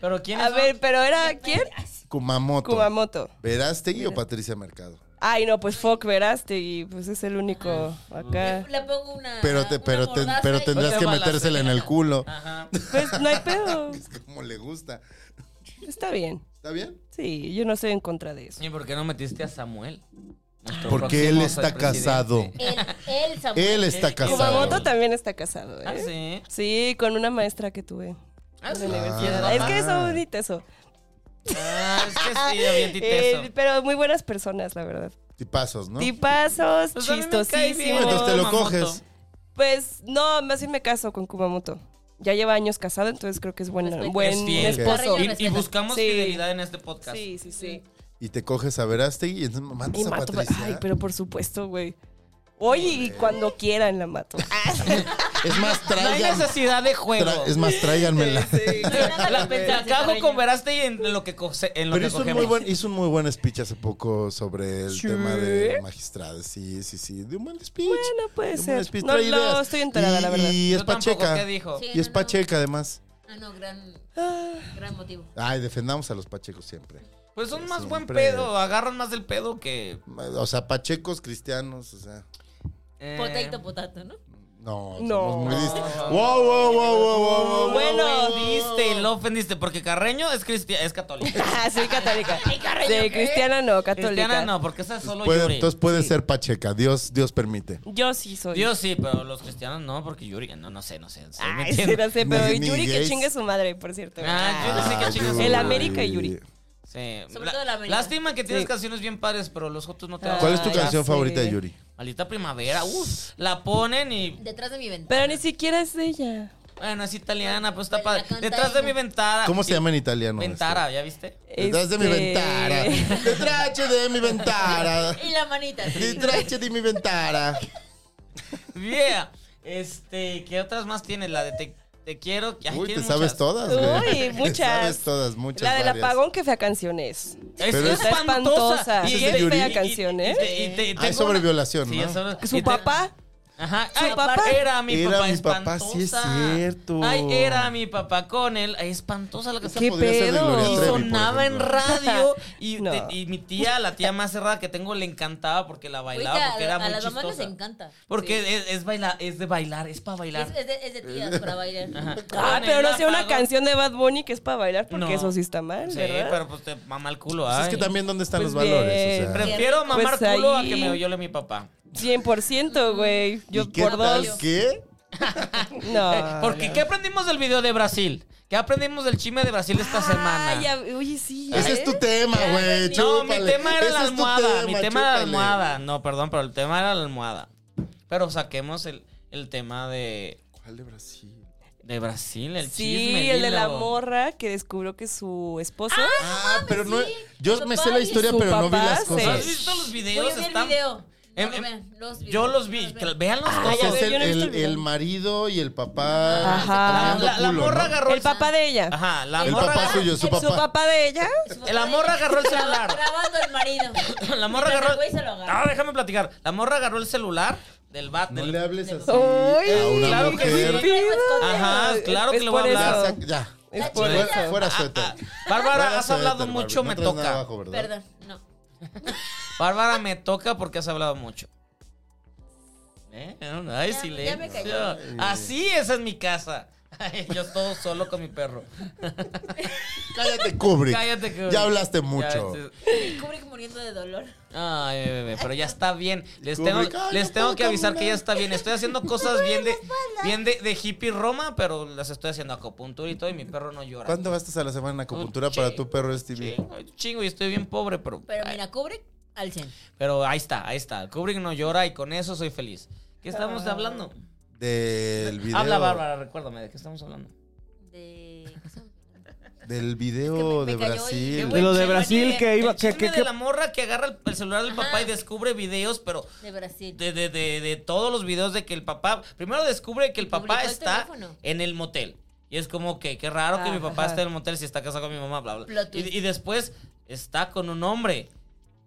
C: Pero ¿quién es?
E: a ver pero era quién
B: Kumamoto.
E: Kumamoto
B: ¿Verástegui o Patricia Mercado?
E: ay no pues fuck veraste y pues es el único
C: Ah.
E: acá
D: Le pongo una.
B: Pero, te, pero, te-
D: Ah, una
B: pero
D: mordaza y-
B: tendrás
C: Otra
B: que
C: balacera.
B: metérsela en el culo.
C: Ajá.
E: pues no hay pedo
B: Es como le gusta.
E: está bien
B: ¿Está bien?
E: sí yo no estoy en contra de eso
C: ¿Y por qué no metiste a Samuel? Nuestro
B: Porque él
C: próximo
B: está
C: presidente.
B: casado.
D: Él, él, Samuel.
B: Él está
E: Kumamoto
B: casado.
E: también está casado
C: Ah,
E: ¿eh?
C: sí.
E: sí con una maestra que tuve
C: Ah, sí.
E: Es que es bonito eso.
C: Ah, es que sí, yo bien titeso.
E: Eh, pero muy buenas personas, la verdad.
B: Tipazos, ¿no?
E: Tipazos,
C: Pues a mí me cae bien.
E: chistosísimos.
B: Entonces te lo
C: Mamoto.
B: coges.
E: Pues no, más bien me caso con Kumamoto. Ya lleva años casado, entonces creo que es buen,
D: Respeto.
E: buen
C: Es fiel.
E: esposo.
D: Carrillo.
C: Y, y buscamos
E: Sí.
C: fidelidad en este podcast.
E: Sí, sí, sí.
B: Y te coges a Verástegui y entonces matas
E: Y
B: a
E: mato. pues,
B: Patricia.
E: Ay, pero por supuesto, güey. Oye, y cuando quieran la mato.
B: Es más,
C: No hay
B: traigan.
C: necesidad de juego.
B: tra- es más, tráiganmela.
C: La, la cago con Veraste y en lo que, coge- en lo
B: Pero
C: que
B: hizo un,
C: cogemos.
B: muy buen, hizo un muy buen speech hace poco sobre el tema de magistrados. Sí, sí, sí. De un buen speech.
E: Bueno, puede
B: De un
E: ser.
B: buen speech.
E: No,
B: Trae
E: no,
B: ideas.
E: estoy enterada,
B: Y-
E: la verdad.
B: Y es
C: Yo tampoco,
B: Pacheca.
C: ¿qué dijo?
D: Sí,
B: Y es
D: no, no.
B: Pacheca, además.
D: Ah, no, gran, gran motivo.
B: Ay, defendamos a los pachecos siempre.
C: Pues son más buen
B: Siempre.
C: pedo, agarran más del pedo que...
B: O sea, pachecos cristianos, o sea.
C: eh,
D: Potato, potato, ¿no?
B: No,
E: No.
B: somos muy dist- Wow, wow, wow, wow, wow, wow,
E: Bueno,
B: wow, wow,
C: Ofendiste y
B: wow.
C: lo ofendiste, porque Carreño es, cristia- es católico.
E: Ah, soy católica.
D: Ay, Carrillo,
E: De
D: ¿qué?
E: cristiana no, católica.
C: Cristiana no, porque esa es solo
B: Puede-
C: Yuri.
B: entonces puede ser Pacheca, Dios, Dios permite.
E: Yo sí soy.
C: Dios sí, pero los cristianos no, porque Yuri, no, no sé, no sé. estoy
E: Ay, sí,
C: mintiendo.
E: no sé, pero
B: Ni- ni
E: Yuri que
B: gays.
E: chingue su madre, por cierto.
C: Ah, Yuri sí que
B: Ah,
C: chinga su
B: Yuri.
E: El América y Yuri.
C: Sí.
D: Sobre
C: La-
D: todo la América.
C: Lástima que tienes
E: Sí.
C: canciones bien padres, pero los otros no te
B: ¿Cuál es tu
E: Ah,
C: Ya,
B: canción
E: sí.
B: favorita de Yuri?
C: Maldita primavera, uff. La ponen y.
D: Detrás de mi ventana.
E: Pero ni siquiera es de ella.
C: Bueno, es italiana, pues está
D: La
C: padre.
D: canta
C: Detrás de
D: ella.
C: mi ventana.
B: ¿Cómo se llama en italiano?
C: Ventara, ¿ya viste?
B: este? Detrás de mi
E: Este,
B: ventana. Detrás de mi ventana.
D: Y la manita. sí.
B: Detrás de mi ventana.
C: Yeah. Este, ¿qué otras más tienes? La de Te, te quiero. Ay,
B: Uy, te
C: tienes
B: sabes
C: muchas.
B: todas,
E: Uy,
B: güey.
E: muchas.
B: Te sabes todas, muchas.
E: La del
B: varias.
E: apagón, que fea canción es.
C: Es
B: Pero es-
E: Está espantosa.
C: Y
E: Es
C: es
E: de Yuri.
C: fea
E: canción, ¿eh?
B: Ah, es sobre violación, ¿no?
E: Su papá.
C: Ajá.
E: Su
C: Ay,
E: papá.
C: Era mi
B: Era
C: papá.
B: mi papá,
C: espantosa.
B: sí es cierto.
C: Ay, era mi papá con él. Ay, espantosa la
B: Esa
C: canción.
E: ¿Qué
B: podría ser de
E: pedo?
B: Gloria
E: Y
C: Y
B: Trevi, por
C: sonaba en
B: ejemplo.
C: radio y,
E: No.
C: te- y mi tía, la tía más cerrada que tengo, le encantaba porque la
D: Oye,
C: bailaba,
D: a,
C: porque era
D: la- a
C: muy
D: las mamás les
C: chistosa.
D: encanta.
C: Porque es, es baila- es de bailar, es para bailar.
D: Es, es de, es de tías para bailar.
C: Ajá.
E: Ah,
C: Con
E: pero
C: el
E: no sea una
C: apagón.
E: canción de Bad Bunny que es para bailar, porque
C: No.
E: eso sí está mal,
C: Sí,
E: ¿verdad?
C: pero pues te mama el culo.
B: Pues es
C: ay.
B: que también, ¿dónde están
E: Pues
B: los valores?
E: bien.
B: O sea,
C: Prefiero mamar
E: Pues
C: culo
E: ahí-
C: a que me oyole mi papá.
E: 100%, güey.
B: ¿y
E: Yo
B: qué
E: por
B: tal
E: dos.
B: ¿Qué?
E: No.
C: Porque, ¿qué aprendimos del video de Brasil? ¿Qué aprendimos del chisme de Brasil esta semana?
E: Ah, ya, oye, sí.
B: Ese
E: ¿eh?
B: es tu tema, güey.
C: No, mi
B: chúpale.
C: tema era
B: Ese
C: la
B: es tu
C: almohada. mi
B: tema,
C: tema era
B: chúpale.
C: la almohada. No, perdón, pero el tema era la almohada. Pero saquemos el, el tema de,
B: ¿Cuál de Brasil?
C: de Brasil, el
E: Sí,
C: chisme.
E: el de la
C: dilo.
E: morra que descubrió que su esposo.
B: Ah, pero no.
D: sí.
B: Yo
D: Su
B: me sé
D: papá
B: la
D: y
B: historia,
E: su
B: pero no vi
E: papá
B: las
E: se-
C: ¿No
B: cosas.
C: ¿Has visto los
D: Voy
C: videos?
D: a ver
C: Están-
D: el video. No
C: Em,
D: lo
C: em,
D: vean, los
C: Yo
D: videos,
C: los
D: no
C: vi.
D: vean.
C: Véanlos
B: Ah,
C: todos.
B: o sea, es
E: ver,
B: el,
E: yo no he visto
B: el-
E: el video.
B: el marido y el papá.
E: Ajá.
B: comiendo
C: La, la
B: culo,
C: morra
B: ¿no?
C: agarró
E: el papá de ella.
C: Ajá, la
B: El
C: morra.
B: papá suyo, su
E: Su papá.
B: papá.
E: de ella.
C: La morra agarró el celular.
D: Grabando el marido.
C: La morra
D: Pero el
C: agarró.
D: güey se lo agarró.
C: Ah, déjame platicar. La morra agarró el celular del bat.
B: No
C: del-
B: le hables así
E: Uy,
B: a una
C: claro que
B: mujer.
C: sí.
E: Pido.
C: Ajá, claro que
E: Es
C: le voy a
E: por eso.
C: hablar.
B: Ya, Ya.
E: Es por
B: Fuera-
E: eso.
B: Fuera
C: Ah,
B: suéter.
C: ah, Bárbara,
B: Fuera
C: has hablado
B: suéter,
C: mucho,
B: Barbie.
C: me
B: No traes nada
C: toca.
B: abajo, ¿verdad?
D: Perdón, no.
C: Bárbara, me toca porque has hablado mucho. ¿Eh? Ay,
D: Ya-
C: silencio.
D: ya me cayó.
C: Así, esa es mi casa. Ay, yo todo solo con mi perro.
B: Cállate, Kubrick.
C: Cállate, Kubrick.
B: Ya hablaste
C: Ya,
B: mucho.
C: este-
D: Kubrick muriendo de dolor.
C: Ay, bebé, pero ya está bien. Les tengo,
B: Kubrick, ay,
C: les
B: no
C: tengo
B: puedo
C: que avisar que ya
B: caminar.
C: está bien. Estoy haciendo cosas bien de, bien de, de hippie Roma, pero las estoy haciendo acupuntura y todo, y mi perro no llora.
B: ¿Cuánto gastas a la semana en acupuntura para tu perro, Stevie?
C: Chingo, chingo, y estoy bien pobre, pero.
D: Pero
C: ay,
D: mira, Kubrick al 100.
C: pero ahí está, ahí está. Kubrick no llora y con eso soy feliz.
D: Ah.
C: ¿Qué estamos hablando?
B: Del video.
C: Habla Bárbara, recuérdame, ¿de qué estamos hablando?
D: De...
B: Del video
D: Es que me- me
B: de
D: cayó y-
B: Brasil.
F: De lo de
C: Chisme,
F: Brasil
C: el-
F: que iba-
C: el chisme
F: que- que-
C: de
F: que-
C: la morra que agarra el, el celular del
D: Ajá.
C: papá y descubre videos, pero
D: De Brasil.
C: de, de, de, de todos los videos de que el papá. Primero descubre que el papá
D: Publicó el
C: está
D: teléfono.
C: en el motel. Y es como que, qué raro que mi papá
E: Ajá.
C: está en el motel si está casado con mi mamá, bla, bla.
D: Plot twist.
C: Y, y después está con un hombre.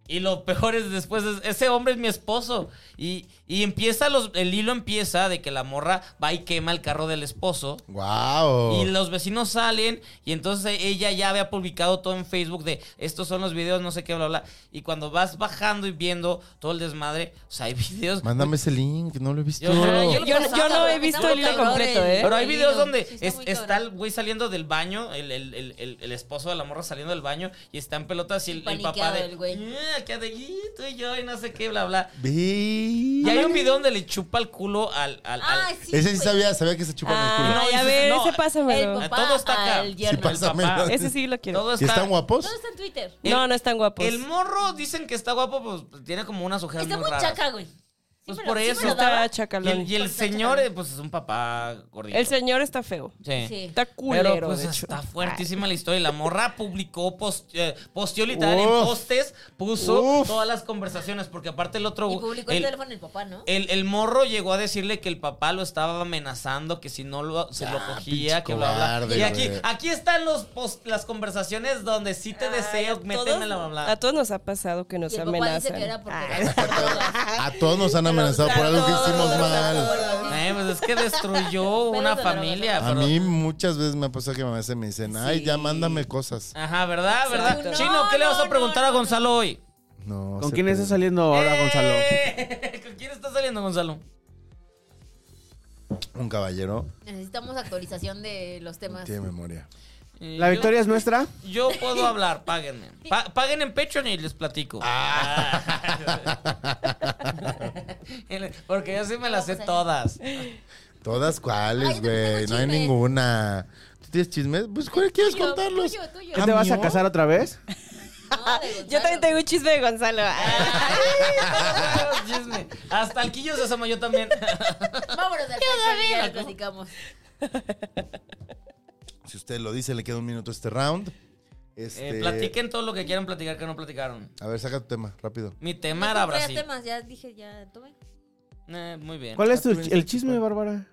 C: Y lo peor es después, es- ese hombre es mi esposo. Y, y empieza, los, el hilo empieza de que la morra va y quema el carro del esposo.
B: ¡Wow!
C: Y los vecinos salen y entonces ella ya había publicado todo en Facebook de estos son los videos, no sé qué, bla, bla. Y cuando vas bajando y viendo todo el desmadre, o sea, hay videos.
B: Mándame ese link, no lo he visto.
C: Yo- yo-
E: Yo, yo no he visto el hilo completo, ¿eh?
C: Pero hay videos donde
D: Sí,
C: es-
D: muy
C: está
D: cabrón.
C: el güey saliendo del baño, el, el- el- el- el esposo de la morra saliendo del baño y está en pelotas y el, el papá
D: Paniqueado
C: de...
D: el güey.
C: "Eh, que de y tú y yo y no sé qué, bla, bla.
B: Vi-
C: Y hay un video donde le chupa el culo al. al, al-
D: Ay, Ah, sí.
B: Ese sí
D: güey.
B: sabía, sabía que se chupan el
E: Ah,
B: culo.
C: No,
E: ya
C: dices,
E: ver,
C: no,
E: ese
D: El
E: pásamelo.
D: papá
C: Todo está acá.
D: al
B: Sí,
D: yerno.
B: pásamelo.
C: papá.
E: Ese sí lo quiero.
C: todo
B: ¿Y
C: está.
B: están guapos?
D: Todo está en Twitter.
C: el-
E: No, no están guapos.
C: El morro dicen que está guapo, pues tiene como unas ojeras
D: Está
C: muy
D: muy
C: raras.
D: chaca, güey. Sí
C: Pues
D: me lo-
C: por
D: sí me
C: eso
D: lo
E: está
D: daba.
C: Y
E: chacalón.
C: el, y el señor, eh, pues es un papá gordito.
E: El señor está feo.
C: Sí.
D: Sí.
E: Está culero,
C: Pero pues
E: de hecho.
C: está fuertísima la historia. Y La morra publicó, post, eh, posteó literal en
B: Uf.
C: postes, puso
B: Uf.
C: todas las conversaciones, porque aparte el otro...
D: Y publicó el,
C: el-
D: teléfono del papá, ¿no?
C: el, el morro llegó a decirle que el papá lo estaba amenazando, que si no lo, se lo
B: Ah,
C: cogía,
B: pinche
C: que bla, bla.
B: cobarde,
C: y aquí,
B: güey.
C: aquí están los post- las conversaciones donde sí te
E: Ay, a
C: deseo,
E: todos-
C: méteme la bla, bla.
E: A todos nos ha pasado que nos
D: y el papá
E: amenazan.
D: dice que era porque
B: Ah.
E: Ay,
D: era por drogas.
B: A todos nos han amenazado por algo que hicimos mal.
C: Eh, pues es que destruyó una
D: Pero-
C: familia.
B: A
C: pero-
B: mí muchas veces me ha pasado que me me dicen, ay, ya mándame cosas.
C: Ajá, ¿verdad? ¿Verdad?
D: Exacto.
C: Chino, ¿qué le vas a preguntar a Gonzalo hoy?
B: No,
F: ¿Con
B: se
F: quién
B: puede.
F: está saliendo ahora, Gonzalo?
C: Eh, ¿Con quién está saliendo, Gonzalo?
B: Un caballero
D: Necesitamos actualización de los temas.
B: tiene memoria.
C: Eh,
F: ¿La
C: yo-
F: victoria es nuestra?
C: Yo puedo hablar, páguenme. Pa- paguen en Patreon y les platico.
B: Ah.
C: Porque yo sí me las sé todas.
B: Todas
D: Ay,
B: cuáles,
D: yo también
B: güey. No
D: tengo
B: hay
D: chismes.
B: ninguna. ¿Tú tienes chismes? Pues, ¿cuál quieres
D: Tuyo,
B: contarlos?
D: tuyo, tuyo.
F: ¿Ya te vas a
B: ¿Mío?
F: casar otra vez?
D: No, de
E: Yo también tengo un chisme de Gonzalo.
C: Chisme. Hasta el quillo se asoma yo también. Eh,
D: Gonzalo. Vámonos al Patreon y ya lo platicamos.
B: Si usted lo dice, le queda un minuto a este round.
C: Eh,
B: Este,
C: platiquen todo lo que quieran platicar que no platicaron.
B: A ver, saca tu tema, rápido.
C: Mi
D: No
C: tema era
D: compré
C: Brasil.
D: temas, ya dije, ya tomé.
C: Eh, muy bien.
F: ¿Cuál Este es tu,
B: tú
F: el chisme, Bárbara?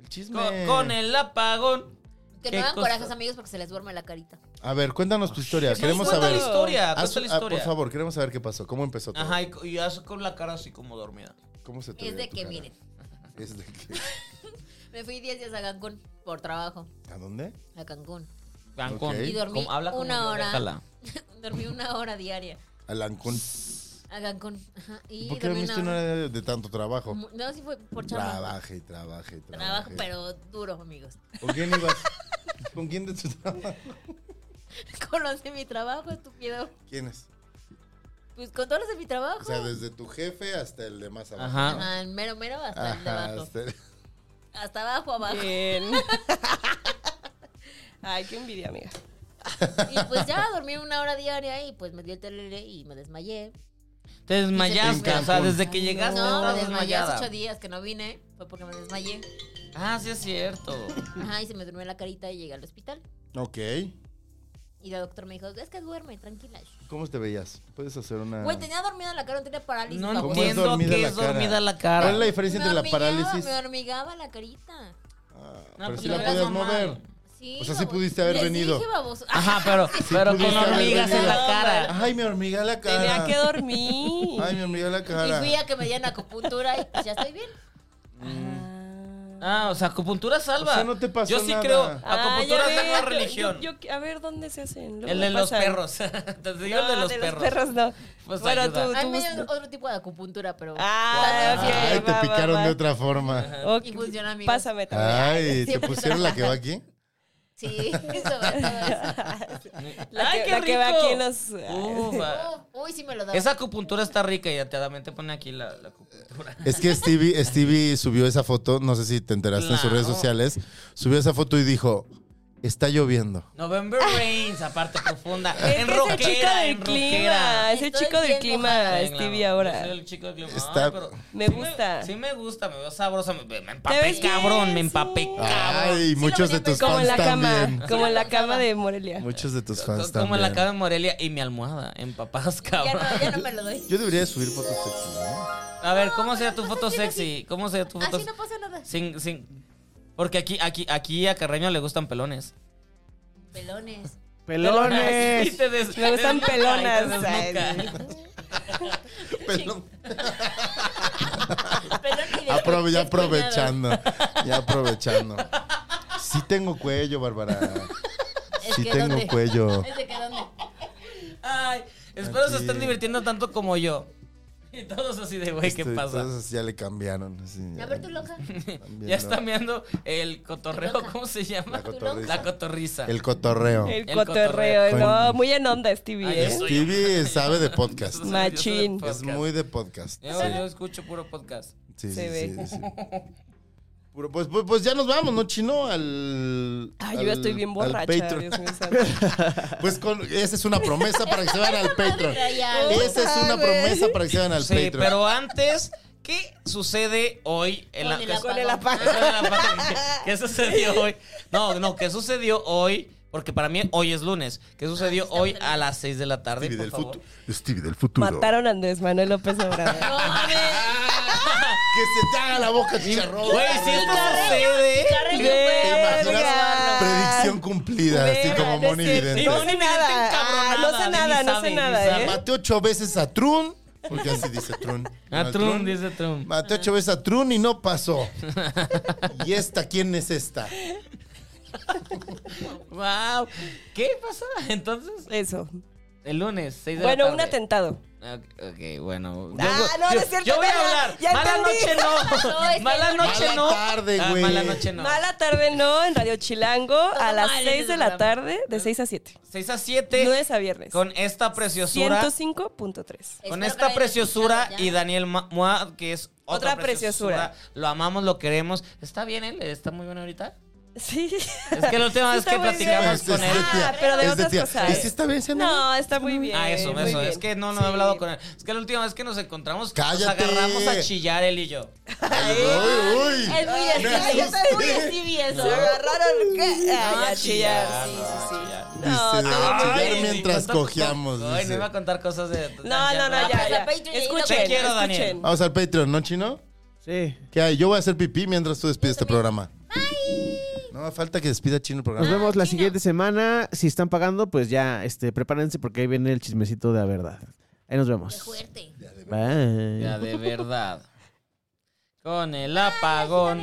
B: El chisme.
C: Con, con el apagón.
D: Que
C: ¿Qué
D: no hagan
C: cosa?
D: corajes, amigos, porque se les duerme la carita.
B: A ver, cuéntanos tu historia. Queremos
C: Cuenta
B: saber.
C: la historia,
B: Haz-
C: cuenta la
B: ah,
C: historia.
B: por favor, queremos saber qué pasó. ¿Cómo empezó todo?
C: Ajá, y, y hace con la cara así como dormida.
B: ¿Cómo se te
D: Es
B: ve
D: de
B: tu
D: que,
B: cara?
D: miren,
B: Es de que.
D: me fui 10 días a Cancún por trabajo.
B: ¿A dónde?
D: A Cancún.
C: Cancún.
B: Ok.
D: Y dormí
C: Como- habla como
D: una
C: yo,
D: hora.
C: déjala.
D: dormí una hora diaria
B: A Lancún.
D: a Cancún. Ajá. Y
B: ¿Por qué
D: dormí
B: dormiste una hora de, de tanto trabajo?
D: Mu- No, sí fue por chamba.
B: Trabaje, trabaje, trabaje.
D: Trabajo, pero duro, amigos.
B: ¿Con quién ibas? ¿Con quién de tu trabajo?
D: Conocí mi trabajo, estúpido.
B: ¿Quién es?
D: Pues con todos los de mi
B: O
D: trabajo.
B: sea, desde tu jefe hasta el de más abajo.
C: Ajá.
D: Ajá, el mero mero hasta el
B: Ajá, este.
D: de abajo.
B: hasta el-
D: Hasta abajo, abajo.
E: Bien. Ay, qué envidia, amiga.
D: Y pues ya dormí una hora diaria y pues me dio el telele y me desmayé.
C: Te desmayaste,
D: En
C: o sea,
B: Cancún.
C: desde que llegaste
D: no, me
C: estabas
D: desmayé hace
C: desmayada.
D: ocho días que no vine. Fue porque me desmayé.
C: Ah, sí es cierto.
D: Ajá, y se me durmió la carita y llegué al hospital.
B: Ok.
D: Y la doctora me dijo, es que duerme, tranquila.
B: ¿Cómo te veías? Puedes hacer una.
D: Güey, tenía dormida la cara, no tenía parálisis.
C: No
D: babosa.
B: ¿Cómo es
C: entiendo
B: dormida
C: qué
B: la
C: es
B: cara?
C: dormida la
B: ¿Cuál es
C: cara.
B: la diferencia
D: Me
B: entre la
D: hormigaba,
B: parálisis?
D: Me hormigaba la carita.
B: Ah,
C: No,
B: pero
C: pues
B: sí
C: no
B: la
C: eras
B: podías
C: mamá.
B: mover.
D: Sí,
B: O sea, sí
D: babosa.
B: pudiste haber
D: Les
B: venido.
D: dije, babosa.
C: Ajá, Ah, pero, pero con
B: pudiste haber
C: hormigas en la
B: venido.
C: cara.
B: Ay, me hormiga la cara.
E: Tenía que dormir.
B: Ay, me hormiga la
D: Y
B: cara.
D: fui a que me dieran acupuntura y pues ya estoy bien.
C: Ah, o sea, acupuntura salva.
B: O sea, no te pasó
C: Yo sí
B: nada.
C: creo,
B: Ah,
E: Ah, ya
C: acupuntura es la
E: ves,
C: nueva
E: yo-
C: religión.
E: yo- yo- a ver, ¿dónde se hacen? Luego
C: el
E: me
C: de los
E: pasan.
C: perros. Te digo el
E: No,
C: de los perros.
E: no.
C: Pues
E: bueno,
C: ayuda.
E: tú,
D: A mí
E: tú
D: me
E: buscas-
D: dieron otro tipo de acupuntura, pero...
E: Ah, ok,
B: Ay, te
E: va, va,
B: picaron
E: va.
B: de otra forma.
E: Ok,
D: Y funciona, amigos.
E: Pásame también.
C: Ah.
B: Ay,
D: sí, pues,
B: ¿te
D: pero-
B: pusieron la que va aquí?
D: Sí, sobre todo
E: La
C: Ay,
E: que-
C: qué
E: la que va
C: rico.
E: aquí en los-
C: Uf, ah.
D: eso. Uy, sí me lo daban.
C: Esa acupuntura está rica y te, también te pone aquí la, la acupuntura.
B: Es que Stevie, Stevie subió esa foto, no sé si te enteraste en sus redes
C: Claro.
B: sociales. Subió esa foto y dijo: Está lloviendo.
C: November Rains, aparte profunda.
E: Es
C: en
E: que es el chico
C: rockera,
E: del
C: en rockera.
E: clima. Es el
D: Estoy
E: chico del
D: bien
E: clima,
D: mojada.
C: Sí, claro.
E: Stevie,
C: Yo
E: ahora.
C: soy el chico del clima. Ay,
B: Está-
C: pero
E: Me
C: sí
E: gusta.
C: sí me gusta, me veo sabrosa. Me, me
E: Te
C: empapé,
E: ves bien,
C: cabrón, me
E: sí.
C: empapé, cabrón.
B: Ay, muchos de tus
E: Como en
B: fans
E: la
B: también.
E: cama. Como en la cama de Morelia.
B: Muchos de tus
C: Co-
B: fans
C: Como
B: también.
C: la cama de Morelia y mi almohada, empapadas,
D: Ya
C: cabrón.
D: no, ya no me lo doy.
B: Yo debería subir fotos sexy, ¿no?
C: A ver, ¿cómo
D: No,
C: sería
D: pero
C: tu
D: no
C: foto
D: se tiene
C: sexy? ¿Cómo sería tu foto
D: Así no pasa nada.
C: sin, sin... Porque aquí, aquí, aquí a Carreño le gustan pelones.
D: Pelones.
F: ¡Pelones!
C: Y te des-
E: Me gustan
C: te
E: pelonas,
C: desnuca.
B: Pelón.
D: Pelones y de-
B: Aprove- ya
D: de cuñado.
B: aprovechando. Ya aprovechando. Sí tengo cuello, Bárbara.
D: Es
B: Sí
D: que
B: tengo
D: ¿dónde?
B: cuello.
D: ¿Es de que dónde?
C: Ay, espero se
B: Aquí.
C: estén divirtiendo tanto como yo. Y todos así de, güey, ¿qué
B: Este,
C: pasa?
B: Entonces ya le cambiaron. así,
D: A ver tu lonja.
B: también,
C: Ya
B: ¿no?
C: está meando el cotorreo, ¿cómo se
B: La
C: llama?
B: cotorriza.
C: La cotorriza.
B: El cotorreo.
E: El
C: El
E: cotorreo,
B: cotorreo.
E: ¿no? Muy en onda, Stevie.
C: Ay,
E: ¿eh?
C: eso.
B: Stevie sabe de podcast.
C: Yo soy- yo soy de
E: Machín.
C: podcast.
B: Es muy de podcast.
C: Yo, yo escucho puro podcast.
B: Sí, sí,
E: Se
B: sí,
E: ve.
B: sí. Puro- Pues, pues, pues ya nos vamos, ¿no, Chino? Al.
E: Ay, yo ya
B: al-
E: estoy bien
B: al
E: borracha.
B: Patreon.
E: Dios mío santo.
B: Pues con, esa es una promesa para que se vayan al Patreon.
D: Ya.
B: Esa es una
E: güey.
B: promesa para que se vayan al
C: Sí,
B: Patreon.
C: pero antes, ¿qué sucede hoy en la
D: Con el
C: ¿qué-
D: apagón. Con el
C: ¿Qué- ¿Qué sucedió hoy? No, no, ¿qué sucedió hoy? Porque para mí hoy es lunes.
D: Ah,
C: ¿Qué sucedió hoy a las 6 de la tarde?
B: Stevie
C: por
B: del
C: favor?
B: futuro.
G: Stevie del futuro.
E: Mataron a Andrés Manuel López Obrador.
D: No, mames.
B: Que se te haga la boca chicharrón.
C: Güey, si esto sucede.
D: Carrillo,
B: ¿Te
D: güey.
B: imaginas?
E: Verga.
B: Predicción cumplida, así como
E: Verga,
B: Moni
E: no es cierto.
B: Vidente.
C: Sí, Moni
E: sé
C: Vidente
E: nada.
C: encabronada,
E: Ah, no sé
C: ni
E: nada, no
C: sabe,
E: sé
C: ni
E: nada,
C: sabe.
E: ¿eh?
B: Maté ocho veces a Trun. Porque así dice Trun.
C: A
B: ¿No,
C: Trump, dice Trump.
B: Maté ocho veces a Trun y no pasó. ¿Y esta quién es esta?
C: Wow. ¿Qué pasa entonces?
E: Eso.
C: El lunes, 6 de
E: Bueno,
C: la
E: un
C: tarde. Ah,
E: atentado.
C: Ok, bueno.
E: Ah,
C: Yo-
E: no, no
C: yo-
E: es cierto,
C: Yo voy a
E: verga,
C: hablar.
E: ya
C: mala
E: entendí.
C: noche no.
D: No, es que-
C: mala noche
B: Mala
C: no.
B: tarde,
C: Ah,
B: güey.
C: mala noche no.
E: Mala tarde no, en Radio Chilango, a las
D: mal en
E: 6 de
D: el
E: la
D: programa.
E: tarde, de 6 a 7.
C: 6 a 7.
E: Lunes a viernes.
C: Con esta preciosura.
E: 105.3.
C: Con
D: pues. Espero que lo
C: esta
D: hayan
C: preciosura
D: escuchado ya.
C: y Daniel Ma- Mua, que es otra,
E: Otra preciosura.
C: Lo amamos, lo queremos. ¿Está bien él? ¿Está muy bien ahorita?
E: Sí.
C: Es que la última vez
E: Está
C: que
E: muy bien.
C: platicamos
B: Sí,
C: con
B: sí,
C: él.
B: sí, tía.
E: Ah, pero de
B: Es
E: otras
B: tía.
E: cosas.
B: ¿Y si está bien siendo?
E: No, está muy bien.
C: Ah, eso,
E: muy
C: eso.
E: bien.
C: Es que no, no he
E: Sí.
C: hablado con él. Es que la última vez que nos encontramos,
B: Cállate.
C: nos agarramos a chillar él y yo.
B: Uy, uy.
D: Es muy así,
B: Gracias.
D: es muy así eso.
E: Se agarraron. ¿qué?
C: Ah,
E: Ay, a chillar. Sí,
C: no,
E: sí, sí.
C: chillar.
E: No,
B: Dice,
E: todo muy
B: "Ay,
E: bien.
B: chillar mientras
C: contó-
B: cojeamos",
C: Ay,
B: dice.
C: no iba a contar cosas de.
E: No, no, no, ya, pues,
D: Vamos
E: ya.
D: a Patreon y ahí lo
E: Escuchen,
C: Te quiero, Daniel.
E: escuchen.
B: Vamos al Patreon, ¿no, Chino?
F: Sí.
B: ¿Qué hay? Yo voy a hacer pipí mientras tú despides este programa. No, falta que despida Chino el
F: Nos
B: programa.
F: vemos la siguiente semana. Si están pagando, pues ya, este, prepárense porque ahí viene el chismecito de la verdad. Ahí nos
D: Qué
F: vemos.
D: fuerte.
F: Bye.
C: Ya, de verdad. Con el apagón.